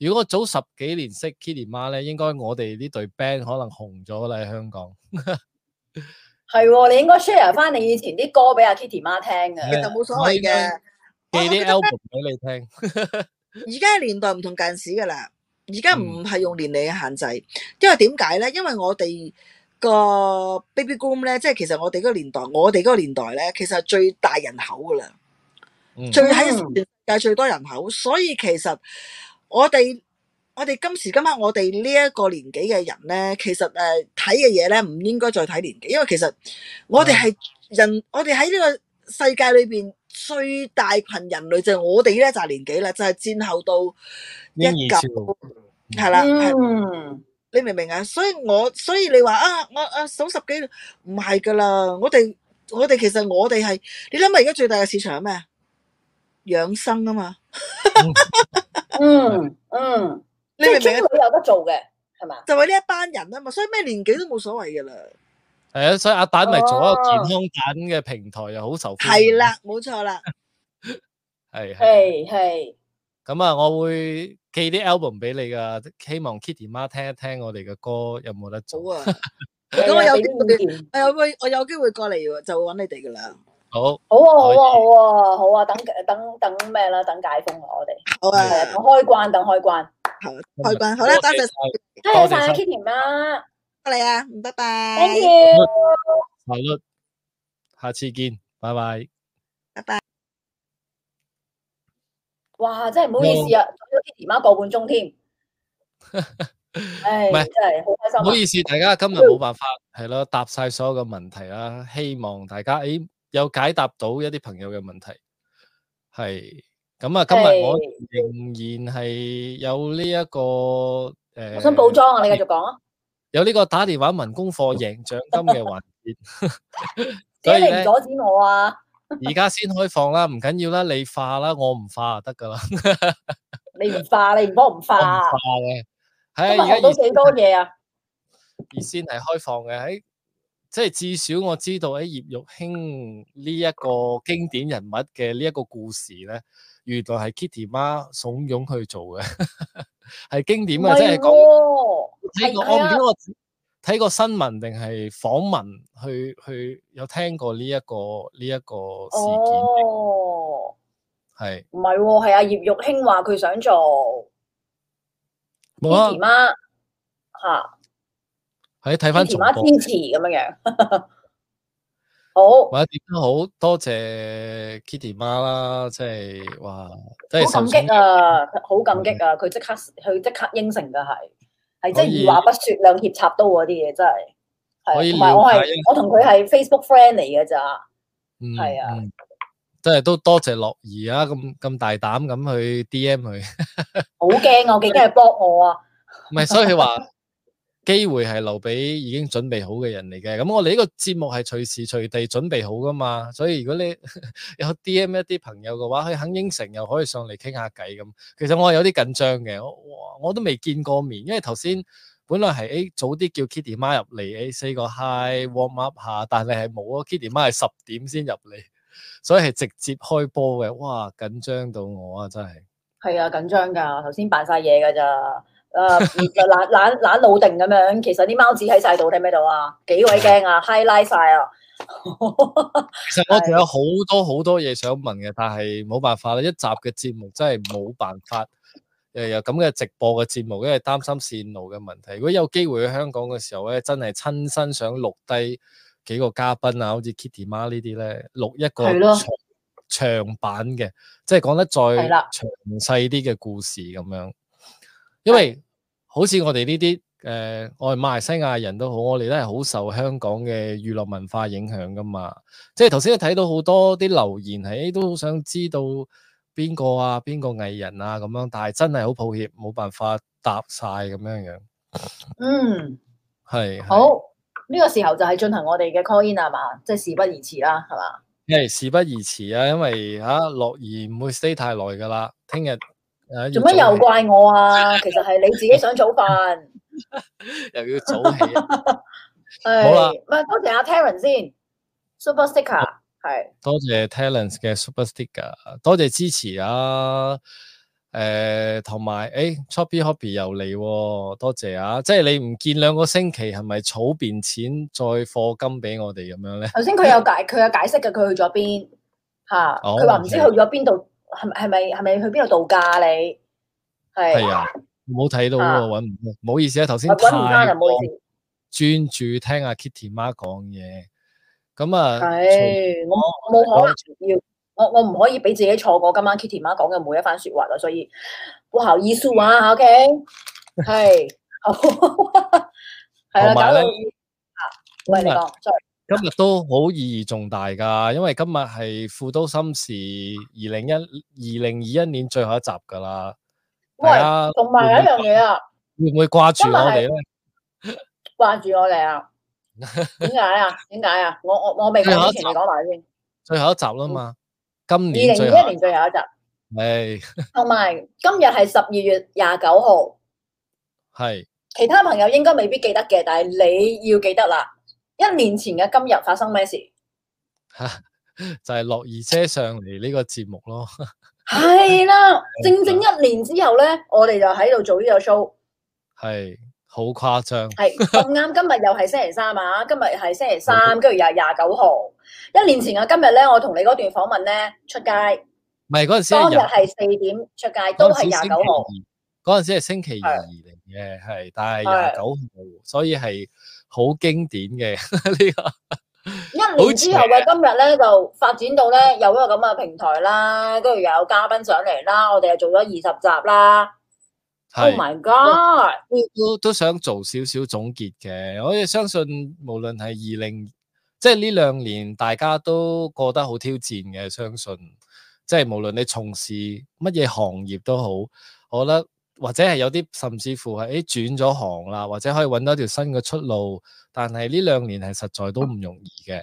如果我早十幾年識 Kitty 媽咧，應該我哋呢隊 band 可能紅咗啦喺香港。
係喎，你應該 share 翻你以前啲歌俾阿 Kitty 媽聽
係
嘅
啊。
其實冇所謂嘅。
寄
我我
啲
覺得
album 俾你聽。
而家嘅年代唔同近時噶啦，而家唔係用年齡嘅限制，因為點解咧？因為我哋個 baby boom 咧，即係其實我哋嗰個年代，我哋嗰個年代咧，其實係最大人口噶啦，
嗯
最喺全世界最多人口，所以其實我哋我哋今時今刻我哋呢一個年紀嘅人咧，其實誒呃睇嘅嘢咧唔應該再睇年紀，因為其實我哋係人，我哋喺呢個世界裏邊最大群人類就係我哋呢一紮年紀啦，就係、戰後到。
嬰兒
19
潮
系啦，係
嗯。
你明唔明啊？所以我所以你話啊，我啊數十幾唔係噶啦，我哋我哋其實我哋係你諗下而家最大嘅市場係咩啊？養生啊嘛，
嗯嗯，
你明唔
即
明
係中
啊？
女有得做嘅，係嘛？
就係呢一班人啊嘛，所以咩年紀都冇所謂噶啦。
嗯
係啊，所以阿蛋咪做一個
哦
健康蛋嘅平台，又好受歡迎。
係，啦，冇錯啦，
係係。
係係，
咁啊，我會寄啲 album 俾你噶，希望 Kitty 媽聽一聽我哋嘅歌有冇得
好
做。
啊，
咁
咁我有
啲意見。
我有會我有機會過嚟就揾你哋噶啦。
好，
好啊好啊好啊好啊，等等等咩啦？等解封啦，我哋
好啊，
係啊等開關，等開關。
好開關，好啦，多謝
多謝
多謝
晒
晒
Kitty 媽
你啊，拜拜
，thank you。
好律，下次見，拜拜。
哇，真係唔好意思啊，咗 Kitty 媽個半鐘添。唉，
唔係
真係好
唔好
開心啊。
意思，大家今日冇辦法係咯，答晒所有嘅問題啦。希望大家诶有解答到一啲朋友嘅問題。係咁啊，今日我
係
仍然係有呢、一個诶，呃
我想補妝啊，你繼續講啊。
有呢個打電話問功課贏獎金嘅環節。
點
所以
解你唔
咧，
阻止我啊？
而家先開放啦，唔緊要啦，你化啦，我唔化就得噶啦，
你唔化，你唔幫我唔
我
化
唔化
啊，
嘅。
今
係
日
啊，而
學
家
到
熱
幾多嘢啊？
熱先係開放嘅，喺即係至少我知道喺葉玉卿呢一個經典人物嘅呢一個故事咧，原來係 Kitty 媽慫恿去做嘅，係經典
唔
嘅，即係
係
講。
喎，
睇過
係
我唔
係
記
啊
得我睇過新聞定係訪問去去有聽過呢、一個呢一、個事件
哦，
係
唔係喎，係阿葉玉卿話佢想做
冇啊
Kitty 媽嚇
喺睇翻
，Kitty
重
媽
播
支持咁樣樣。好，
或者點都好多謝 Kitty 媽啦，即係哇，即係
好
受
感激
寵
啊，好感激啊！佢即刻佢即刻應承嘅係係即
可以
係二話不說兩肋插刀嗰啲嘢真係
可以
係，啊同埋我
了解一
係我同佢係 Facebook friend 嚟嘅咋，
嗯
係啊
嗯即係都多謝樂兒啊，咁咁大膽咁去 D M 佢，
好驚啊！我幾驚佢搏我啊！
唔係，所以佢話機會係留俾已經準備好嘅人嚟嘅。咁我哋呢個節目係隨時隨地準備好噶嘛，所以如果你 有 D.M 一啲朋友嘅話，佢肯應承又可以上嚟傾下偈咁。其實我係有啲緊張嘅，我哇我都未見過面，因為頭先本來係誒早啲叫 Kitty 媽入嚟誒 say 個 hi warm up 下，但係係冇啊，Kitty 媽係十點先入嚟，所以係直接開波嘅。哇，緊張到我啊，真係〜
係啊，緊張㗎，頭先扮晒嘢㗎咋。誒，懶懶懶老定咁樣，其實啲貓子喺晒度，睇唔睇到啊？幾鬼驚啊！highlight 晒啊！
其實我仲有好多好多嘢想問嘅，但係冇辦法啦，一集嘅節目真係冇辦法。誒有咁嘅直播嘅節目，因為擔心線路嘅問題。如果有機會去香港嘅時候咧，真係親身想錄低幾個嘉賓啊，好似 Kitty 媽呢啲咧，錄一個
係咯
長長版嘅，即係講得再
係啦
詳細啲嘅故事咁樣。因為好似我哋呢啲誒，我哋馬來西亞人都好，我哋都係好受香港嘅娛樂文化影響噶嘛。即係頭先都睇到好多啲留言係，哎誒都好想知道邊個啊，邊個藝人啊咁樣，但係真係好抱歉，冇辦法答晒咁樣樣。
嗯。
係，
好，呢、個時候就係進行我哋嘅 call in 啊係嘛，即係事不宜遲啦，係嘛？
係事不宜遲啊，因為吓樂兒唔會 stay 太耐噶啦，聽日。啊
做乜又怪我啊？其實係你自己想早瞓。
要早起又要早起啊？
唉
好啦
唔係多謝阿 Terence 先，Super Sticker 係
多謝 Talents 嘅 Super Sticker，多謝支持啊！誒，同埋誒，Choppy Hobby 又嚟、喎，多謝啊！即係你唔見兩個星期，係咪儲變錢再課金俾我哋咁樣咧？
頭先佢有解佢有解釋嘅，佢去咗邊吓？
哦
佢話唔知去咗邊度，係咪係咪係咪去邊度度假啊你？
係
係
啊，冇睇到喎，
啊
搵唔到，唔好意思啊，頭先
我搵唔翻
太
啊，唔好
過
意思。
專注聽阿 Kitty 媽講嘢，咁啊，
係啊我冇
哦
可能要我我唔可以俾自己錯過今晚 Kitty 媽講嘅每一番說話啦，所以不好意思啊，OK，係，
同埋
好係啦，搞到啊
呢嗯
喂你
今日
講，sorry，
今日都好意義重大㗎，因為今日係《富都心事》二零一二零二一年最後一集㗎啦。
喂
大家
同埋有一樣嘢啊，
會唔會掛住我哋咧？
掛住我哋 啊，點解啊？點解啊？我我我未講之前，你講埋先。
最後一集啦嘛，今
二
啊年
零
最
嗯二一
後
年最後一集，
係
同埋今日係十二月廿九號，
係
其他朋友應該未必記得嘅，但係你要記得啦。一年前嘅今日發生咩事？
就係樂兒姐上嚟呢個節目咯。
系啦，正正一年之後咧，我哋就喺度做呢個 show，
係好誇張，
係咁啱。今日又係星期三啊，今日係星期三，跟住又係廿九號。一年前啊，今日咧，我同你嗰段訪問咧出街，
唔係嗰陣時
當
係
日
廿
係四點出街，都係廿九號。
嗰陣時係星期二嚟嘅，係但係廿九號，所以係好經典嘅呢個。
一年之後嘅今日咧，就發展到咧有一個咁嘅平台啦，跟住又有嘉賓上嚟啦，我哋又做咗二十集啦。Oh
係
my god！
都都都想做少少總結嘅，我亦相信無論係二零，即係呢兩年大家都過得好挑戰嘅，相信即係無論你從事乜嘢行業都好，我覺得或者係有啲甚至乎係诶轉咗行啦，或者可以揾到一條新嘅出路，但係呢兩年係實在都唔容易嘅。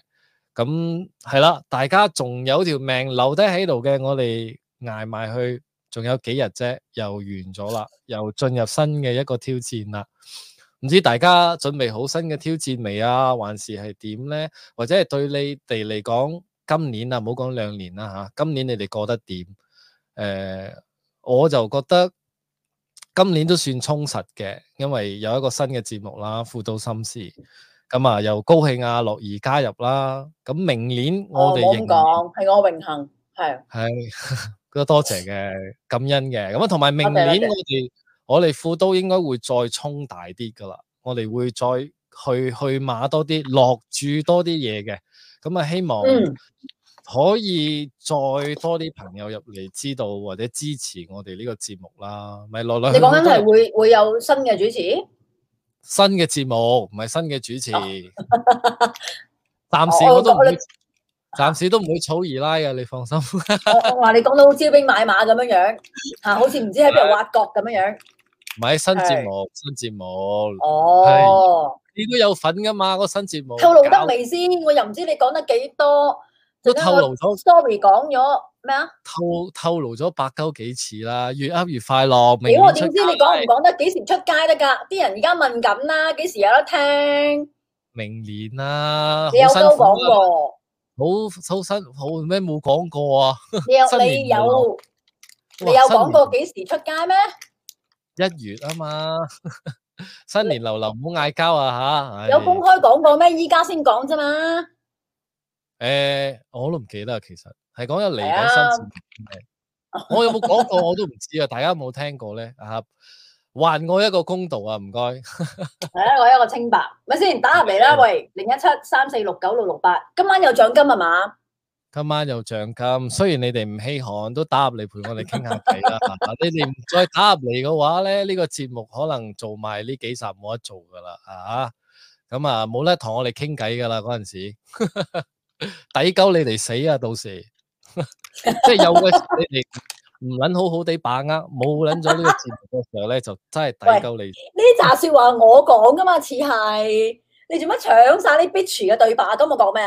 咁係啦，大家仲有條命留低喺度嘅，我哋捱埋去，仲有幾日啫，又完咗啦，又進入新嘅一個挑戰啦。唔知大家準備好新嘅挑戰未啊？還是係點呢？或者係對你哋嚟講，今年啊，唔好講兩年啦吓，今年你哋過得點？诶、我就覺得今年都算充實嘅，因為有一個新嘅節目啦，《輔導心事》。咁啊，又高興啊，樂兒加入啦。咁明年我哋
哦冇
仍
咁
然
講，係我榮幸，係
系， 都多謝嘅，感恩嘅。咁啊，同埋明
多謝
年我哋我哋副都應該會再衝大啲噶啦，我哋會再去去馬多啲，落注多啲嘢嘅。咁啊，希望
嗯
可以再多啲朋友入嚟知道或者支持我哋呢個節目啦。咪來來去
你
去
講緊
都係
係會會有新嘅主 持？
新嘅節目，唔係新嘅主持。 暫時
哦我
我都唔
我
會，暫時都唔會草二奶嘅，你放心。
我我話你講到招兵買馬咁樣樣，嚇好似唔知喺邊度挖角咁樣樣。
唔係新節
係
目，新節目。
哦，
你都有份噶嘛？個新節目
透露得
搞
未先？我又唔知你講得幾多。
都透露咗
Sorry 講咗咩啊？
透透露咗百鳩幾次啦，越噏越快樂。明
屌我
年出
點知你講唔講得？幾時出街得㗎？啲人而家問緊啦，幾時有得聽？
明年啦，
你有
好辛
都
苦
講
啊，
過，
好好辛好咩冇講過啊？
你 有
新年
你
流
有
哇
你有講過
新
幾時出街咩？
年一月啊嘛， 新年流流唔好嗌交啊吓。
有公開講過咩？依家先講啫 嘛。
诶，我都唔記得啊，其實係講有嚟
係
緊新
啊
節目嘅我有冇講過我都唔知啊，大家有冇聽過咧？啊，還我一個公道啊，唔該。
係啊，我有一個清白，咪先打入嚟啦。喂，零一七三四六九六六八，今晚有獎金係嘛？
今晚有奖金，雖然你哋唔稀罕，都打入嚟陪我哋傾下偈啦。嗱你哋唔再打入嚟嘅話咧，呢、個節目可能做埋呢幾集冇得做噶啦啊！咁啊，冇得同我哋傾偈噶啦嗰阵时， 抵鳩你哋死啊！到時即係有嘅，你哋唔撚好好地把握，冇撚咗呢個節目嘅時候咧，就真係抵鳩你。
呢扎说話我講噶嘛，似係你做乜搶晒啲 bitch 嘅對白啊？咁我講咩？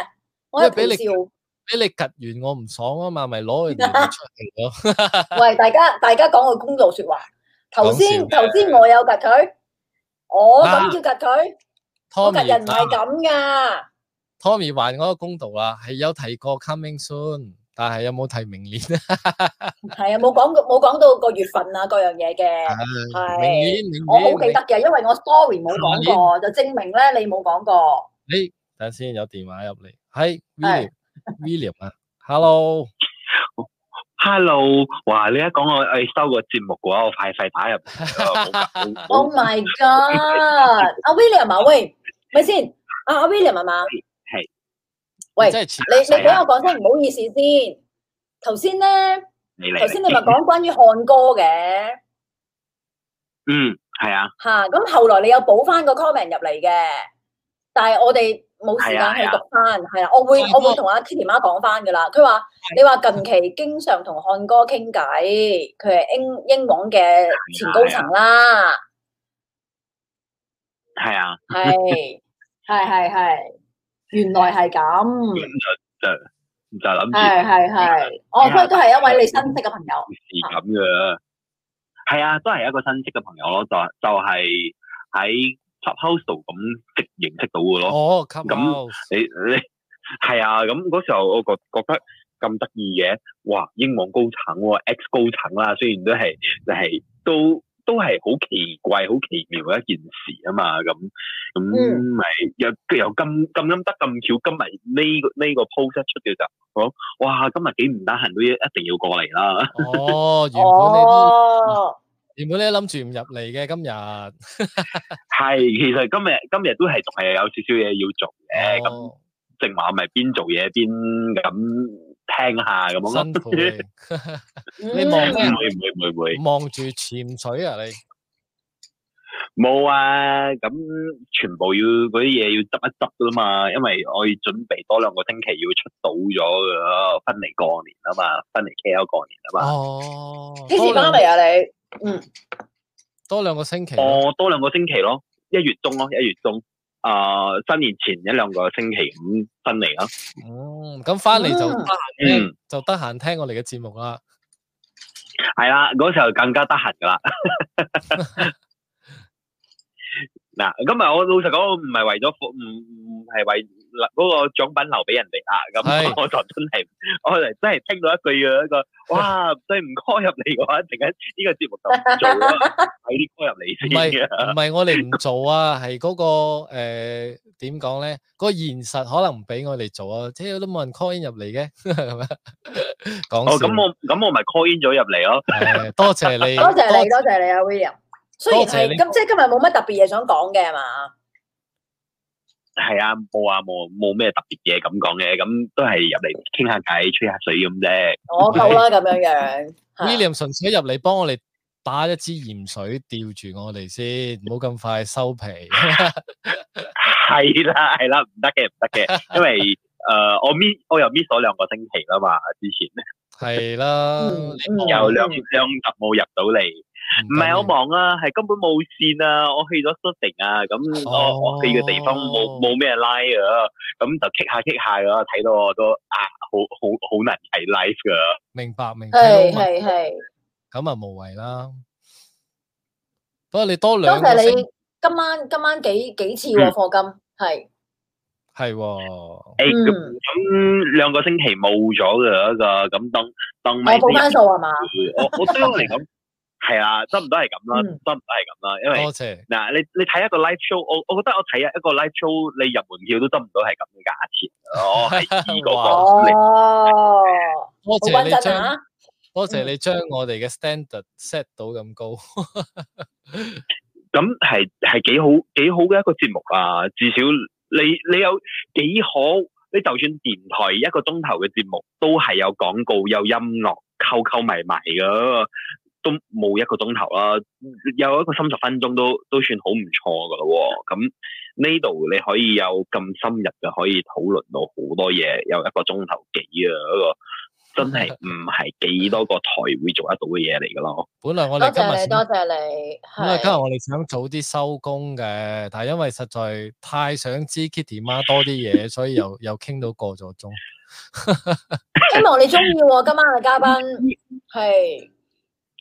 我
喂
喺
俾你
度笑。
俾你及完我唔爽啊嘛，咪攞佢哋出嚟咯。
喂，大家大家講個公道说話。頭先
講
頭先我有及佢，我咁叫及佢，我及人唔啊
Tommy
係咁噶。
Tommy 還我一個公道啦，係有提過 coming soon，但係有冇提明年咧？
係啊，冇講冇講到個月份啊，各樣嘢嘅。
唉
係
明年明
我好
年，
記
明
得嘅，因為我 story 冇講過，就證明咧你冇講過。
你等陣先有電話入嚟，係 William William 啊，Hello，
Hello，哇！你一講我誒收個節目嘅話，我快快打入嚟啦好
Oh my god！阿 William 啊，喂，咪先，阿阿 William 係嘛？
係。
喂
你。真係似
你你俾
係啊
我講聲唔好意思先。頭先咧，
你嚟。
頭先你咪講關於漢歌嘅
嗯，係啊，
吓，咁、後來你有補翻個 comment 入嚟嘅，但係我哋冇時
啊
間去讀翻，係啦、啊我會
漢歌
哦我會同阿 Kitty 媽講翻噶啦。佢話你話近期經常同漢哥傾偈，佢係英英皇嘅前高層啦，
係啊，
係 係係係，原來係咁，
就諗住
嗯係係
啊
係，哦，所以都係一位你親戚嘅朋友。
是咁嘅。係啊，都係一個親戚嘅朋友咯，就就係喺 Clubhouse 度咁即認識到嘅咯。
哦 c o
咁你 你係啊，咁嗰時候我覺覺得咁得意嘅，哇！英皇高層喎、X 高層啦，雖然都係就係都都係好奇怪、好奇妙嘅一件事啊嘛，咁咁
嗯
咪又又咁咁啱得咁巧，今日呢、個呢、個 post 一出嘅就講，哇！今日幾唔得閒都一定要過嚟 啦，
哦，原本你都
哦。
原本你諗住唔入嚟嘅今日，
係其實今日今日都係仲係有少少嘢要做嘅，咁、
哦
正話咪邊做嘢邊咁聽下咁啊樣咯
辛。苦你，你
嗯
望
唔
咩
會唔會唔會唔會，
望住潛水啊你，
冇啊！咁全部要嗰啲嘢要執一執噶啦嘛，因為我要準備多兩個星期要出到咗噶，分離過年啊嘛，分離 K L 過年啊嘛，
哦，
幾時
多
翻
兩
嚟啊你？
多兩個星期咯。
哦我多兩個星期咯，一月中咯，一月中。啊、新年前一兩個星期咁分嚟啦。
嗯，咁翻嚟就得閒聽，
嗯，
就得閒聽我哋嘅節目啦。
係啦，嗰時候更加得 閒噶啦。嗱，今日我老實講，我唔係為咗服，唔唔係為嗰個獎品留俾人哋啊。
係
咁我就真係，我嚟真係聽到一句嘅一個， 哇！所以唔 call 入嚟嘅話，陣間呢個節目就唔做啦，快啲 call 入
唔
嚟先
係
嘅。
唔係我哋唔做啊，係嗰、個诶点讲咧？嗰、個現實可能唔俾我哋做啊，即係都冇人 call in 入嚟嘅，係咪講
哦，
笑
咁我咁我咪 call in 咗入嚟咯。
誒多謝你，
多謝你，多謝你啊，William。雖然係
多謝你
咁，即係今日冇乜特別嘢想講嘅係嘛？
係啊，冇啊，冇冇咩特別嘢咁講嘅，咁都係入嚟傾下偈、吹下水咁啫。
我夠啦咁樣 樣。嚇
嗯 William 純粹入嚟幫我哋打一支鹽水吊住我哋先，唔好咁快收皮。
係啦，係啦，唔得嘅，唔得嘅，因為诶、呃我 miss 我又 miss 咗兩個星期啦嘛，之前
係啦，
嗯
你忙
有
又
兩兩集冇入到嚟，唔
唔緊
係我
要
忙啊，係根本冇線啊，我去咗 shooting 啊，咁
哦
我我去嘅地方冇冇咩 live 啊，咁就棘下棘下噶，睇到我都啊，好好好難睇 live 噶。
明白明白，
係係係，
咁啊無謂啦。不過你多
多
兩個
謝
星
你今晚今晚幾幾次喎
嗯
課金係。
係喎，
诶、咁
嗯
咁兩個星期冇咗噶嗰個，咁當當
我
咪
報翻數係嘛？
我我對我嚟講係啊，得唔得係咁啦，
嗯
得唔得係咁啦，因為。
多謝。
嗱，你你睇一個 live show，我我覺得我睇一個 live show，你入門票都得唔到係咁嘅價錢，我係呢個
哇
角力
哦，
多
好
謝
穩
你
陣
將
啊！
多謝
嗯
你將我哋嘅 standard set 到咁高，
咁係係幾好幾好嘅一個節目啊！至少你你有幾好，你就算電台一個鐘頭嘅節目，都係有廣告有音樂，溝溝埋埋噶，都冇一個鐘頭啦，有一個三十分鐘都都算好唔錯噶咯喎。咁呢度你可以有咁深入嘅，可以討論到好多嘢，有一個鐘頭幾啊嗰個。真係唔係幾多個台會做得到嘅嘢嚟噶咯，
本來我
多
哋今
謝
日
你，
想
多謝你，
咁啊，今日
係
我哋想早啲收工嘅，但係因為實在太想知 Kitty 媽多啲嘢，所 以又又傾到過咗鐘。
希望你中意喎，今晚嘅嘉賓係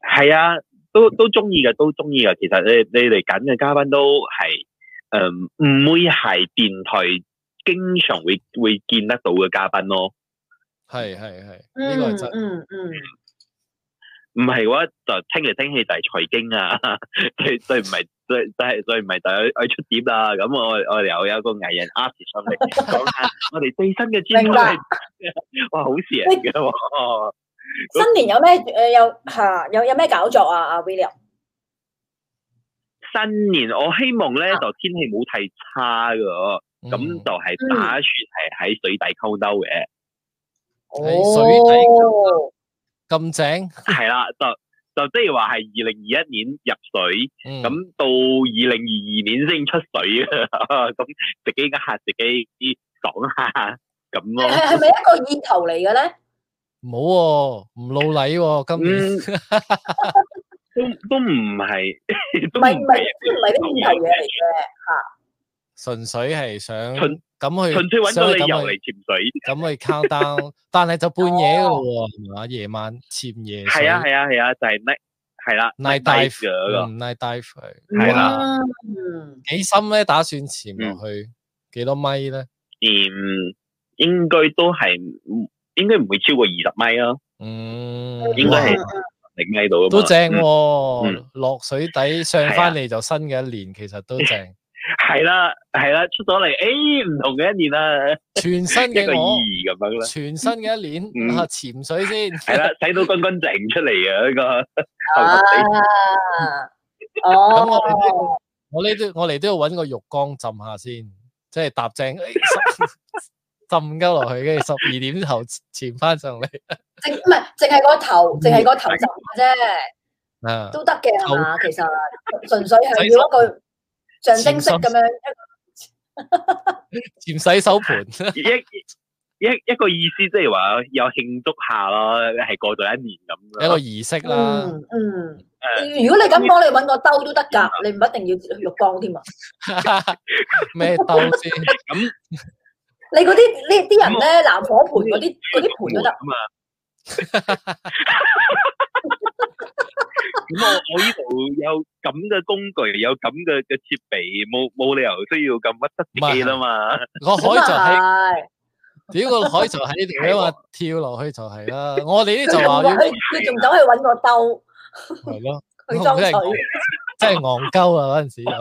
係啊，都都中意嘅，都中意嘅。其實你你嚟緊嘅嘉賓都係誒唔會係電台經常會會見得到嘅嘉賓咯。
係係係，呢個係
嗯
真。
嗯嗯，
唔係嘅話就聽嚟聽去就係財經啊， 最最唔係最最係最唔係就係去去出碟啊。咁我我哋又有一個藝人 artist 上嚟講下 我哋最新嘅專
明
輯
白
係。 哇，好事嚟嘅喎！
新年有咩誒有嚇有有咩搞作啊？阿 William，
新年我希望
啊
咧就天氣冇太差嘅。咁
嗯
就係打算係喺水底溝兜嘅，
喺水底
哦
咁正，
係啦，就就即係話係二零二一年入水，
嗯
咁到二零二二年先出水啊， 咁自己呃下自己啲爽下咁
係係
咯。
係咪一個意頭嚟嘅咧？
冇喎，唔老禮喎，今年
嗯，都都唔係，
唔
都
係唔
唔
係
係
唔係啲意頭嘢嚟嘅，
純粹係想
純
咁去，
純粹揾到
想
理
去
由
咁
嚟
去
潛水。
咁去 count down，但係就半夜噶咯喎，係嘛？夜晚潛夜水
係啊係啊係啊，就係 night 係啦
night
night
dive，
dive 嘅嗰個
嗯，night dive 係
係啦，
嗯，
幾深咧？打算潛落去幾多米咧？
嗯，應該都係應該唔會超過二十米咯，
嗯，
應該係
哇
零米度啊嘛。
都正
嗯
喎、
嗯
落水底上
係啊
翻嚟就新嘅一年，其實都正，
系啦，系啦，出咗嚟，诶，唔同嘅一年啦，
全新
一個
嘅我，
意義咁樣啦，
全新嘅一年、
嗯
啊，潛水先，
係啦，洗到乾乾淨出嚟嘅一個 頭髮地，
啊，
咁我哋
哦，
都我呢都我哋都要揾個浴缸浸下先，即係搭正，哎 浸鳩落去，跟住十二點頭潛翻上嚟
淨唔係淨係個頭，淨係個頭浸嘅啫。
啊！
都得嘅係嘛？其實純粹係
洗
要一個象徵式咁樣，
潛洗手盆，
一一一個意思即係話有慶祝下咯，係過咗一年咁
一個
咯。
儀式啦。
嗯嗯，
誒
如果你咁講，你揾個兜都得㗎，你唔一定要浴缸添啊。
嗯
咩兜先？
咁
你嗰啲呢啲人咧，南火盆嗰啲嗰啲盆都得。
啊嘛。咁我我呢度有咁 嘅工具，有咁嘅嘅設備，冇冇理由需要咁屈得自己啦嘛。
個海就係、
係，
屌個海就喺呢條啊嘛，跳落去就係啦。我哋呢就
佢
話
仲
要
佢佢仲走去揾個兜
係咯，
去裝
真係
水。
真係戇鳩啊！嗰陣時又，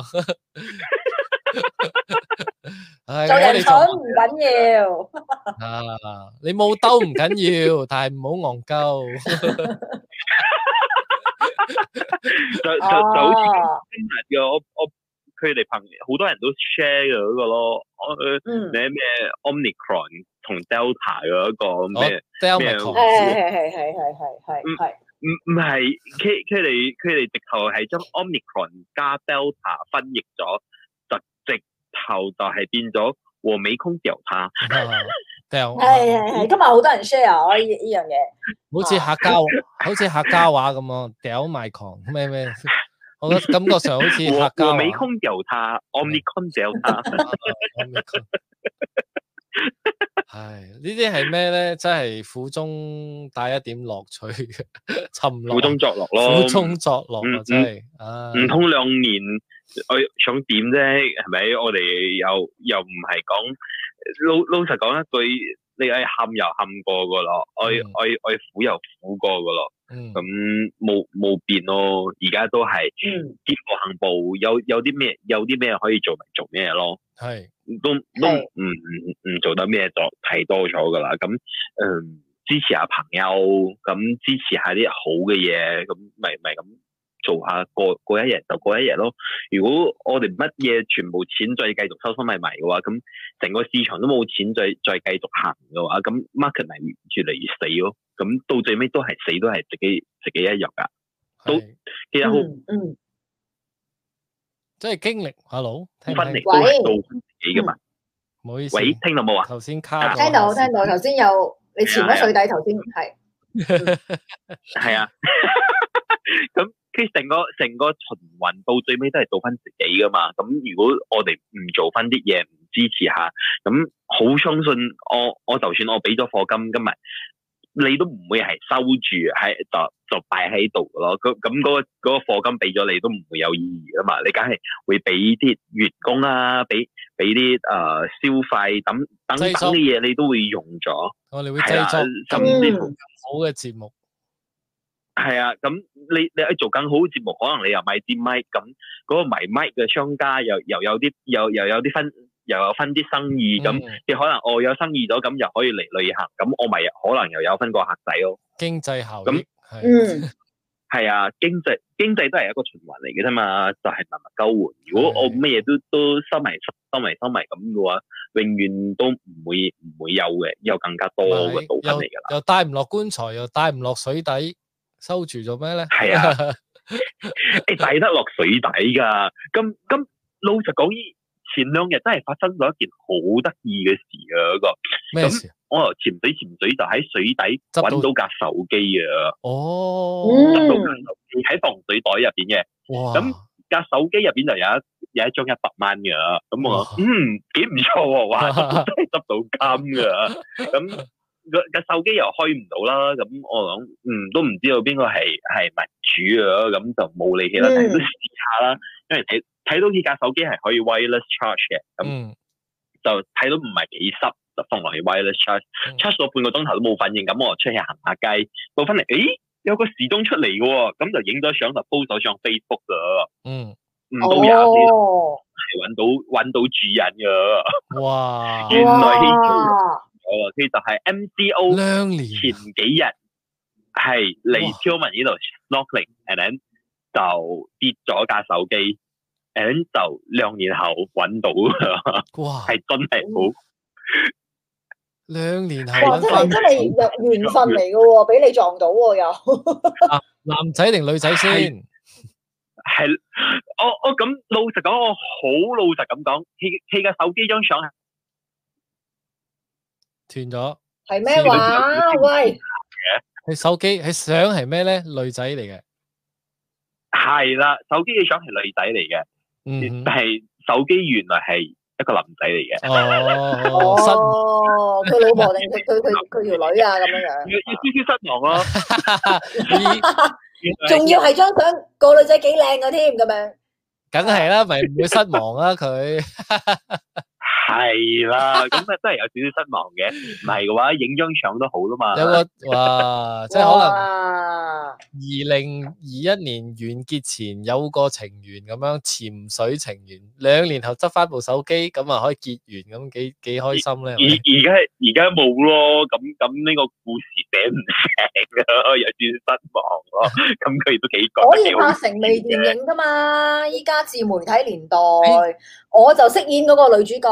唉，
做
我
人
哋
蠢
就
唔緊要。
啊，你冇兜唔緊要，但係唔好戇鳩。
就就就好似
哦，
今日嘅我我佢哋朋友好多人都 share 嘅嗰個咯，我誒
嗯，
咩咩 omicron 同 delta 嘅嗰個咩？咩
Delmicon
係係係係係係係係。
唔唔係佢佢哋佢哋直頭係將 omicron 加 delta 分譯咗，就直頭就係變咗和美空掉他。
啊，Del，
係啊係係，今日好多人 share 我呢呢樣嘢。
好似客家，好似客家話咁啊咯，Delmicon 咩咩，我覺得感覺上好似客
和
家
和
話。
美空掉他，omicron 掉他。
唉，呢啲係咩咧？真係苦中帶一點樂趣嘅，沉落啊
苦中作樂咯
苦，中作樂啊！
嗯
真係，
唔
唉，
通兩年我想點啫？係咪？我哋又又唔係講老老實講一句，你係喊又喊過噶咯，愛
嗯
愛愛苦又苦過噶咯，
嗯
咁冇冇變咯？而家都係
嗯，
兼顧行步，有有啲咩有啲咩可以做咪做咩咯？
係
都都
係
唔唔唔做得咩作睇多咗噶啦。咁嗯，支持下朋友，咁支持下啲好嘅嘢，咁咪咪咁做下過過一日就過一日咯。如果我哋乜嘢全部錢再繼續收收埋埋嘅話，咁成個市場都冇錢再再繼續行嘅話，咁 market 咪越嚟越死咯。咁到最尾都係死，都係自己自己一樣噶。都
係
其實好
嗯嗯，
即係經歷。Hello，聽唔
分
聽
嚟？都係到自己噶嘛。
唔好意思，
喂，聽到冇啊？
頭先卡咗。
聽到聽到，頭先有你潛咗水底，頭先係。
系啊，咁佢成個成個循環到最尾都係做翻自己噶嘛。咁如果我哋唔做翻啲嘢，唔支持下，咁好相信我，我就算我俾咗課金，今日你都唔會係收住喺就就擺喺度㗎咯。咁咁嗰個嗰個課金俾咗你都唔會有意義啊嘛。你梗係會俾啲員工啊，俾俾啲誒消費等等等
製作
嘅嘢，你都會用咗，
我哋會
係啊
製作，
甚
咁
至
嗯
乎。
好嘅節目，
系啊，咁你你喺做更好嘅節目，可能你又買支咪，咁嗰個賣咪嘅商家又又有啲又又有啲分又有分啲生意，咁
嗯
你可能我有生意咗，咁又可以嚟旅行，咁我咪可能又有分個客仔咯。
經濟效益
咁
係
嗯
係啊，經濟經濟都係一個循環嚟嘅啫嘛，就係默默交換。如果我
係
乜嘢都都收埋收埋收埋咁嘅話，永遠都唔會唔會有嘅，有更加多嘅部分嚟㗎啦。
又帶唔落棺材，又帶唔落水底，收住做咩咧？
係啊。你抵得落水底噶。咁咁老實講，依前兩日真係發生咗一件好得意嘅事啊！嗰個
咩
咁
事？
我由潛水潛水就喺水底
執到
揾到架手機啊，
哦，
嗯
執到架手機喺防水袋入邊嘅，
哇，
咁架手機入邊就有一有一張一百蚊嘅，咁我
哇
嗯幾唔錯喎，哇！真係 執到金噶，咁。個個手機又開唔到啦，咁我諗，嗯，都唔知道邊個係係物主啊，咁就冇理佢啦，
嗯
但係都試下啦，因為睇睇到呢架手機係可以 wireless charge 嘅，咁
嗯，
就睇到唔係幾濕，就放落去 wireless charge
嗯
charge 到半個鐘頭都冇反應，咁我就出去行下街，到翻嚟，咦，有個時鐘出嚟嘅喎，咁就影咗相就 po 咗上 Facebook 啦，
嗯，
唔到廿四小
哦，
時揾到揾到主人 嘅，
哇，
原來呢
哇，
我哦佢就係 MCO。
兩年
前幾日係嚟超文呢度 snorkeling，and then 就跌咗架手機，and then 就兩年後揾到，
哇，
係真係好
兩年後
哇！
揾
真係
翻
真係有緣分嚟嘅喎，俾你撞到喎又。
男仔定女仔先？
係我我咁老實講，我好老實咁講，佢佢嘅手機張相係
斷咗。
係咩話？喂，
你手機你相係咩咧？女仔嚟嘅，
係啦，手機嘅相係女仔嚟嘅，
嗯哼，
但係手機原來係一個男仔嚟 嘅。
哦，失
哦，佢老婆定佢佢佢佢條女啊咁樣樣。
要要少少失望咯，
咦
原來係
仲要係張相個女仔幾靚嘅添咁樣，
梗係啦，咪唔會失望啦佢。
係啦，咁啊真係有少少失望嘅。唔係嘅話，影張相都好啦嘛。
有個哇，即係可能
能
二零二一年完結前有個情緣咁樣潛水情緣，兩年後執翻部手機咁啊可以結緣，咁幾幾開心咧
而。而家而家冇咯，咁咁呢個故事寫唔成咯，有少少失望咯。 咁佢都幾
可
覺得
以啊
幾好
拍成微電影噶嘛？依家自媒體年代，我就飾演嗰個女主角。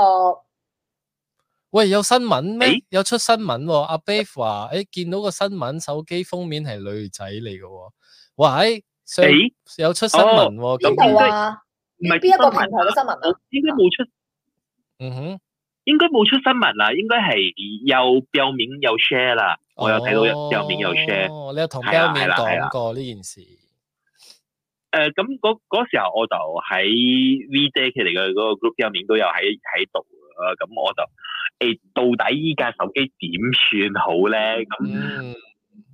喂，有新聞咩
咦？
有出新聞喎、阿 Beef 話：，誒見到個新聞，手機封面係女仔嚟嘅喎。哇！誒上
誒
有出新聞喎、
邊
咁
度
咁、
啊
啊？
唔係
邊一個
新
平台
聞
嘅新聞啊？
應該冇出，
嗯哼，
應該冇出新聞啦，應該係有表面有 share 啦，我有睇到有表面有 share。
哦，你有同 b
係啦
e 面
係啦係
講
啦
過呢件事。
誒咁嗰嗰時候我就喺 V 姐佢哋嘅嗰個 group 入面都有喺喺度啊，咁我就誒、到底依架手機點算好咧？咁
嗯，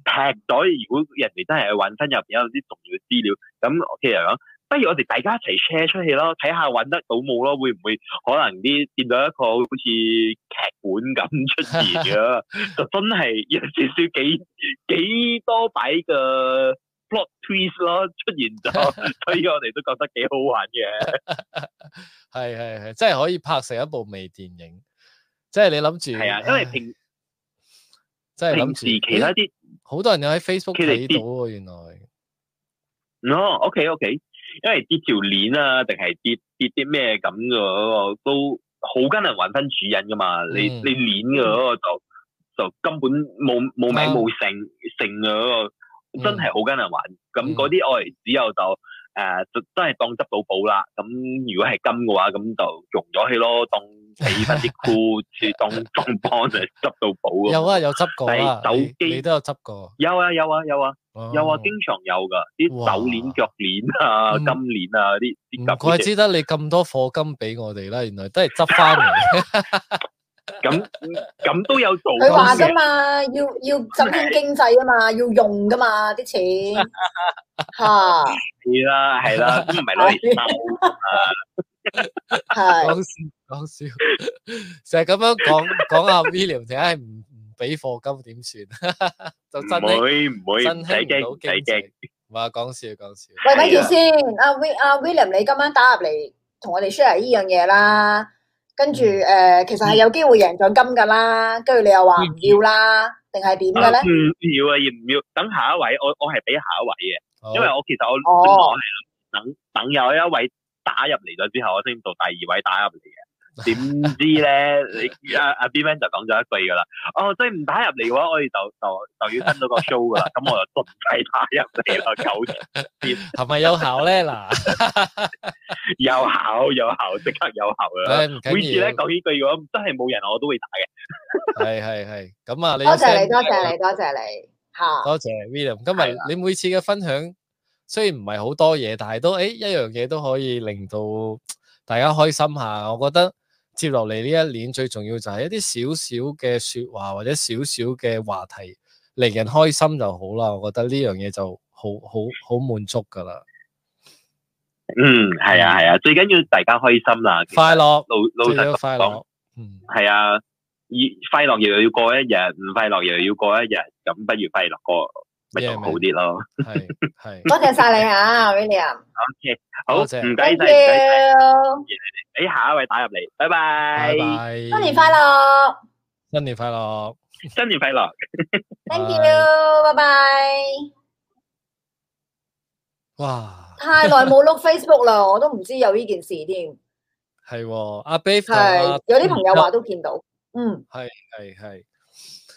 劈咗，如果人哋真係去揾身入邊有啲重要資料，咁我其實講，不如我哋大家一齊 share 出去咯，睇下揾得到冇咯，會唔會可能啲變到一個好似劇本咁出現嘅，就真係有少少幾幾多擺嘅 plot twist 咯出現咗，所以我哋都覺得幾好玩嘅。
係係係，真係可以拍成一部微電影。即係你諗住
係啊，因為平
真係諗
平
住
時其他
咦
啲
好多人有喺 Facebook
佢
睇
哋
到喎，原來
哦，OK OK，因為跌條鏈啊，定係跌跌啲咩咁嘅嗰個都好艱難揾翻主人噶嘛。你
嗯
你鏈嘅嗰個就就根本冇冇名冇姓姓嘅嗰
啊嗯
個，真係好艱難揾。咁
嗯
嗰啲我哋只有就呃誒就真係當執到寶啦。咁如果係金嘅話，咁就用咗佢咯，當俾翻 啲 cool，似當當幫就執到寶咁
有啊，有執過啦，
但係
你
手機
你都有執過，
有啊有啊有啊！有啊
哦，
經常有噶，啲
哇
手鏈、腳鏈啊、
唔
金鏈啊，啲啲
唔怪
咁
之得你咁多課金俾我哋啦，原來都係執翻 嚟。
咁咁都有做啊
佢話
嘅。
噶嘛，要要振興經濟啊嘛，要用噶嘛啲 錢吓，
係啦係啦， 都唔係攞嚟收。
係
講笑講笑， 成日咁樣講 講阿 William，成日係唔唔俾課金點算？ 就
唔
真係
會唔會
真
唔使
係
驚
唔
唔使
到經
驚
濟。。話講笑講笑，
喂，咪住先，阿 Will 阿 William，你今晚打入嚟同我哋 share 呢樣嘢啦，跟住
嗯
诶，其實係有機會贏獎金噶啦，跟住你又話唔要啦，定係點嘅
啊
咧？
唔要啊，要唔要？等下一位，我我係俾下一位嘅，因為
好
我其實我
哦
我係等等有一位打入嚟咗之後，我先到第二位打入嚟嘅。點知 咧，你阿阿 B Man 就講咗一句噶啦，哦，即係唔打入嚟嘅話，我哋就就就要跟 到個 show 噶啦，咁我就盡快打入嚟啦， 九
係咪有效 咧？嗱，
有效有效，即刻有效啦！
唉唔
每次
緊要
咧，講呢句嘅話，真係冇人我都會打嘅。
係係係，咁啊，你
多謝你，
聲
多謝你，多謝你吓，
多謝 William，今
啊係
日你每次嘅分享雖然唔係好多嘢，但係都誒一樣嘢都可以令到大家開心下。我覺得接落嚟呢一年最重要就係一啲少少嘅説話或者少少嘅話題，令人開心就好啦。我覺得呢樣嘢就好好好滿足㗎 啦，
嗯，係啊係啊，最緊要大家開心啦，其實
快樂，
老老
最
實
緊要
講
快樂。嗯，
係啊，要快樂又要過一日，唔快樂又要過一日，咁不如快樂過咪仲好啲咯。
係係。
多謝晒你吓，William，
好，
多謝
唔該晒，唔
thank
該晒，
you，
俾下一位打入嚟，拜
拜
拜，
拜，
新年快，樂
新年快樂，
新年快樂。
，thank you，拜拜。
哇！
太耐冇碌 Facebook 啦，我都唔知有呢件事添。
係喎，阿 b a
係有啲朋友話都見到，嗯，
係係。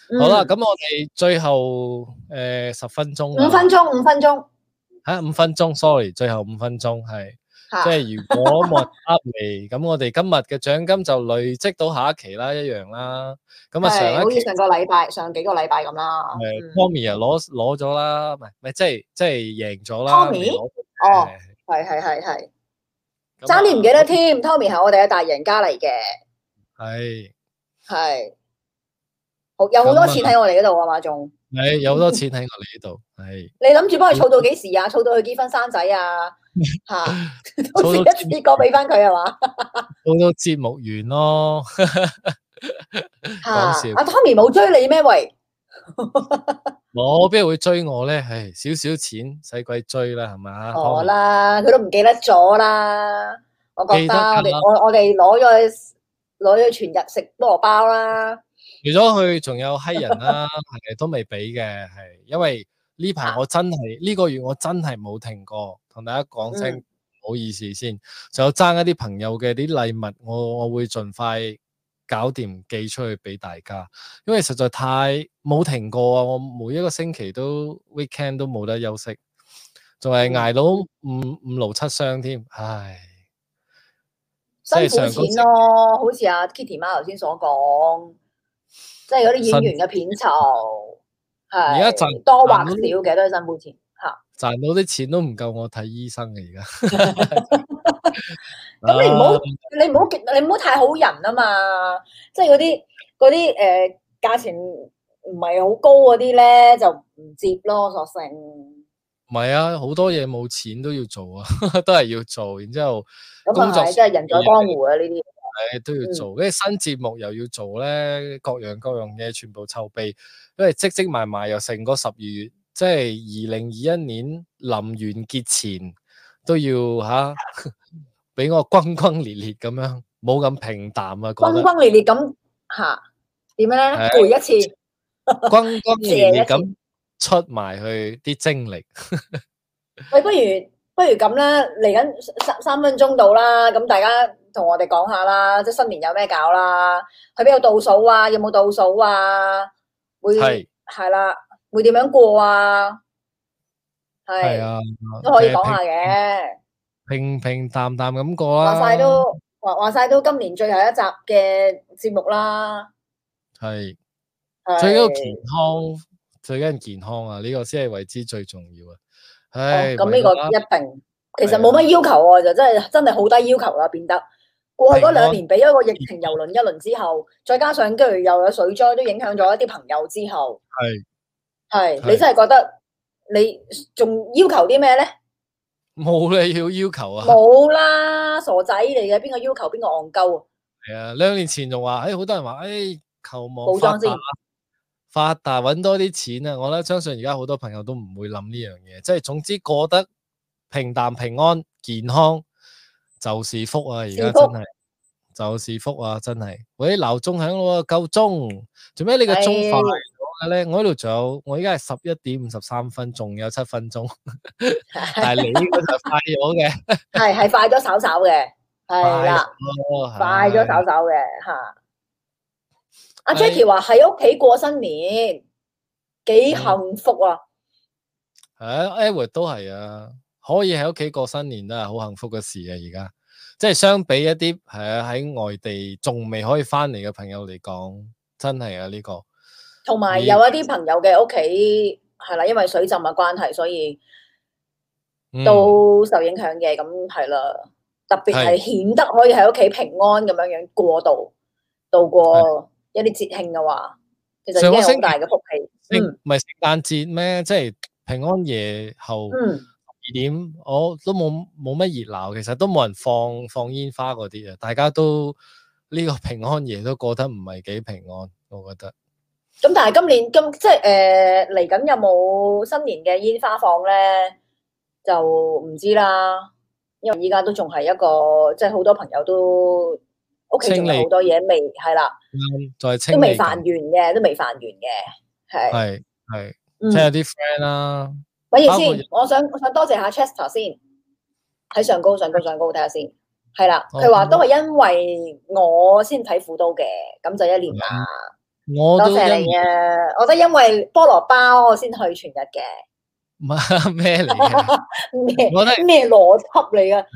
嗯
好啦，咁我哋最後诶十分鐘，
五分鐘，五分鐘，
吓五分鐘，sorry，最後五分鐘係
嚇
即係如果冇人答嚟，咁我哋今日嘅獎金就累積到下一期啦，一樣啦。咁啊，
係
上
好
一期
似上個禮拜、上幾個禮拜咁啦。
誒
嗯
Tommy 啊攞攞咗啦，唔係唔係即係即係贏咗啦。
Tommy？
未攞到
哦
嘅，
係係係係，
咁啊
爭啲唔記得添。Tommy 係我哋嘅大贏家嚟嘅，
係
係好有好多錢喺我哋嗰度啊嘛，仲
係有好多錢喺我哋呢度，係
你諗住幫佢儲到幾時啊？儲到佢結婚生仔 啊？嚇，到
嗯
時
儲到
一次過俾翻佢係嘛？
到到節目完咯。
嚇，
講笑
阿 Tommy 冇追你咩？喂，
我邊會追我咧？唉，少少錢使鬼追啦，係咪
我啦，佢都唔記得咗啦。我覺
記
得
得
我
㗎
哋我我哋攞咗去攞咗去全日食菠蘿包啦。
除咗佢，仲有閪人 啦，係都未俾嘅，係因為呢
啊
排我真係呢、個月我真係冇停過，同大家講聲
嗯
唔好意思先。仲有爭一啲朋友嘅啲禮物，我我會盡快搞掂寄出去俾大家，因為實在太冇停過啊！我每一個星期都 weekend 都冇得休息，仲
嗯
係捱到五五勞七傷添，唉，
辛苦
即係上
錢
高
咯，好似阿 Kitty 媽頭先所講，即係嗰啲演員嘅片酬，係
而家賺
多或少
賺到
嘅都係辛苦錢嚇。
賺到啲錢都唔夠我睇醫生嘅而家。
咁你唔好
啊
你唔好你唔好太好人啊嘛，即係嗰啲嗰啲誒價錢唔係好高嗰啲咧，就唔接咯，索性。
唔係啊，好多嘢冇錢都要做啊， 都係要做，然之後
咁啊
工作
係，真係人在江湖啊！呢啲嗯
誒都要做，跟住新節目又要做咧，各樣各樣嘢全部籌備，因為積積埋埋又成個十二月，即係二零二一年臨完結前都要吓 俾、我轟轟烈烈咁樣，冇咁平淡啊，覺
轟
得
轟烈烈咁嚇，點樣咧？
係
攰一次，
轟轟烈烈
謝
咁出埋去啲精力。
喂，不如不如咁啦，嚟緊三三分鐘到啦，咁大家同我哋講下啦，即係新年有咩搞啦？去邊度倒數啊？有冇倒數啊？會
係
係啦，會點樣過啊？
係
係
啊，
都可以
即係
講下嘅，
平，平平淡淡咁過啦。
話晒都話話晒都今年最後一集嘅節目啦。
係。
係
最緊要健康，最緊要健康啊！呢、個先係為之最重要啊！
哦
唉，
咁
咪
呢個
啦
一定，其
啊
實冇乜要求喎，就真係真係好低要求啦，變得。過去嗰兩年俾咗個疫情遊輪一輪之後，再加上跟住又有水災，都影響咗一啲朋友之後，
係
係
係
你真係覺得你仲要求啲咩咧？
冇你要要求啊！
冇啦，傻仔嚟嘅，邊個要求邊個戇鳩啊？
係啊，兩年前仲話，唉、好多人話，唉、求望
補
發
妝先
達，發達揾多啲錢啊！我咧相信而家好多朋友都唔會諗呢樣嘢，即係總之過得平淡平安健康就是福啊！而家
是
真
福
係就是福啊！真係，喂，鬧鐘響咯，夠鐘，做咩你個鐘快
係
咗嘅咧？我呢度仲有，我依家係十一點五十三分，仲有七分 鐘，但係你嗰度係快咗嘅，
係係快咗稍稍嘅，係
快
啦。
咗，
快咗
係啊
手手嘅吓。阿
係
Jackie 話喺屋企過新年，幾
嗯
幸福啊！
系 Edward 都係啊，可以喺屋企過新年都係好幸福嘅事啊！而家即係相比一啲係啊喺外地仲未可以翻嚟嘅朋友嚟講，真係啊呢、個
同埋
嗯
有一啲朋友嘅屋企係啦，因為水浸嘅關係，所以
嗯
都受影響嘅。咁係啦，特別係
係
顯得可以喺屋企平安咁樣樣過渡度過一啲節慶嘅話，其實已
上個
經係好
星期
大嘅福氣。
聖
嗯
唔係聖誕節咩？即係平安夜後二
嗯，
點，我都冇冇乜熱鬧，其實都冇人放放煙花嗰啲啊，大家都呢、個平安夜都過得唔係幾平安，我覺得。
咁但係今年今即係誒嚟緊有冇新年嘅煙花放咧？就唔知啦，因為依家都仲係一個即係好多朋友都屋企仲有好多嘢未係啦，
啱再清
都未
理
煩完
緊，
嘅，都未煩完嘅，係。
係係
嗯
即係有啲 friend 啦。
乜
包括
嘢先？我想我想多謝下 Chester 先，喺上高上高上高睇下先。係啦，
哦
佢話都係因為我先睇斧刀嘅，咁就一年啦。
我
多
都因
謝你
為
啊！我都因為菠蘿包我先去全日嘅。
唔係 咩嚟嘅？
咩
我覺得
咩邏輯嚟噶？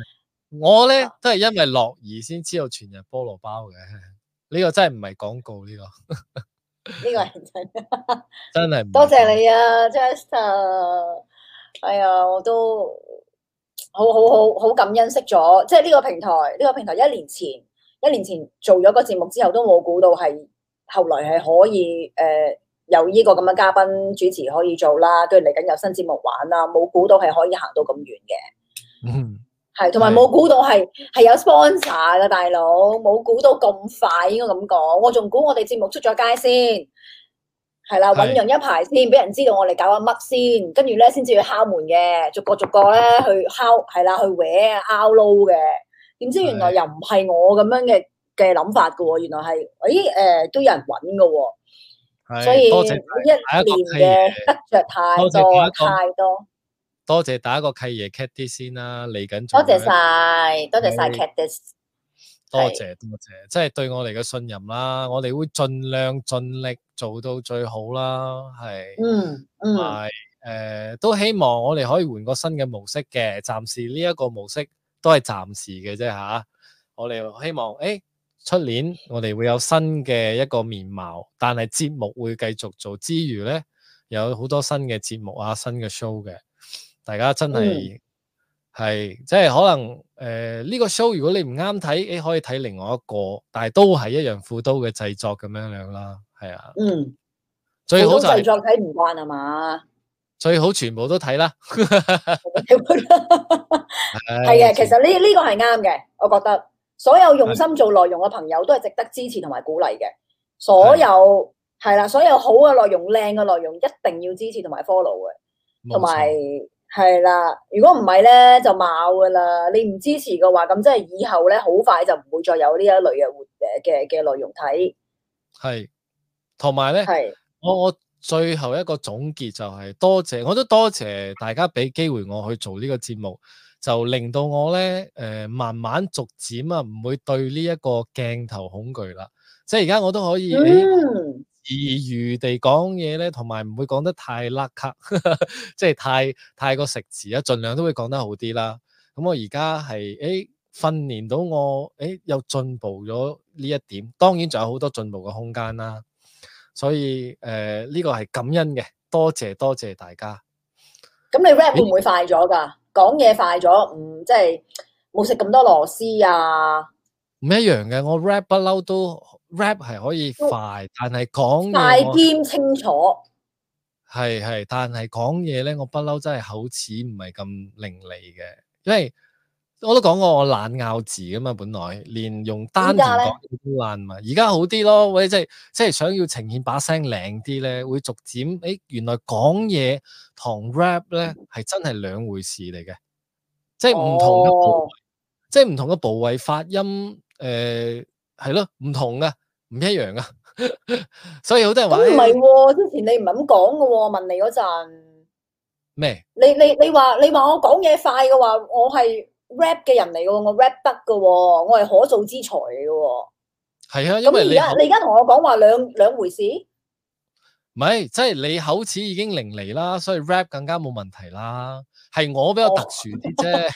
我咧都係因為樂兒先知道全日菠蘿包嘅，呢、個真係唔係廣告呢、個
呢個係真。
真係唔係
多
廣
謝
告
你啊，Jester。哎呀，我都好好好好感恩識咗，即係呢個平台，呢、個平台一年前一年前做咗個節目之後，都冇估到係後來係可以誒、呃有呢個咁嘅嘉賓主持可以做啦，跟住嚟緊有新節目玩啦，冇估到係可以行到咁遠嘅。
嗯
係，同埋
係
冇估到係係有 sponsor 嘅大佬，冇估到咁快應該咁講，我仲估我哋節目出咗街先，係啦，
係
醖釀一排先，俾人知道我哋搞緊乜先，跟住咧先至去敲門嘅，逐個逐個咧去敲，係啦，去搲啊拗撈嘅，點知原
係
來又唔係我咁樣嘅嘅諗法嘅喎，原來係，咦誒、都有人揾嘅喎，
係
所以
多謝大家講
一 年嘅
嘢
得着太
多謝
多
大家
啊
講
太多，
多謝打個契爺 cat 啲先啦，嚟緊
多
仲有
謝晒，多謝晒
係
c a t i s
多謝多謝，即係對我哋嘅信任啦，我哋會盡量盡力做到最好啦，係。
嗯嗯。
埋誒都希望我哋可以換個新嘅模式嘅，暫時呢一個模式都係暫時嘅啫吓，我哋希望誒出年我哋會有新嘅一個面貌，但係節目會繼續做之餘咧，有好多新嘅節目啊、新嘅 show 嘅，大家真
嗯
係係、即係可能誒呃呢、個 show 如果你唔啱睇，誒可以睇另外一個，但係都係一樣副刀嘅製作咁樣樣啦，係啊，
嗯
最好
普
就
通
係、
製作睇唔慣係啊 嘛？
最好全部都睇啦。
係
啊
嘅，其實呢呢個係啱嘅，我覺得所有用心做內容嘅朋友都係值得支持同埋鼓勵嘅。所有係啦，所有好嘅內容、靚嘅內容一定要支持同埋 follow 嘅，
冇錯
同埋係啦。如果唔係咧，就冇噶啦。你唔支持嘅話，咁即係以後咧，好快就唔會再有呢一類嘅活嘅嘅嘅內容睇。
係，同埋咧，
係
我我最後一個總結就係多謝，我都多謝大家俾機會我去做呢個節目，就令到我咧誒、呃慢慢逐漸啊，唔會對呢一個鏡頭恐懼啦。即係而家我都可以。誒
嗯，
自如地講嘢咧，同埋唔會講得太甩咳， 即係太太過食字啊，盡量都會講得好啲啦。咁我而家係誒訓練到我誒、欸又進步咗呢一點，當然仲有好多進步嘅空間啦。所以誒呢、個係感恩嘅，多謝多謝大家。
咁你 rap 會唔會快咗㗎？講嘢快咗，唔即係冇食咁多螺絲啊？
唔一樣嘅，我 rap 不嬲都 rap 係可以快，但係講
快
嘢我
兼清楚，
係係，但係講嘢咧，我不嬲真係口齒唔係咁伶俐嘅，因為我都講過我懶咬字噶嘛，本來連用單言
而家呢
講嘢都懶嘛，而家好啲咯，喂，即係即係想要呈現把聲靚啲咧，會逐漸誒、欸原來講嘢同 rap 咧係真係兩回事嚟嘅，即係唔同嘅部
哦
即係唔同嘅部位發音，誒係咯，唔同嘅，唔一樣啊， 所以好多人
咁
話
唔
欸
係喎，之前你唔係咁講嘅喎，問你嗰陣，
咩？
你你你話你話我講嘢快嘅話，我係 rap 嘅人嚟嘅喎，我 rap 得嘅喎，我係可造之才嚟嘅喎。
係啊，因為
咁而
你
家
口
你而家同我講話兩兩回事，
唔係，即係你口齒已經伶俐啦，所以 rap 更加冇問題啦。係我比較特殊啲啫，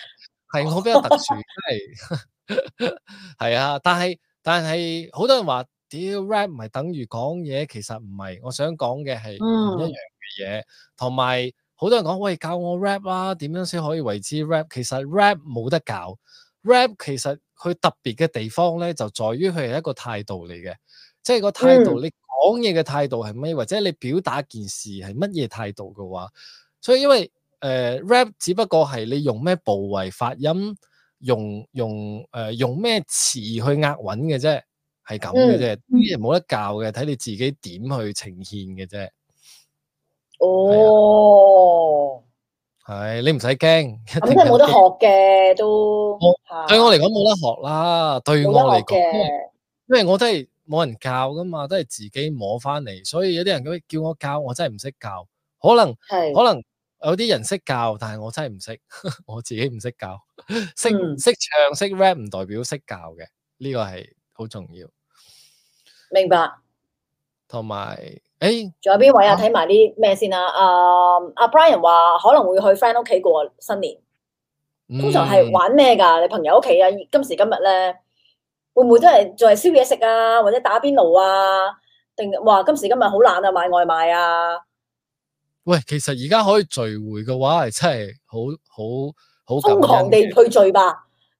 係、我比較特殊，真係 係啊。但係但係好多人話，屌 rap 唔係等於講嘢，其實唔係。我想講嘅係唔一樣
嗯
嘅嘢，同埋好多人講喂教我 rap 啦，點樣先可以為之 rap？其實 rap 冇得教，rap 其實佢特別嘅地方咧，就在於佢係一個態度嚟嘅。即係個態度，
嗯
你講嘢嘅態度係咩，或者你表達件事係乜嘢態度嘅話，所以因為誒、呃 rap 只不過係你用咩部位發音，用用誒、呃用咩詞去押韻嘅啫，係咁
嗯
嘅啫，啲嘢冇得教嘅，睇你自己點去呈現嘅啫。
哦，
係你唔使驚，
咁
一
即
定
係冇得學
有機。
嘅都
我，對我
嚟
嚟講冇得學啦，對我
冇
嚟
得學
講。
嘅，
因為我都係冇人教噶嘛，都係自己摸翻嚟，所以有啲人咁叫我教，我真係唔識教。可能
係
可能有啲人識教，但係我真係唔識， 我自己唔識教。識
嗯
識唱識 rap 唔代表識教嘅，呢、個係好重要。
明白。
同埋誒
仲有邊位啊？
啊
睇埋嗯啲咩先啊？啊阿 Brian 話可能會去 friend 屋企過新年，
嗯
通常係玩咩㗎？你朋友屋企啊，今時今日咧，會唔會都係仲係燒嘢食啊，或者打邊爐啊？定哇，今時今日好懶啊，買外賣啊，
喂，其實而家可以聚會嘅話，係真係好好好感
瘋狂
恩
地
嘅
去聚吧，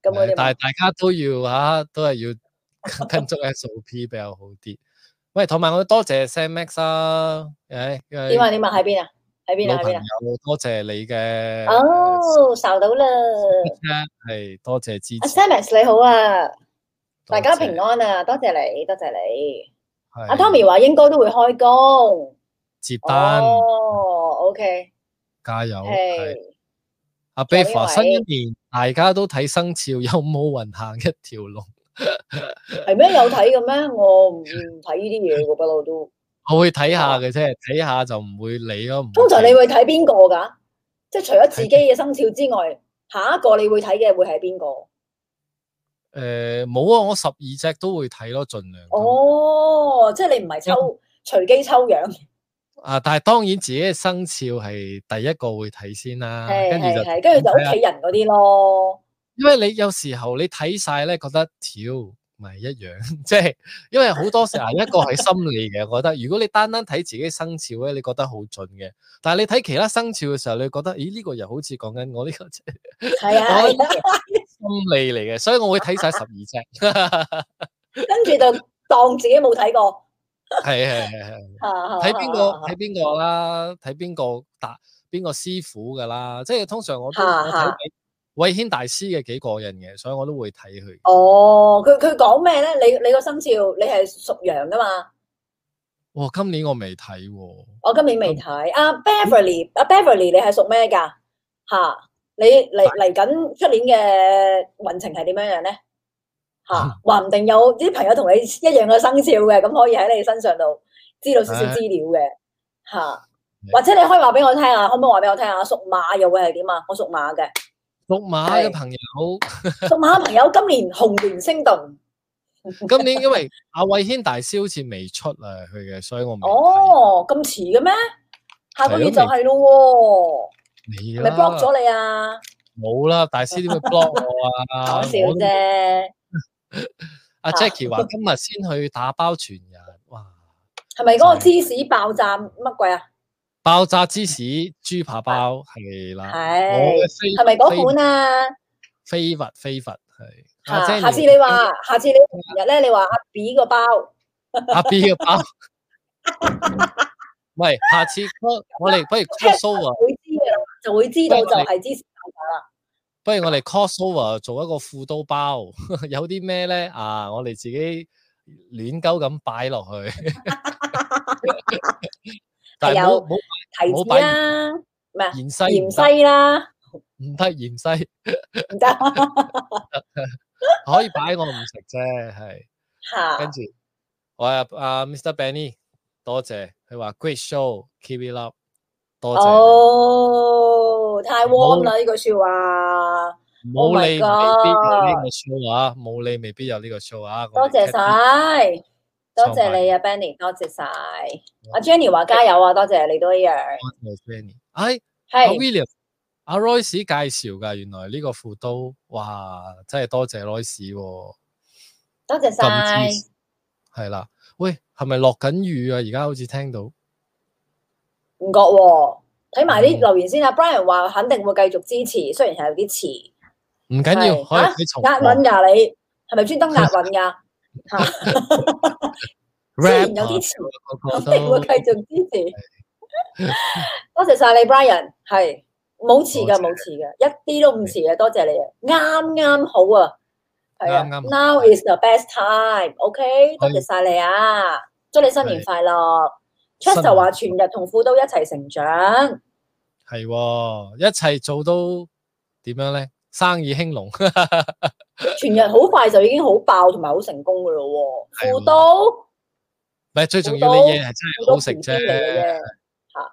咁嗰
係
啲
但係大
嘛。
家都要吓、都係要跟足 SOP 比較好啲。喂，同埋我多謝 Sam Max 啊，诶，因為
點啊點啊，喺邊啊？喺邊
老
啊？喺
朋
邊啊？
友，多謝你嘅
哦，受到啦！
系多謝支
阿
持，
Samus 你好啊，大家
多謝
平。安啊，多謝你，多謝你。
係
阿 Tommy 話應該都會開工。
接單
哦，OK，
加油，係
係
阿
仲有
Beva
呢
新
位
一年大家都睇生肖，有冇云行一條龍？
係咩有睇嘅咩？我唔唔睇呢啲嘢嘅，不 嬲都。
我會睇下嘅啫，睇下就唔會理咯。唔會
哦通常你
睇
會睇邊個㗎？即係除咗自己嘅生肖 之外，下一個你會睇嘅會係邊個？
诶冇啊，我十二隻都會睇咯，盡量都。
哦，即係你唔係
嗯
抽隨機抽樣，
啊，但係當然自己嘅生肖係第一個會睇先啦，
係
啊跟住
係
就
係，跟住就屋企人嗰啲咯。
因為你有時候你睇晒咧，覺得屌咪一樣， 即係因為好多時候一個係心理嘅，我覺得如果你單單睇自己生肖咧，你覺得好盡嘅，但係你睇其他生肖嘅時候，你覺得咦呢、個又好似講緊我呢、個 即係
係啊，
我呢
係
個
啊
心理嚟嘅，所以我會睇晒十二隻，
跟住就當自己冇睇過。
係係係係。睇
睇
邊個睇邊個啦，睇邊個打邊個師傅噶啦，即係通常我都
嚇
我
嚇
睇魏軒大師嘅幾個人嘅，所以我都會睇佢。
哦，佢佢講咩咧？你你個生肖你係屬羊噶嘛？
哇，今年我未睇喎，
我
哦
今年未睇。阿 Beverly，阿 Beverly，你係屬咩㗎？吓，你嚟嚟緊出年嘅運程係點樣樣咧？吓， 話唔定有啲朋友同你一樣嘅生肖嘅，咁可以喺你身上度知道少少資料嘅吓。或者你可以話俾我聽啊，可唔可以話俾我聽啊？屬馬又會係點啊？我屬 馬嘅，
屬馬嘅
係
朋友，
屬馬嘅朋友今年紅鸾星動。
嗯今年因為阿魏軒大師好似未出啊佢嘅，所以我未睇。
哦，咁遲嘅咩？下個月就係咯
你
喎，係咪
啦，
block 咗你啊？
冇啦，大師點會 block 我啊？
講笑
我都
啫，
阿 Jackie 話今日先去打包全日，哇！
係咪嗰個芝士爆炸乜鬼啊？
爆炸芝士豬扒包係啦，啊我
係
嘅 fav-
係咪嗰款啊？
非佛非佛系。阿
嚇
Jenny，
啊下次你話，下次你日咧，你話阿 B 個包，
阿 B 嘅 包，喂，下次 cro- 我哋不如 crossover，
會知嘅啦，就會知道就係芝士爆炸啦。
不如我哋 crossover 做一個副刀包， 有啲咩咧啊？我哋自己亂鳩咁擺落去， 但係冇冇
提子啦，唔係
芫
啊
茜唔
芫
得，
茜啦，
唔得芫茜，
唔得
可以擺我唔食啫，係。 跟
嚇。
住我阿阿 Mr. Benny，多謝佢話 great show，keep it up，多謝
哦，太 warm 啦呢句説話。
你，
Oh
冇
my
你未必有呢個 show 啊，冇你未必有呢個 show 啊，
多謝晒，多謝你啊，Benny，多謝晒。阿 Jenny 話加油啊，多謝你都一樣。
我哋 Benny，哎，阿
係
William，阿 Royce 介紹㗎，原來呢個副刀，哇，真係多謝 Royce 喎，
多謝晒
咁。支持係啦，喂，係咪落緊雨啊？而家好似聽到，
唔覺喎。睇埋啲
嗯
留言先啊！Brian 話肯定會繼續支持，雖然係有啲遲，
唔緊要，
係
可以
啊
睇重
押韻㗎你，係咪專登押韻 㗎？嚇，
rap
雖然有啲
啊，
遲，
個個
肯定會
都
繼續支持。 多謝晒你，Brian，係冇遲㗎，冇遲㗎，一啲都唔遲嘅，多謝你啊，啱啱好啊，係啊
啱啱好
，Now is the best time，OK，多謝晒你啊，祝你新年快樂。
新年
Chester 話全日同副都一齊成長，
系、喎，一齊做到點樣咧？生意興隆，
全日好快就已經好爆同埋好成功噶咯
係
喎，
喎
副都
唔係最重要嘅嘢係真係好食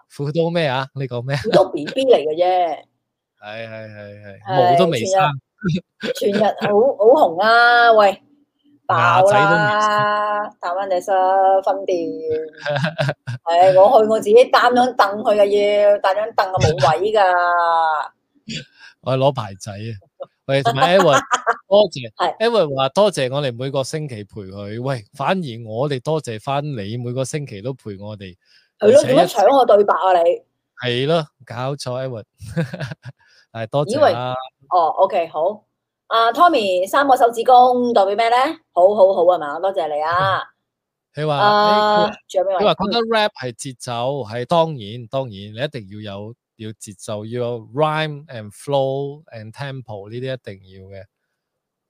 副都
啫。
BB 嚟嘅啫，
苦到咩啊？你講咩？
副都 B B 嚟嘅啫。
係係係係，
係
毛都未生，
全日好 好紅啦、喂，
牙
爆
仔都
啦，打翻你身分店，係我去我自己擔張凳去嘅要，擔張凳啊冇位㗎，
我係攞牌仔 啊！喂，同埋 Edward 多謝
係
Edward 話多謝我哋每個星期陪佢。喂，反而我哋多謝翻你每個星期都陪我哋。
係
而
咯，
且
點樣
一直
搶我對白啊你？
係咯，搞錯 Edward。但係多
以
謝
為
啦，
哦，OK，好。啊，Tommy 三個手指公代表咩咧？好好好係嘛，多謝 你啊！
佢話
啊
呢，
仲有咩
佢
位
話？覺得 rap 係節奏，係當然當然，你一定要有要節奏，要有 rhyme and flow and tempo 呢啲一定要嘅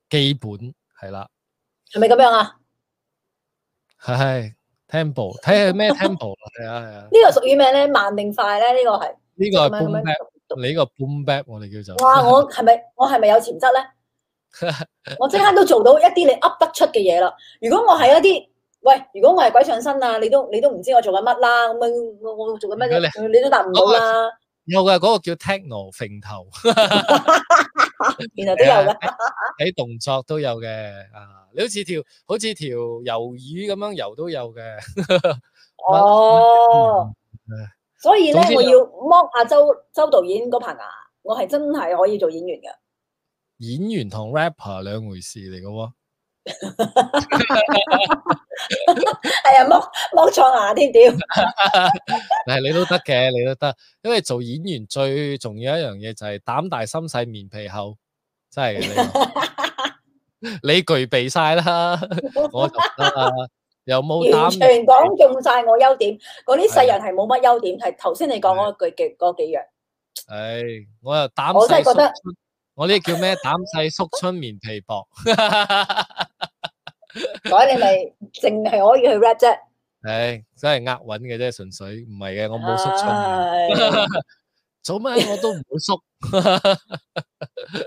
基本係啦。
係咪咁樣啊？
系 tempo，睇下咩 tempo 啦，系啊系啊，
呢個屬於咩咧？慢定快咧？呢個係
呢個係
咁樣
boom
咁
back，
樣。
你呢個 boom back 我哋叫做，
哇！我係咪我係咪有潛質咧？ 我即刻都做到一啲你噏得出嘅嘢啦。如果我係一啲喂，如果我係鬼上身啊，你都你都唔知我做緊乜啦，咁樣我我做緊乜
如
啫？你都答唔到
啊
啦。
有嘅嗰個叫 techno 揈頭，
原來都有
哎
嘅，
睇動作都有嘅啊，你好似條好似條魷魚咁樣游都有嘅，
哦。所以咧
嗯總之，就
我要剝下周周導演嗰棚牙，我係真係可以做演員嘅。
演員同 rapper 兩回事嚟嘅喎，
係啊，剝剝錯牙 添，屌！
但係你都得嘅，你都得，因為做演員最重要一樣嘢就係膽大心細面皮厚，真係嘅呢個你具備晒啦。我就得啦，又冇膽
完
力，
全講中晒我優點，嗰啲世人係冇乜優點，係頭先你講嗰句嘅嗰幾樣。
唉，我又膽
我真
細
係覺得
縮春，我呢叫咩？膽細縮春面皮 薄，
所以你咪淨係可以去 rap 啫。
唉，真係呃揾嘅啫，純粹唔係嘅，我冇縮春嘅，
唉
做咩我都唔會縮，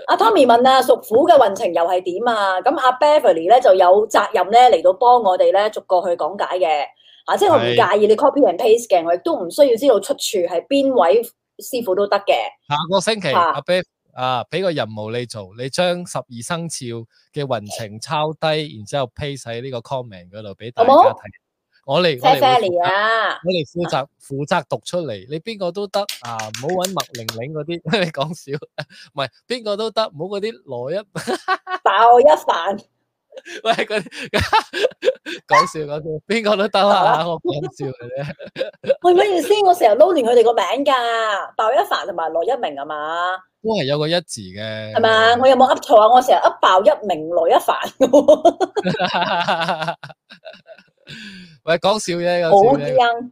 阿 Tommy 問啊，屬虎嘅運程又係點啊？咁阿 Beverly 咧就有責任咧嚟到幫我哋咧逐個去講解嘅。啊，即係我唔
係
介意你 copy and paste 嘅，我亦都唔需要知道出處係邊位師傅都得嘅。
下個星期
啊
阿 b 啊，俾個任務你做，你將十二生肖嘅運程抄低，然之後 paste 喺呢個 comment 嗰度俾大家
好冇
睇。我嚟我
Fair
嚟會
Fairly 啊！
我哋負責 負責讀出嚟，你邊個都得啊！唔好揾麥玲玲嗰啲， 你講笑，唔係邊個都得，唔好嗰啲羅一，
爆一飯，
喂嗰啲 講笑講笑，邊個都得啦，啊我講笑 嘅啫。
喂咪住先，我成日撈亂佢哋個名㗎，爆一飯同埋羅一鳴啊嘛，
都係有個一字嘅，
係嘛？我有冇噏錯啊？我成日噏爆一鳴羅一凡㗎 喎，
喂，講笑啫，講
好
笑啫。
驚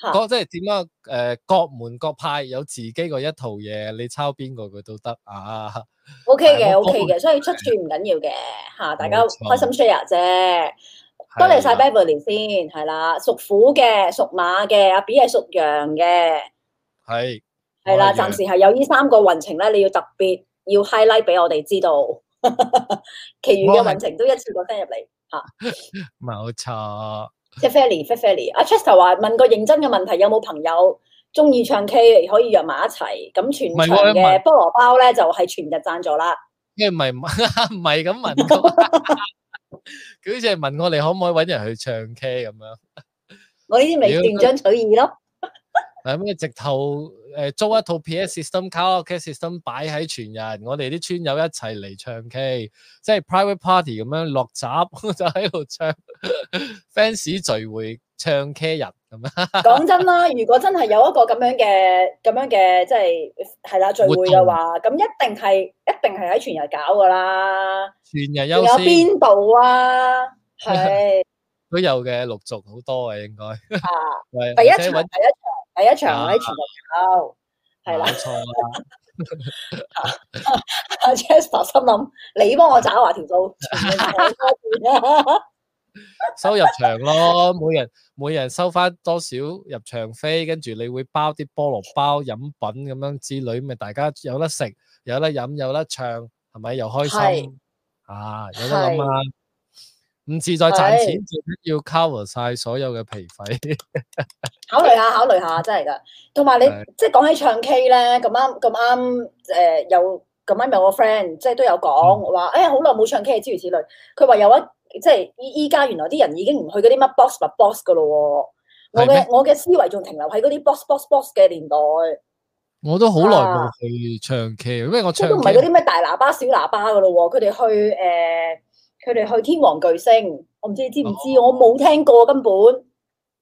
嚇！
講即係點啊？誒、各門各派有自己個一套嘢，你抄邊個佢都得啊！
O K
係
嘅
我
，O K
我
嘅，所以出處唔緊要嘅吓，大家
冇錯啊
開心 share 啫。多謝晒
係啦
Beverly 先，係啦，屬虎嘅，屬馬嘅，阿 B 係屬羊嘅，
係
係啦，
我係哦羊
暫時係有呢三個運程咧，你要特別要 highlight 俾我哋知道， 其餘嘅
我係
運程都一次過 send 入嚟。
冇錯。
即係 Fairly f a i r l y 阿 Chester 話問個認真嘅問題，有冇朋友中意唱 K 可以約埋一齊？咁全
唔係
場
喎你
嘅
問
菠蘿包咧就係全日贊助啦。
因為唔係 唔係咁問 我，佢好似係問我哋可唔可以揾人去唱 K 咁樣，
我呢啲咪
妖
斷章取 義咯。
咁嘅直頭誒租一套 PS system、卡拉 OK system 擺喺全人，我哋啲村友一齊嚟唱 K，即係 private party 咁樣落 閘就喺度唱 fans 聚會唱 K 人咁樣，
講真啦，如果真係有一個咁樣嘅咁樣嘅即係係啦聚會嘅話，咁一定係一定係喺全日搞噶啦。
全日
仲
優
有
先
邊度啊？ 係
都有嘅，陸續好多嘅應該。
啊，
喂
第一
而
場第
且啊
一
揾
場第一場我喺全日搞，係啦
冇。錯啦，
阿 Chester 心諗你幫我找下條數，全日搞
收入場咯， 每人每人收翻多少入場飛，跟住你會包啲菠蘿包、飲品咁樣之類，咪大家有得食、有得飲、有得唱，係咪又開心啊？有得諗啊！唔自在賺
係
錢，最緊要 cover 晒所有嘅皮費。
考慮下，考慮下，真係噶。同埋你
係
即係講起唱 K 咧，咁啱咁啱誒，有咁啱有個 friend 即係都有
嗯
講話，誒好耐冇唱 K 諸如此類。佢話有一即係依依家原來啲人已經唔去嗰啲乜 box 物 box 噶咯喎。我
係咩
嘅我嘅思維仲停留喺嗰啲 box box box 嘅年代，
我都好耐冇去唱 K，因為我
即
唱
係都唔係
K
嗰啲咩大喇叭、小喇叭噶咯喎，佢哋去诶，佢、哋去天王巨星，我唔知你知唔知，
哦
我冇聽過根本。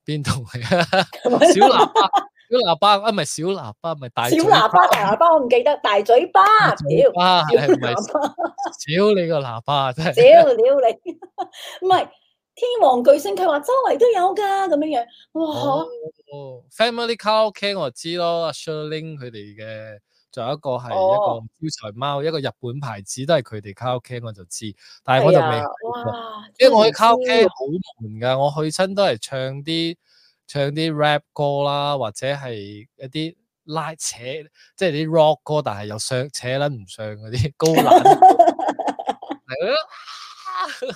邊度嚟啊？ 小喇 叭，小喇叭啊，唔係小喇叭，咪大
小喇叭、大喇叭，我唔記得，大嘴巴，屌，
啊，
小
係 咪
喇叭，
屌你個喇叭真係？
屌屌你， 唔係天王巨星，佢話周圍都有㗎咁樣樣，哇！
哦，Family 卡拉 OK 我就知咯 s h i r l i n g 佢哋嘅，仲有一個係
哦
一個招財貓，一個日本牌子都係佢哋卡拉 OK 我就知，但係我就
係
未
啊
去，過。
哇！
因為我去卡拉
真
OK
係唔知
好悶㗎，我去親都係唱啲唱啲 rap 歌啦，或者係一啲拉扯，即係啲 rock 歌，但係又上扯撚唔上嗰啲高冷，係咯，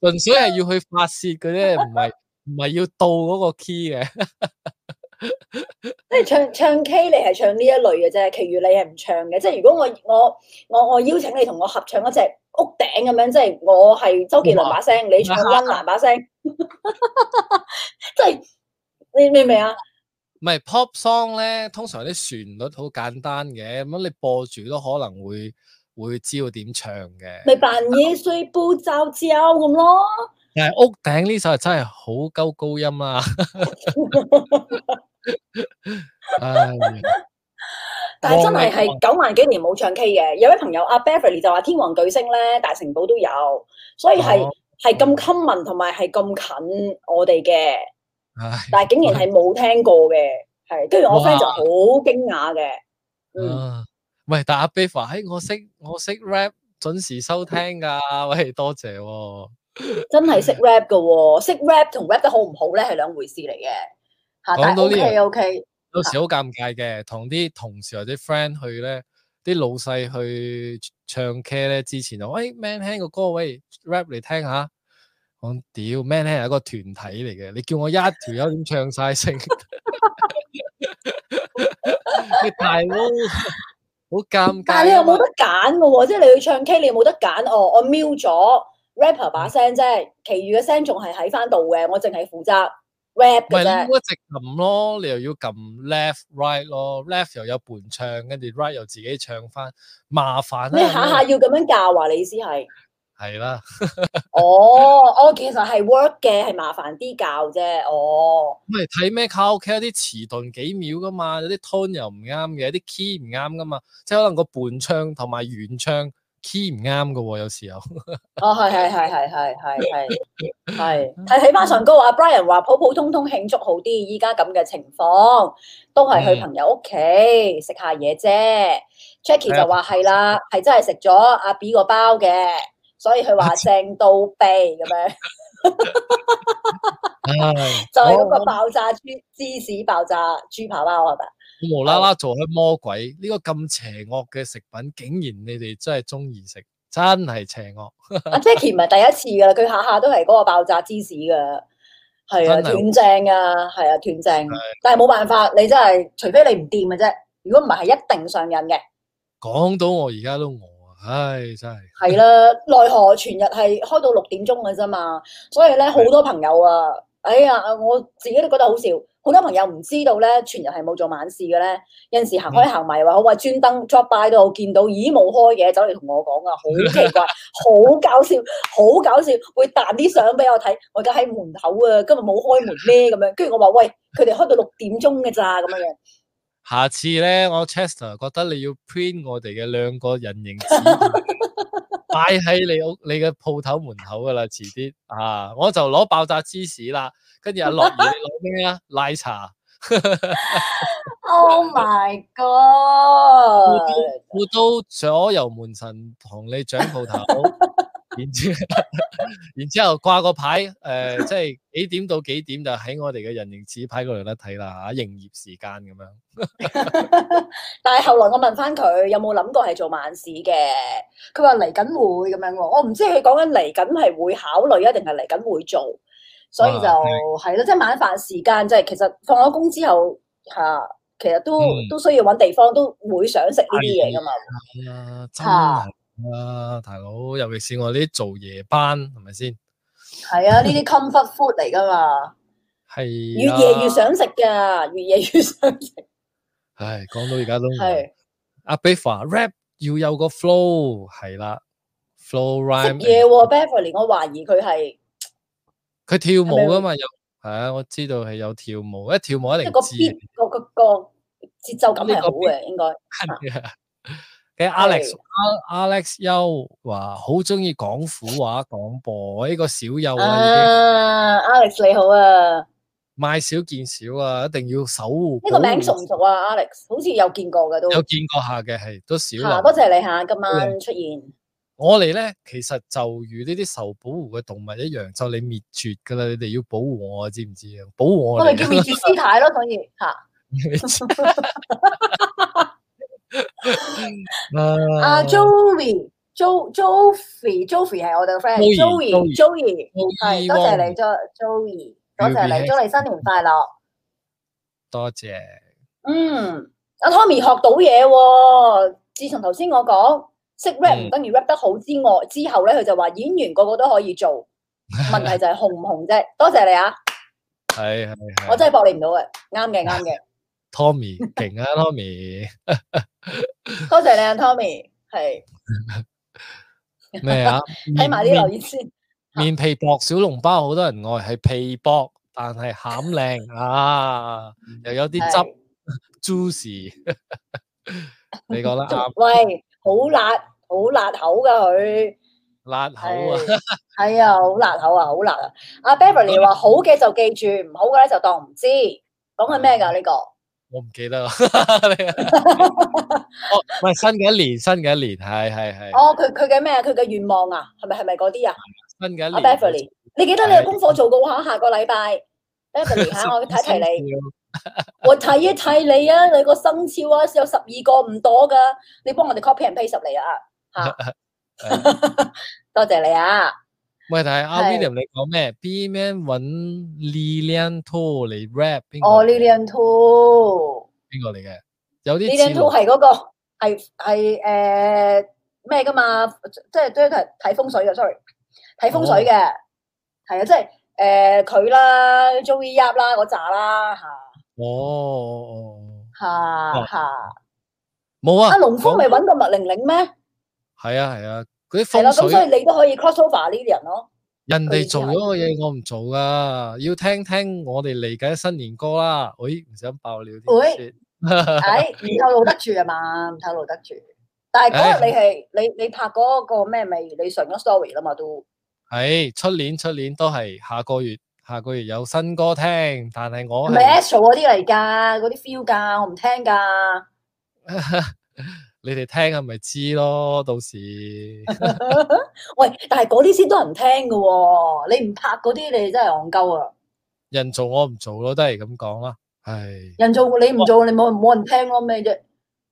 純粹係要去發泄嘅啫，唔係唔係要到嗰個 key 嘅。
即係唱唱 K，你係唱呢一類嘅啫，其餘你係唔唱嘅。即係如果我我我我邀請你同我合唱嗰隻屋頂咁樣，即係我係周杰倫把聲，你唱温拿把聲， 即係你明唔明啊？
唔係 pop song 咧，通常啲旋律好簡單嘅，咁你播住都可能會會知道點唱嘅。
咪扮 嘢衰煲罩焦咁咯，
但係屋頂呢首真係好鳩高音啊 啦、唉
但係真
望
係
你
係九萬幾年冇唱 K 嘅。有位朋友阿 Beverly 就話天王巨星咧，大城堡都有，所以係
哦
係咁 common 同埋係咁近我哋嘅。
唉
但係竟然係冇聽過嘅，係跟住我 friend 就好驚訝嘅，嗯，
啊喂，但阿 Biff 話：，嘿，我識我識 rap，準時收聽㗎。喂，多謝喎、
真係識 rap 嘅喎，識 rap 同 rap 得好唔好咧係兩回事嚟嘅嚇，但
講
係
到呢樣
OK OK，
有時好尷尬嘅，同啲同事或者 friend 去咧，啲老細去唱 K 咧，之前就喂 Man Hand 個歌，喂 rap 嚟聽下。我屌 Man Hand 係一個團體嚟嘅，你叫我一條友點唱晒聲？你大佬好尷尬啊嘛。
但係你又冇得揀嘅喎，即係你去唱 K 你冇得揀哦，我 mute 咗 rapper 把聲啫，其餘嘅聲仲係喺翻度嘅，我淨係負責 rap
唔係
嘅
你
啫，
一直撳咯，你又要撳 left right 咯，left 又有伴唱，跟住 right 又自己唱翻，麻 煩
你下下
啦，
要咁樣教話你意思係，
係啦，
哦，哦，其實係 work 嘅，係麻煩啲教啫，哦，
咁你睇咩卡拉 OK 有啲遲鈍幾秒噶嘛，有啲 tone 又唔啱嘅，有啲 key 唔啱噶嘛，即係可能個伴唱同埋原唱 key 唔啱噶喎，有時候
哦，係係係係係係係係，睇睇翻上高啊！Brian 話普普通通慶祝好啲，依家咁嘅情況都係去朋友屋企食下嘢啫。Jackie 就話係啦，係真係食咗阿 B 個包嘅，所以佢話正到痹咁樣，
唉
就係嗰
我
個爆炸豬芝士爆炸豬扒包啊係咪？
我無啦啦做開魔鬼，呢、個咁邪惡嘅食品，竟然你哋真係中意食，真係邪惡。
阿 Jackie 唔啊係第一次噶啦，佢下下都係嗰個爆炸芝士噶，係啊，
真係
斷正噶，係啊，斷正。但係冇辦法，你真係除非你唔掂嘅啫。如果唔係，係一定上癮嘅。
講到我而家都餓啊，唉，真係。
係 啦，奈何全日係開到六點鐘嘅啫嘛，所以咧好多朋友啊，哎呀，我自己都覺得好笑。好多朋友唔知道咧，全日係冇做晚市嘅咧，有陣時行開行埋話好話專登 drop by 都好，見到咦冇開嘅，走嚟同我講啊，好奇怪，好搞笑，好搞笑，會彈啲相俾我睇。我而家喺門口啊，今日冇開門咩咁樣，跟住我話喂，佢哋開到六點鐘嘅咋咁樣樣。
下次咧，我 Chester 覺得你要 print 我哋嘅兩個人形紙條擺喺你屋你嘅鋪頭門口噶啦，遲啲啊，我就攞爆炸芝士啦，跟住阿樂兒你攞咩啊？奶茶，
Oh my god！
我都左右門神同你掌鋪頭，然之 然之後掛個牌，誒、即係幾點到幾點就喺我哋嘅人形紙牌嗰度得睇啦嚇，營業時間咁樣。
但係後來我問翻佢有冇諗過係做晚市嘅，佢話嚟緊會咁樣喎。我唔知佢講緊嚟緊係會考慮啊，定係嚟緊會做，所以就
哇
啊係咯，即係晚飯時間，即係其實放咗工之後嚇、其實都、
嗯
都需要揾地方，都會想食呢啲嘢噶嘛。
啊，真
嚇
係啊，大佬，尤其是我呢啲做夜班，係咪先？
係啊，呢啲 comfort food 嚟噶嘛，
係
越夜越
啊
想食㗎，越夜越想食。
唉，講到而家都
係
阿 b e f a rap 要有個 flow 係啦，flow
識
rhyme，
嘢喎，Beverly，我懷疑佢係
佢跳舞噶嘛，有係啊，我知道係有跳舞，一跳舞一
即係
定
個
知
beat 個個個節奏感係好嘅，應該
嘅 Alex 啊 Alex
係
優話好中意講苦話廣播，呢個小友啊已經
啊，Alex 你好啊，呢
買少見少啊，一定要守護。
個
保
名
護
熟唔熟啊？Alex 好似有見過嘅都，
有
嚇
見過下嘅係都啊少留
多謝你嚇，今晚出現。
我哋咧其實就與呢啲受保護嘅動物一樣，就你滅絕㗎啦，你哋要保護我，知唔知啊？保護我
我哋
哋
叫
啊，
滅絕師太咯，所以嚇。
啊
阿啊 Joey。Jo Joey Joey 係我哋嘅
Joey，
friend，Joey
Joey
Joey 係多謝你
Joey
Jo Joey，多謝
Joey
你，祝你新年快樂。
多謝。
嗯，阿 Tommy 學到嘢喎、自從頭先我講識 rap
嗯
唔等於 rap 得好之外，之後咧佢就話演員個個都可以 做，問題就係紅唔紅啫。多謝你啊，
係係係。
我真係駁你唔到嘅，啱 嘅啱嘅，
Tommy 勁啊，Tommy
多謝你啊 Tommy，係
咩啊？
睇埋啲留言先。
面皮薄小籠包，好多人愛係皮薄，但係餡靚啊，又有啲
嗯係
汁 juicy。你講得啱，
喂，好辣好辣口噶佢。
辣口啊！
係，系啊，好辣口啊，好辣啊！阿 Beverly 話好嘅就記住，唔好嘅咧就當唔知。講緊咩㗎呢個？
我唔記得 啦。哦，唔係新嘅一年，新嘅一年，係係係，
哦，佢佢嘅咩？佢嘅願望啊，係咪係咪嗰啲啊？
新嘅一
阿
年。
Beverly，你記得你嘅
係啊
功課做過下下個禮拜，Beverly 嚇，我睇一睇你，
你。
我睇一睇你啊！你個生肖啊，有十二個唔多噶，你幫我哋 copy and paste 入嚟啊！多謝你啊！
喂，但係阿
係
William 你講咩？B man 揾 Lilian To 嚟 rap 邊個？
哦，Lilian Two，Lilian
邊個嚟嘅？有啲似
Two 係嗰個係係誒咩噶嘛？即係都係睇風水嘅，sorry，睇風
哦
水嘅，係啊，即係誒佢啦，Joey Yap 啦，嗰扎啦嚇
哦哦，哦
嚇嚇，
冇啊！
啊農夫
講
咪揾個麥玲玲咩？
係啊係啊，嗰啲
係啦，
風
咁
水
所以你都可以 cross over 呢啲人咯。
人哋
佢
做
係
咗嘅嘢，我唔做噶，要聽聽我哋嚟緊新年歌啦。喂，唔想爆料
喂
啲。
唉，唔透露得住啊嘛，唔透露得住。但係嗰日你係你你拍嗰個咩咪你上咗 story 啦嘛都。
係出年出年都係下個月，下個月有新歌聽，但係我
唔係
係
Astro 嗰啲嚟㗎，嗰啲 feel 㗎，我唔聽㗎。
你哋聽下咪知咯，到時
喂，但係嗰啲先多人聽㗎喎，你唔拍嗰啲你真係戇鳩啊！
人做我唔做咯，都係咁講啦。係
人做你唔做你冇冇人聽咯咩啫？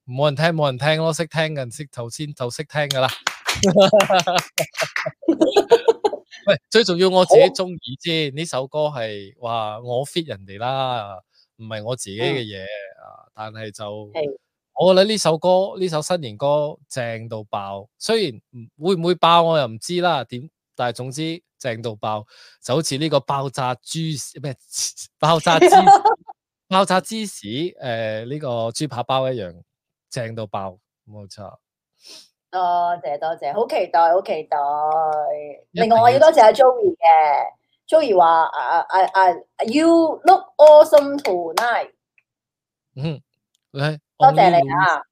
冇人聽冇人聽咯，識聽嘅人識頭先就識聽噶啦。喂，最重要我自己中意先，呢首歌係話我 fit 人哋啦，唔係我自己嘅嘢啊。但係就
係
我覺得呢首歌呢首新年歌正到爆，雖然唔會唔會爆我又唔知啦，點但係總之正到爆，就好似呢個爆炸豬屎咩爆炸芝爆炸芝士呃誒呢、個豬扒包一樣正到爆，冇錯。
多謝多謝，好期待，好期待。
一定
另外，我
要
要多謝阿 Joey 嘅，Joey 話啊啊啊啊，You look awesome tonight，
嗯，嚟
多謝你啊，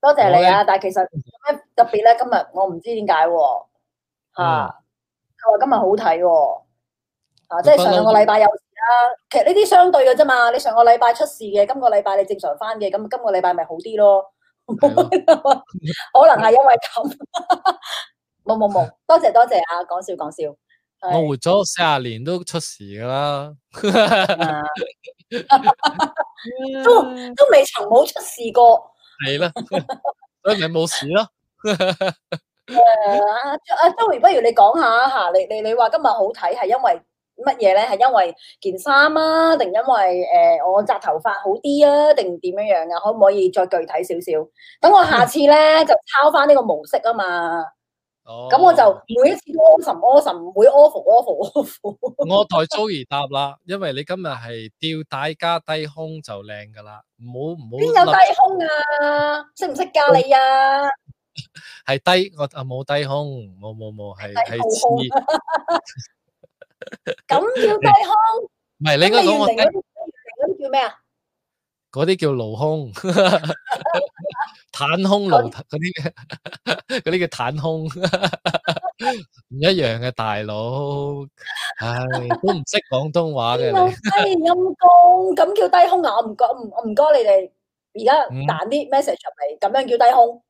多謝你啊。但係其實有咩特別咧？今日我唔知點解喎，嚇
嗯
佢話今日好睇喎，啊，即係上兩個禮拜有事啦。其實呢啲相對嘅啫嘛，你上個禮拜出事嘅，今個禮拜你正常翻嘅，咁今個禮拜咪好啲咯。
係咯
可能係因為咁， 冇冇冇，多謝多謝啊，講笑講 笑，
我
係
活咗四十年都出事噶啦，
啊都都未曾冇出事過。
係啦， 所以咪冇事咯。
誒阿阿 Joey，不如你講下嚇，你你你話今日好睇係因為乜嘢咧？係因為件衫啊，定因為誒、我紮頭髮好啲啊，定點樣樣啊？可唔可以再具體少少？等我下次咧就抄翻呢個模式啊嘛。咁我
哦
就每一次都 awesome awesome，每 awful awful awful。
我代 Joey 答啦，因為你今日係吊帶加低胸就靚噶啦，唔好唔好
邊有
立
低胸啊？識唔識教你啊？
係低我啊冇低胸，冇冇冇係係
低胸啊
似，唔
咁叫低胸，
係你
咁
應該
你
講
要
我
零
低
嗰啲嗰啲叫咩啊？
嗰啲叫露 胸，袒胸露嗰啲 嗰啲叫袒胸，唔一樣嘅大佬，唉都唔識廣東話嘅
邊有
你。
低陰公？咁叫低胸啊？我唔該唔唔該你哋。而家
嗯
彈啲 message 入嚟，咁樣叫低胸，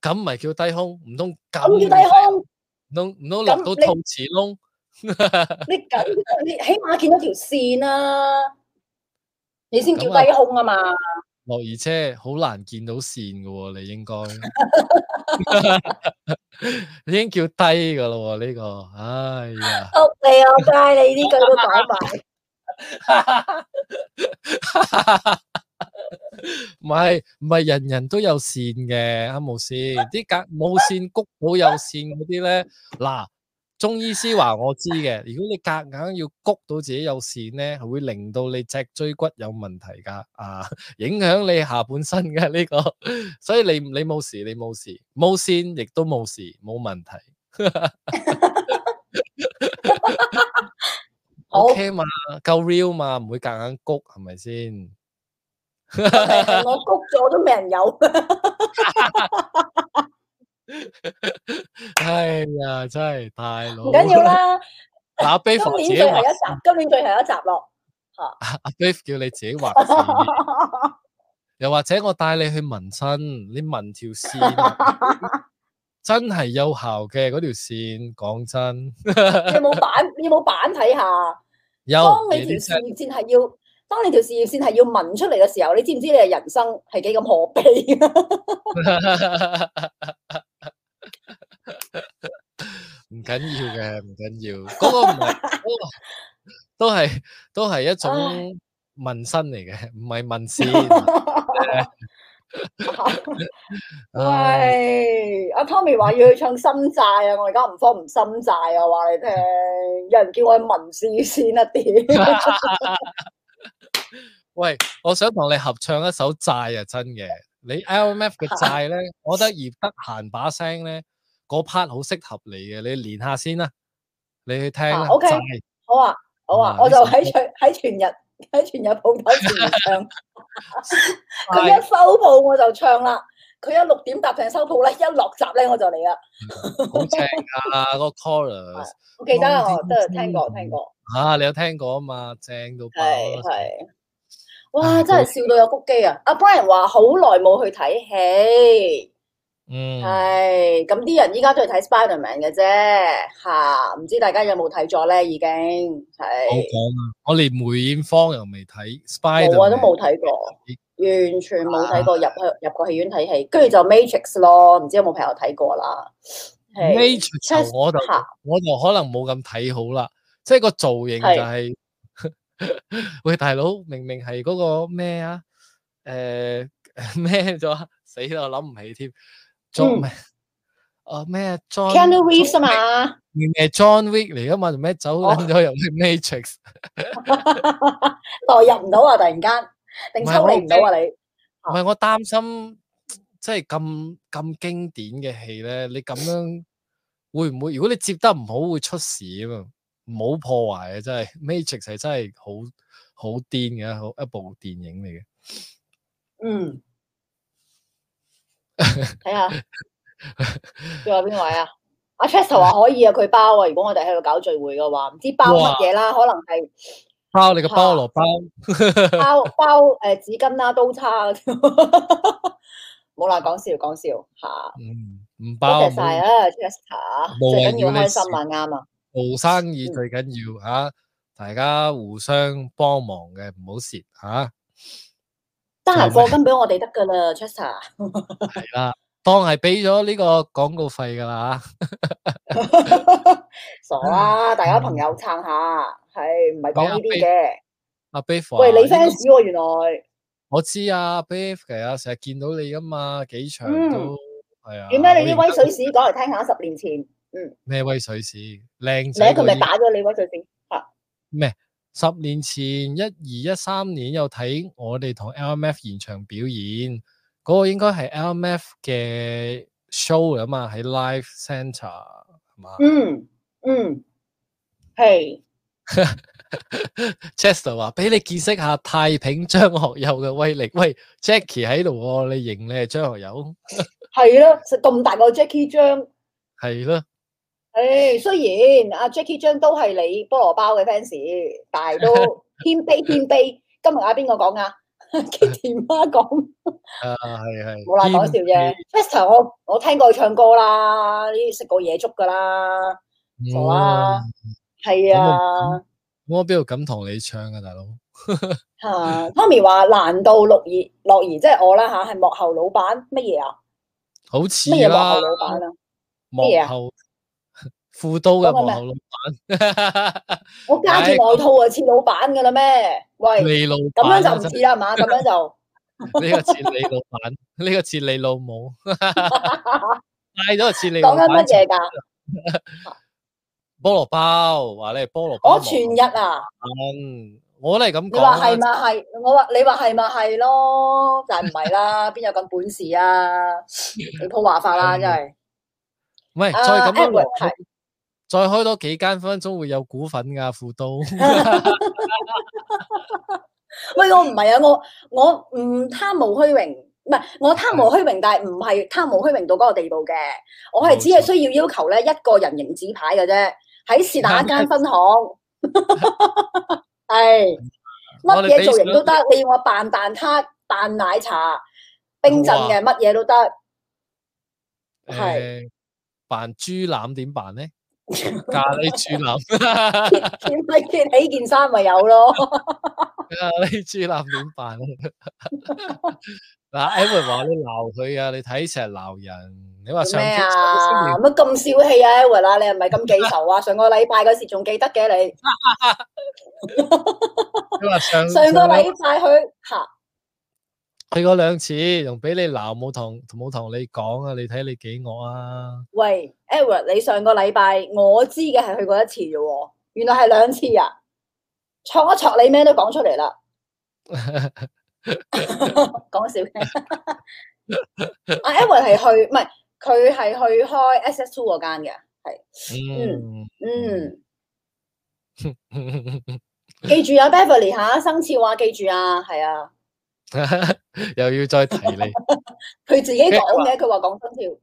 咁咪叫低胸，唔通
咁
咁
叫低胸，
唔通唔通落
咁
到
你
肚臍窿？
你咁你起碼見到條線啦、你先叫
咁啊
低胸啊嘛。
落而且好難見到線嘅喎，你 應該 已經叫低嘅咯喎呢個，哎呀，
督你我街，你呢句都講埋。
唔係唔係人人都有線嘅，啱冇線啲隔冇線谷到有線嗰啲咧，嗱中醫師話我知嘅，如果你夾硬要谷到自己有線咧，係會令到你脊椎骨有問題㗎，啊 影響你下半身嘅呢、個， 所以你你冇事，你冇事，冇線亦都冇事，冇問題。
好
O K 嘛，夠 real 嘛，唔會夾硬谷係咪先？
係我谷咗都未人有，
哎呀，真係大佬，
唔緊要， 啦。
阿 b
今
a 自
年
己
最
畫
後一集，今年最後一集咯。
阿 b a 叫你自己畫線， 又或者我帶你去紋身，你紋條線啊 真係有效嘅嗰條線，講真
你有冇版？你有冇版睇下？
有
當你
你
條
啲
事
真
業線係要，當你條事業線係要紋出嚟嘅時候，你知唔知你嘅人生係幾咁可悲？ 啊
唔緊要嘅，唔緊要，嗰個唔係，嗰個都係都係一種紋身嚟嘅，唔係紋線。 唉
喂，阿 Tommy 話要去唱心債啊！我而家唔慌唔心債啊！話你聽，有人叫我去文字先啊！ 屌，
喂，我想同你合唱一首《債》啊，真嘅。你 LMF 嘅《債》咧，我覺得葉德嫻把聲咧嗰 part 好適合你嘅，你練下先啦，你去聽啦。
啊，OK
債
好啊，好啊
哇，
我就
呢首
喺全喺全日喺全日鋪頭前 唱，佢
債
一收鋪我就唱啦，佢一六點搭正收鋪咧，一落閘咧我就嚟啦。
好正 啊，個 chorus
我記得啊
哇
我都有聽過
呢啲
聽過，
啊，你有聽過啊嘛，正到爆啊。
係係。
唉
哇！真係笑到有腹肌啊！阿 Brian 話好耐冇去睇戲。
嗯，
系，咁啲人依家都係睇 Spiderman 嘅啫，吓、唔知大家有冇睇咗咧？已經
好
係
講啊，我連梅艷芳又未睇，Spider
冇啊，都冇睇過，完全冇睇
啊
過入去入個戲院睇戲，跟住就 Matrix 咯，唔知有冇朋友睇過啦？係
Matrix 就我就
嚇
我就可能冇咁睇好啦，即係個造型就係、 喂大佬，明明係嗰個咩啊？誒、 咩咗啊？死啦，我諗唔起添。做
嗯
咩？啊咩啊？John
c a n d l e Reeves 啊嘛，
明明係 John Wick 嚟噶嘛？做咩走
哦
撚咗入去 Matrix？
代入唔到啊！突然間，定抽離唔到啊！你
唔係我擔心，即係咁咁經典嘅戲咧，你咁樣會唔會？如果你接得唔好，會出事啊嘛！唔好破壞啊！真係 Matrix 係真係好好癲嘅，好一部電影嚟嘅。
嗯，睇下仲有邊位啊？阿 Chester 話可以啊，佢包啊！如果我哋喺度搞聚會嘅話，唔知包乜嘢啦，可能係。
包你個包蘿蔔，
包包誒紙巾啦、刀叉嗰啲， 冇啦，講笑講笑嚇，
嗯，唔
多
包
謝晒
冇
啊，Chester，
冇
最
啊
緊要
如果你
開心啊，啱啊，
做生意
嗯
最緊要吓、啊大家互相幫忙嘅，唔好蝕吓，
得閒
做咩
課金俾我哋得噶啦，Chester，
係啦，當係俾咗呢個廣告費㗎啦吓，
傻啦，大家朋友撐下，係唔係講呢
啊
啲嘅？
阿 Biff
喂，你
話
fans 喎，原來
我知啊，Biff 其實成日見到你噶嘛，幾場
嗯
都係啊。
點解你
我
啲威水史講嚟聽下？十年前嗯，
咩威水史靚
你
仔
一個
過
咪
依
打咗你位最先，
十年前一二一三年有睇我哋同 LMF 現場表演，嗰、個應該係 LMF 嘅 show 啊嘛，喺 Live Centre 係嘛
嗯嗯，係
？Chester 話俾你見識下太平張學友嘅威力。喂，Jackie 喺度喎，你認你係張學友，
係咯，咁大個 Jackie 張。
係咯，
诶，雖然阿 Jackie 張都係你菠蘿包嘅 fans，但係都 謙卑謙卑。今日阿邊個講啊 ？Kitty 媽講，
啊係係。
冇啦，講笑啫。Festa 我我聽過佢唱歌啦，呢啲食過野粥噶啦，
嗯
傻啦。係啊。
我邊度敢同你唱啊，大佬？
啊，Tommy 話難道樂兒樂兒即係我啦吓，係幕後老闆乜嘢啊？
好似
乜嘢幕
啦
後，老闆啊？
幕
咩啊
後副刀嘅
講緊
幕
咩
後老
我加件外套啊，似老闆噶啦咩？
闆，
喂，
你老闆
咁樣
啊
就唔似啦係 嘛，咁樣就。
呢個似你老 闆，呢個似你老母，嗌咗似你啊老
講緊
闆。
乜嘢㗎？
菠蘿包，話你係菠蘿包。
我全日啊，
嗯，我都係咁
你話係
講啦。
咪係？我話你話係咪係咯？但係唔係啦，邊有咁本事 啊？你鋪話法啦，真係。
唔係再
啊
咁樣落
，Edward 係
去，再開多幾間分分鐘會有股份㗎，副刀。
喂，我唔係啊，我我唔貪慕虛榮，唔係我貪
嗯
慕虛榮，但係唔係貪慕虛榮到嗰個地步嘅。我係只係需要要求咧一個人形紙牌嘅啫，喺是但一間 分行，係
我
乜
哋
嘢
俾
造型都
相
得。你要我扮蛋撻、扮奶茶、冰鎮嘅乜嘢都得。係
誒，扮豬腩點辦咧？咖喱豬腩。
揭咪揭起件衫咪有咯，
啊！ 你豬腩點辦咧？ 嗱，Evan 話你鬧佢啊，你睇成日鬧人。你話
做
上
咩
天
啊？乜咁小氣啊，Edward 啊，你係咪咁記仇 啊？上個禮拜嗰時仲記得嘅你，
你話上
上個禮拜佢嚇
去嗰兩次，仲俾你鬧冇同冇同你講啊！你睇你幾惡啊！
喂 Edward，你上個禮拜我知嘅係去過一次啫喎，原來係兩次啊！戳一戳你咩都講出嚟啦， 講笑嘅。阿 Edward 係去唔係佢係去開 SS Two 嗰間嘅，係
嗯，
嗯。記住啊，Beverly 吓，生肖話記住啊，係啊，
又要再提你。
佢自己講嘅，佢話講生肖，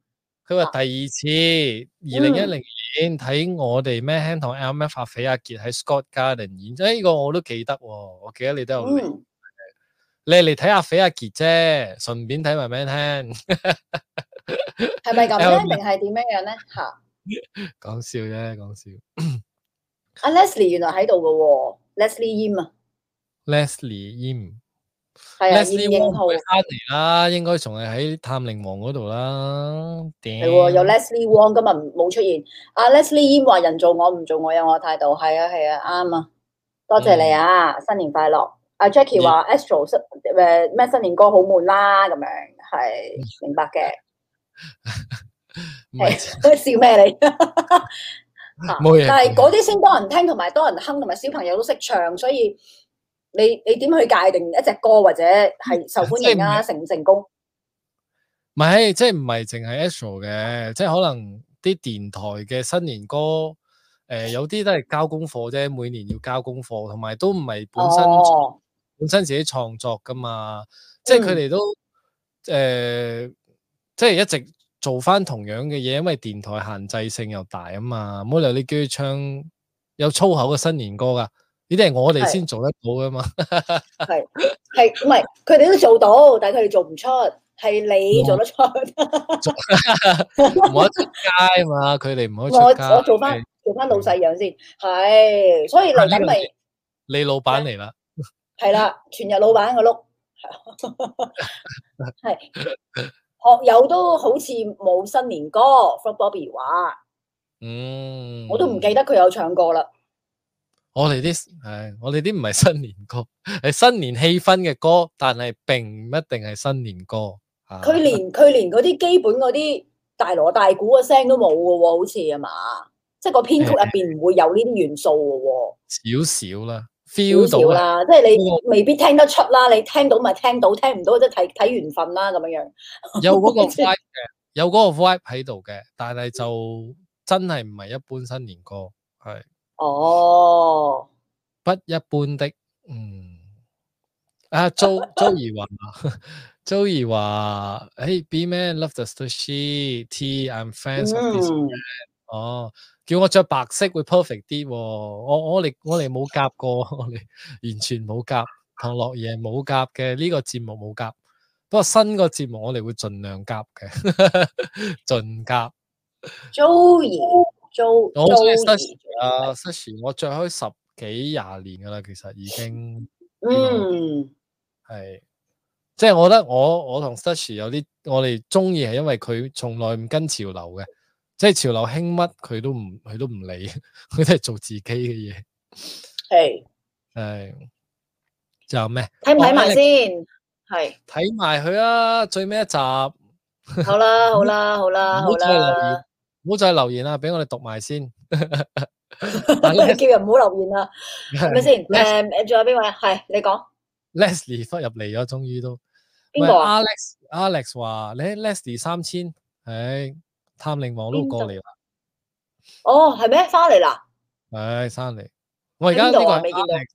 佢話第二次二零一
嗯
零年睇我哋咩 h 同 LM 發肥阿傑喺 Scott Garden 演，誒呢個我都記得喎，我記得你都有嚟。
嗯，
你係嚟睇阿肥阿杰啫，順便睇埋 Man Hand，
係咪咁
有
咧，定係點樣樣咧？吓，
講笑啫，講笑。
阿 Leslie 原來喺度嘅喎，Leslie Yim 啊，
Leslie Yim，
係啊，
Leslie
燕英
Wong
浩
佢翻嚟啦，應該仲係喺探靈王嗰度啦。
係喎，有
屌
Leslie Wong 今日冇出現，阿 Leslie Yim 話人做我唔做我有我態度，係啊係啊，啱啊，多
嗯
謝你啊，新年快樂。阿 Jackie 話 Astro 新誒咩新年歌好悶啦，咁樣 係明白嘅。
唔係
笑咩你？ 嚇
冇嘢
但係嗰啲先多人聽，同埋多人哼，同埋小朋友都識唱，所以你你點去界定一隻歌或者係受歡迎啊，成唔成功？
唔係，即係唔係淨係 Astro 嘅，即係可能啲電台嘅新年歌，誒、有啲都係交功課啫，每年要交功課，同埋都唔係本身、
哦，
本身自己創作噶嘛，即係
嗯
佢哋都誒、呃即係一直做翻同樣嘅嘢，因為電台限制性又大啊嘛，冇理由你叫佢唱有粗口嘅新年歌噶，呢啲係我哋
係
先做得到噶 嘛，
係唔係？佢哋都做到，但係佢哋做唔出，係你做得出。
唔可以出街啊嘛，佢哋唔可以
我
出街。
我做翻做翻老細樣先，係，所以嚟緊咪
你老闆嚟啦，
係啦，全日老闆個碌係學友都好似冇新年歌，Frog Bobby 話。
嗯，
我都唔記。得佢有唱過啦。
我哋啲係我哋啲唔係新年歌， 係新年氣氛嘅歌，但係並唔一定係新年歌。啊
佢連佢連嗰啲基本嗰啲大锣大鼓嘅聲都冇嘅喎，好似係嘛？即係個編曲入邊唔會有呢啲元素嘅喎。
少少啦
少
，feel 到
少
啦，
啦，即係
嗰
你未必聽得出啦，你聽到咪聽到，聽唔到即係睇睇緣分啦咁樣樣。
有嗰個 vibe 嘅，有嗰個 vibe 喺度嘅，但係就真係唔係一般新年歌，係
哦，
不一般的。嗯，啊，Jo Joey 話，Joey 話，誒，B 哎 man love the sushi tea I'm fans of this。
嗯，
哦，叫我着白色會 perfect 啲喎、我我哋我哋冇夾過， 我哋完全冇夾，同樂爺冇夾嘅呢個節目冇夾。不過新個節目我哋會盡量夾嘅， 盡夾。
Joey。Jo
我好中意
Joey，
Sashi 啊，Sashi，我着開十幾廿年噶啦，其實已經
嗯，
係，即係我覺得我我同 Sashi 有啲我哋中意係因為佢從來唔跟潮流嘅，即係潮流興乜佢都唔佢都唔理， 佢都係做自己嘅嘢。
係
诶，仲有咩？
睇唔睇埋先？係
睇埋佢啦，最尾一集，唔
好啦，好啦，好啦，啊好
唔好再留言好再
啦，
留言啦，俾我哋讀埋 先。
叫人唔好留言啦，係咪先？
Yes
誒，仲有邊位？係你講
Leslie 忽入嚟咗，終於都。
邊個啊？
喂？Alex Alex 話你 Leslie 三千，唉，探靈王都過嚟啦，
哦，係咩？翻嚟啦？
唉，生嚟。我而家呢個
邊度啊？
係
未見到
Alex。。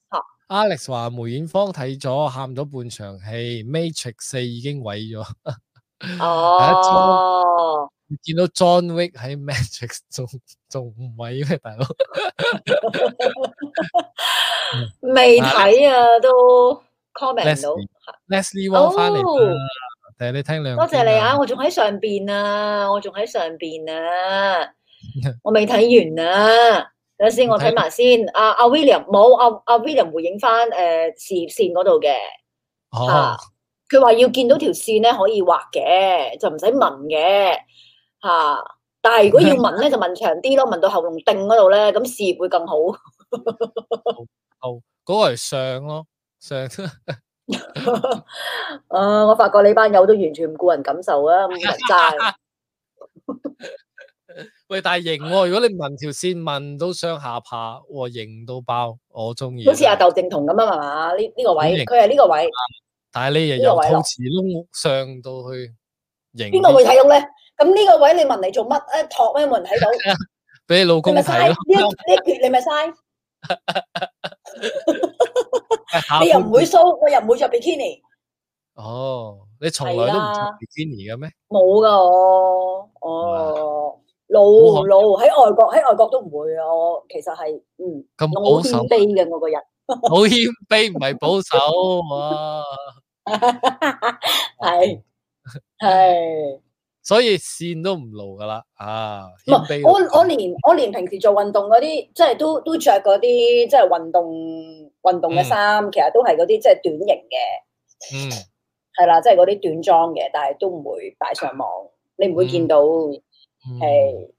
Alex 話梅艷芳睇咗喊咗半場戲，Matrix 四已經毀咗。
哦，
見到 John Wick 喺 Matrix 仲仲唔毀咩，大佬？
未睇啊，都 comment 唔到。
Leslie Leslie Wong 翻嚟啦，定係你聽兩？
哦多謝你啊！！我仲喺上邊啊，我仲喺上邊 啊，我未睇完啊。等陣先，我睇埋先。啊阿阿 William 冇，阿阿 William 回應翻誒事業線嗰度嘅
哦
嚇，，佢話要見到條線咧可以畫嘅，就唔使紋嘅嚇。但係如果要紋 咧，就紋長啲咯，紋到喉嚨定嗰度咧，咁事業會更好。
嗰個係上咯，上
啊！我發覺你班友都完全唔顧人感受啊，咁人 渣。
喂，但係型 喎！如果你問條線問到上下巴，哇，型到爆，我中意。
好似阿竇靖童咁啊，係嘛？呢呢個
好
位，
型
佢係呢個位，
但係你又
呢個
由
位
肚
咯
臍窿上到去型，
邊個會睇到咧？咁呢個位你問嚟做乜咧？托咩冇人睇到？
俾你老
你
公
咪
睇
嘥呢
咯？
一呢一橛，你咪嘥。
下
你又唔
半
會
段
show，我又唔會着 bikini，
哦，你從來都唔
係啊
着
啦
bikini 嘅咩？
冇噶我。哦，老
好可
老喺外國喺外國都唔會啊！我其實係嗯，
咁
我好
保守
謙，卑嘅我個人。
好謙卑，唔係保守。啊哇！
係係。
所以線都唔露噶啦，啊，
唔
謙
係
卑，
我我連我連平時做運動嗰啲，即係都都著嗰啲即係運動運動嘅衫，其實都係嗰啲即係短型嘅，
嗯，
係啦，即係嗰啲短裝嘅，但係都唔會擺上網，你唔會見到係、
嗯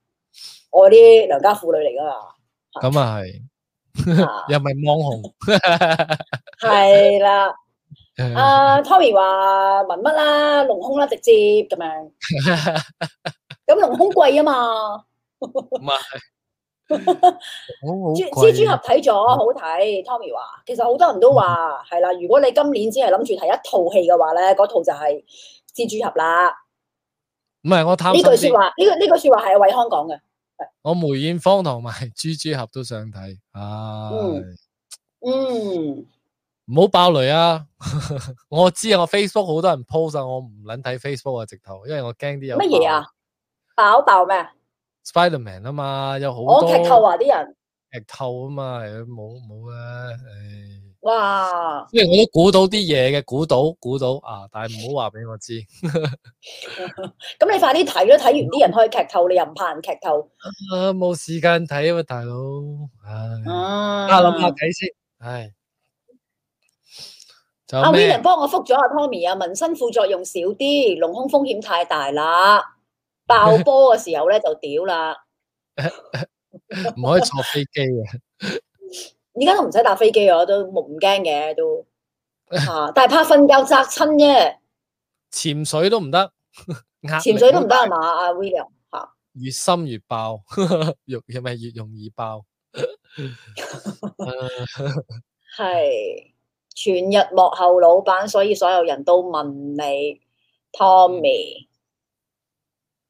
我啲良家婦女嚟 㗎嘛，
咁啊係，
啊
又唔係網 紅，
係 啦。
嗯
阿 Tommy 話紋乜啦，隆胸啦，直接咁樣，咁隆胸貴啊嘛，
唔係，
蜘
好好
蜘蛛
貴啊
俠睇咗好睇，Tommy 話，其實好多人都
嗯
話係啦，如果你今年只係諗住睇一套戲嘅話咧，嗰套就係蜘蛛俠啦。
唔係我貪
呢句
心
説
啲，
話，呢句呢句説話係阿偉康講嘅。
我梅艷芳同埋蜘蛛俠都想睇，唉，
嗯嗯，
唔好爆雷啊！ 我知啊，我 Facebook 好多人 post 啊，我唔撚睇 Facebook 啊，直頭，因為我驚啲有
乜嘢啊？爆爆咩？啊
爆？Spiderman 啊嘛，有好
我
多
劇透啊！啲人，
劇透啊嘛，係啊冇冇啊，唉。
哇！
雖然我都估到啲嘢嘅，估到估到啊，但係唔好話俾我知。
咁你快啲睇啦，睇完啲人可以劇透，你又唔怕人劇透？
啊，冇時間睇啊嘛，大佬。唉，
啊
啊諗下睇先。唉，仲有
阿啊 William
咩？
幫我覆咗阿 Tommy 啊，紋身副作用少啲，隆胸風險太大啦。爆波嘅時候咧就屌啦，
唔可以坐飛機嘅。
而家都唔使搭飛機啊，我都冇唔驚嘅都。啊嚇、但係怕瞓覺砸親啫，
潛水都唔得。壓
潛
力
水都唔
好
得
大
係嘛？阿 William 嚇，
越深越 爆，越係咪越容易 爆？Ờ,
係全日幕後老闆，所以所有人都問你 Tommy。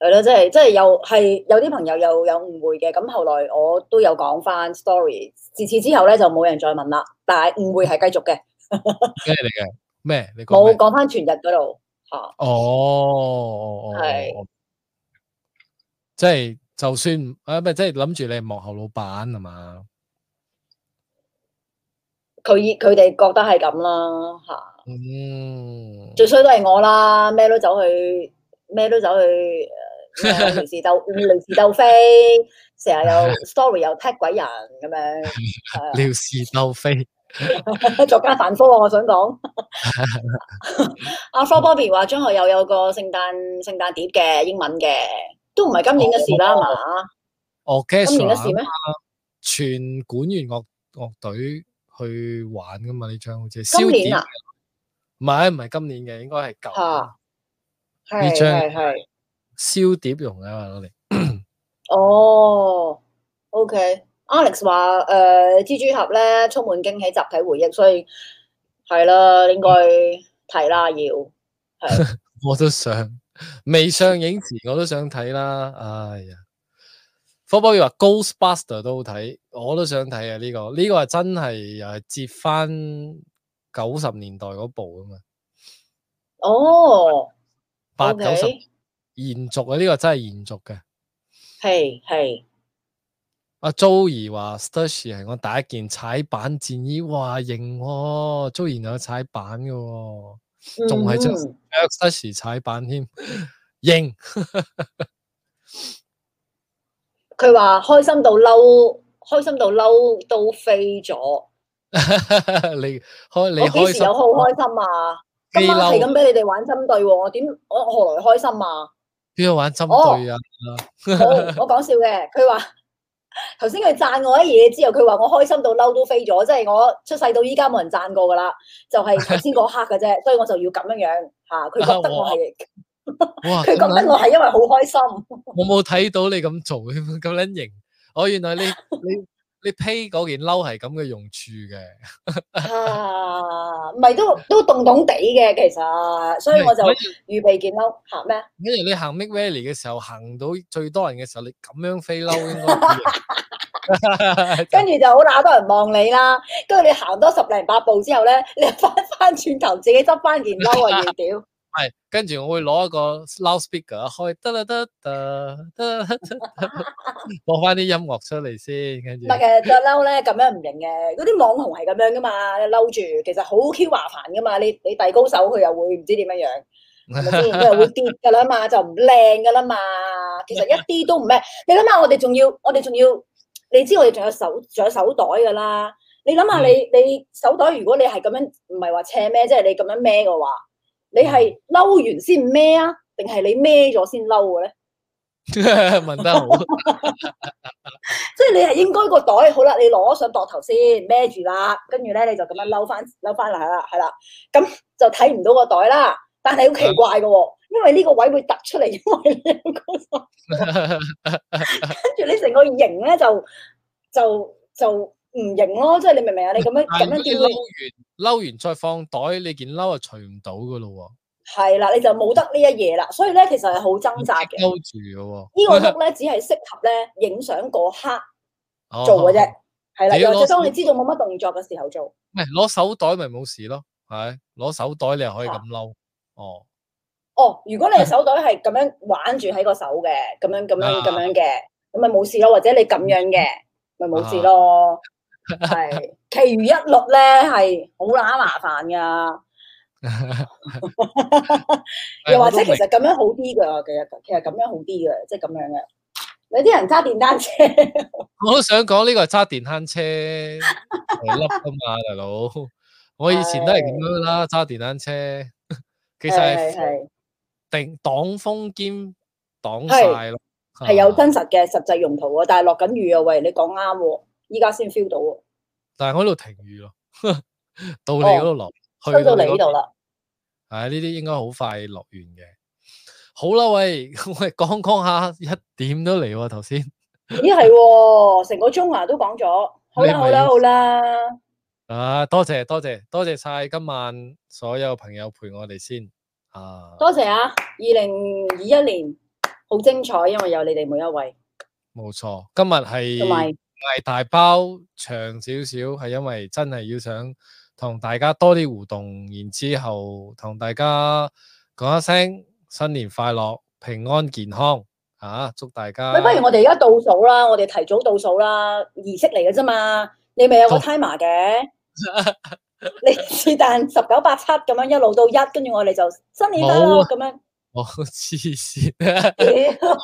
係咯，即係即係又係有啲朋友又有誤會嘅，咁後來我都有講翻 story，自此之後咧就冇人再問啦，但係誤會係繼續嘅，
咩嚟嘅？咩？你講
冇
咩？
講翻全日嗰度嚇。
哦哦，哦
係
哦即係就算唔啊，咪即係諗住你係幕後老闆係嘛？
佢佢哋覺得係咁啦嚇，
嗯，
最衰都係我啦，咩都走去，咩都走去，呃 咩雷是鬥雷是鬥飛，呃成日 又 story 又踢鬼人咁樣，
撩事鬥非，
係啊 作奸犯科啊！我想 講，阿 f r Bobby 話張學友有個聖誕聖誕碟嘅英文嘅，都唔係今年嘅事啦係嘛？
我
今年嘅事啊
guess
哦咩？
全管弦樂樂隊去玩噶嘛？呢張好似
今年啊，哦
燒碟唔係唔係今年嘅，應該係舊
嚇係
張
係係，
燒碟用嘅嘛，我哋
哦，OK。Alex 話誒、蜘蛛俠咧充滿驚喜，集體回憶，所以係啦，應該睇啦要。
我都想未上映前我都想睇啦，哎呀！科波要話 Ghostbuster 都好睇，我都想睇啊！呢、個呢、個係真係又係接翻九十年代嗰部啊嘛，
哦
八
，OK，
九十延續啊！呢、個真係延續嘅。
係係
阿 Joey 話 Stussy 係我第一件踩板戰衣，哇型喎！Joey 有踩板嘅、喎仲係真
嗯
s t u s h y 踩板添，型
佢話開心到嬲，開心到嬲都飛咗。我
你開你
幾
開
時
心
有好開心啊？
飛
今晚係
嬲
咁俾你哋玩針對喎，我點我我何來開心啊？
邊度玩
哦
針對啊？
冇，我講笑嘅。佢 話頭先佢讚我一嘢之後，佢話我開心到嬲都飛咗，即係我出世到依家冇人讚過噶啦，就係頭先嗰刻嘅啫，所以我就要咁樣樣嚇。佢覺得我係，
哇！
佢覺
咁
得我係因為好開心，
我冇睇到你咁做，咁撚型。我原來 你你你披嗰件褸係咁嘅用處嘅，
啊，唔係都都凍凍地嘅其實，所以我就
唔係
預備件褸嚇咩？啊
因為你行 Mid Valley 嘅時候，行到最多人嘅時候，你咁樣飛褸應該
跟住就好乸多人望你啦，跟住你行多十零八步之後咧，你翻翻轉頭自己執翻件 褸啊！要屌，
係。跟住我會攞一個 loudspeaker 開，得啦得得得啦得啦，播翻啲音樂出嚟先，跟
唔
住
係嘅着褸咧咁樣唔型嘅，嗰啲網紅係咁樣噶嘛，嬲住其實好 Q 麻煩噶嘛，你你遞高手佢又會唔知點樣樣，係咪先？佢又會跌噶啦嘛，就唔靚噶啦嘛，其實一啲都唔咩。你諗下，我哋仲要我哋仲要，你知我哋仲有手仲有手袋噶啦。你諗下，
嗯
你你手袋如果你係咁樣唔係話斜孭，即係你咁樣孭嘅話，你係嬲完先孭啊，定係你孭咗先嬲嘅咧？
問得好。
即係你係應該個袋好啦，你攞上膊頭先孭住啦，跟住咧你就咁樣摟翻摟翻嚟啦，係啦，咁就睇唔到個袋啦。但係好奇怪嘅喎，因為呢個位會突出嚟，因為你有個手跟住你成個型咧就就就唔型咯，即係你明唔明啊？你咁樣
但係
咁
如果
樣
你
點
嬲
會
完嬲完再放袋，你件褸就除唔到噶咯
係啦？你就冇得呢一嘢啦，所以咧其實係好掙
喎，
扎嘅。
嬲住嘅喎。
呢個 look 咧只係適合咧影相嗰刻
哦
做嘅啫，係啦，
你要
又或者
攞
當你知道冇乜動作嘅時候做。
唔係攞手袋咪冇事咯，係攞手袋你又可以咁嬲，哦，
哦，如果你嘅手袋係咁樣玩住喺個手嘅，咁樣咁
啊
樣咁樣嘅，咁咪冇事咯。或者你咁樣嘅，咪冇事咯。
啊
係，其餘一律咧係好乸麻煩噶。又或者其實咁樣好啲噶，其實其實咁樣好啲嘅，即係咁樣嘅。有啲人揸電單車，
我都想講呢個係揸電單 車係笠噶嘛，大佬，我以前都係咁樣啦，揸電單車， 其實
係
係
係
定擋風兼擋晒咯，啊
係有真實嘅實際用途喎。但係落緊雨啊，喂，你講啱喎，依家先 feel 到喎，
但係我喺度停雨咯， 到你嗰度落，
哦吹
去到
到你
你
呢
嗰度
度啦。
系呢啲應該好快落完嘅。好啦，喂 喂，講講下一點都嚟喎，頭先
咦係喎，成個中華都講咗，好
你咪
啦好啦好啦，
啊，多謝多謝多謝晒今晚所有朋友陪我哋先啊，
多謝啊！二零二一年好精彩，因為有你哋每一位，
冇錯，今日係
同埋
係大包長少少，係因為真係要想同大家多啲互動，然之後同大家講一聲新年快樂、平安健康啊！祝大家
喂，不如我哋而家倒數啦，我哋提早倒數啦，儀式嚟嘅啫嘛，你咪有個
好
timer 嘅， 你是但十九八七咁樣一路到一，跟住我哋就新年快
冇
樂
啊
咁樣。
我黐線， 嗰
屌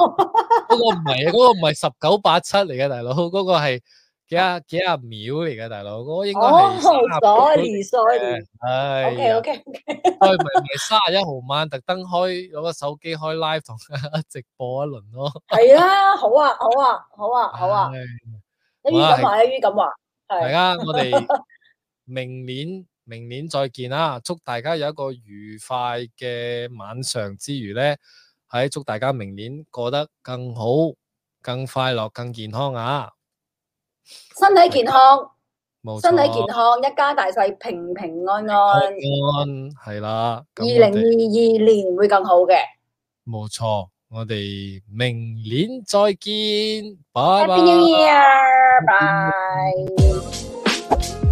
個唔係啊，嗰個唔係十九八七嚟嘅，大佬，嗰個係幾啊幾啊秒嚟嘅，大佬，嗰個應該
哦
係30秒
，sorry sorry，OK
唉哎呀
OK，
佢咪咪卅一號晚特登開攞個手機開 live 同大家直播一輪咯。
係啊，好啊好啊好啊好啊，
唉
一於咁話一於咁話，
大
係
家我 哋明年明年再見啦！祝大家有一個愉快嘅晚上之餘咧，喺祝大家明年過得更好、更快樂、更健康啊！
身體健康。
冇
身體
錯啊
健康，一家大細平平安安。二
安係啦，咁
零二
我
二
哋
年會更好嘅。
冇錯，我哋明年再見，拜
Happy
拜。
New Year，拜。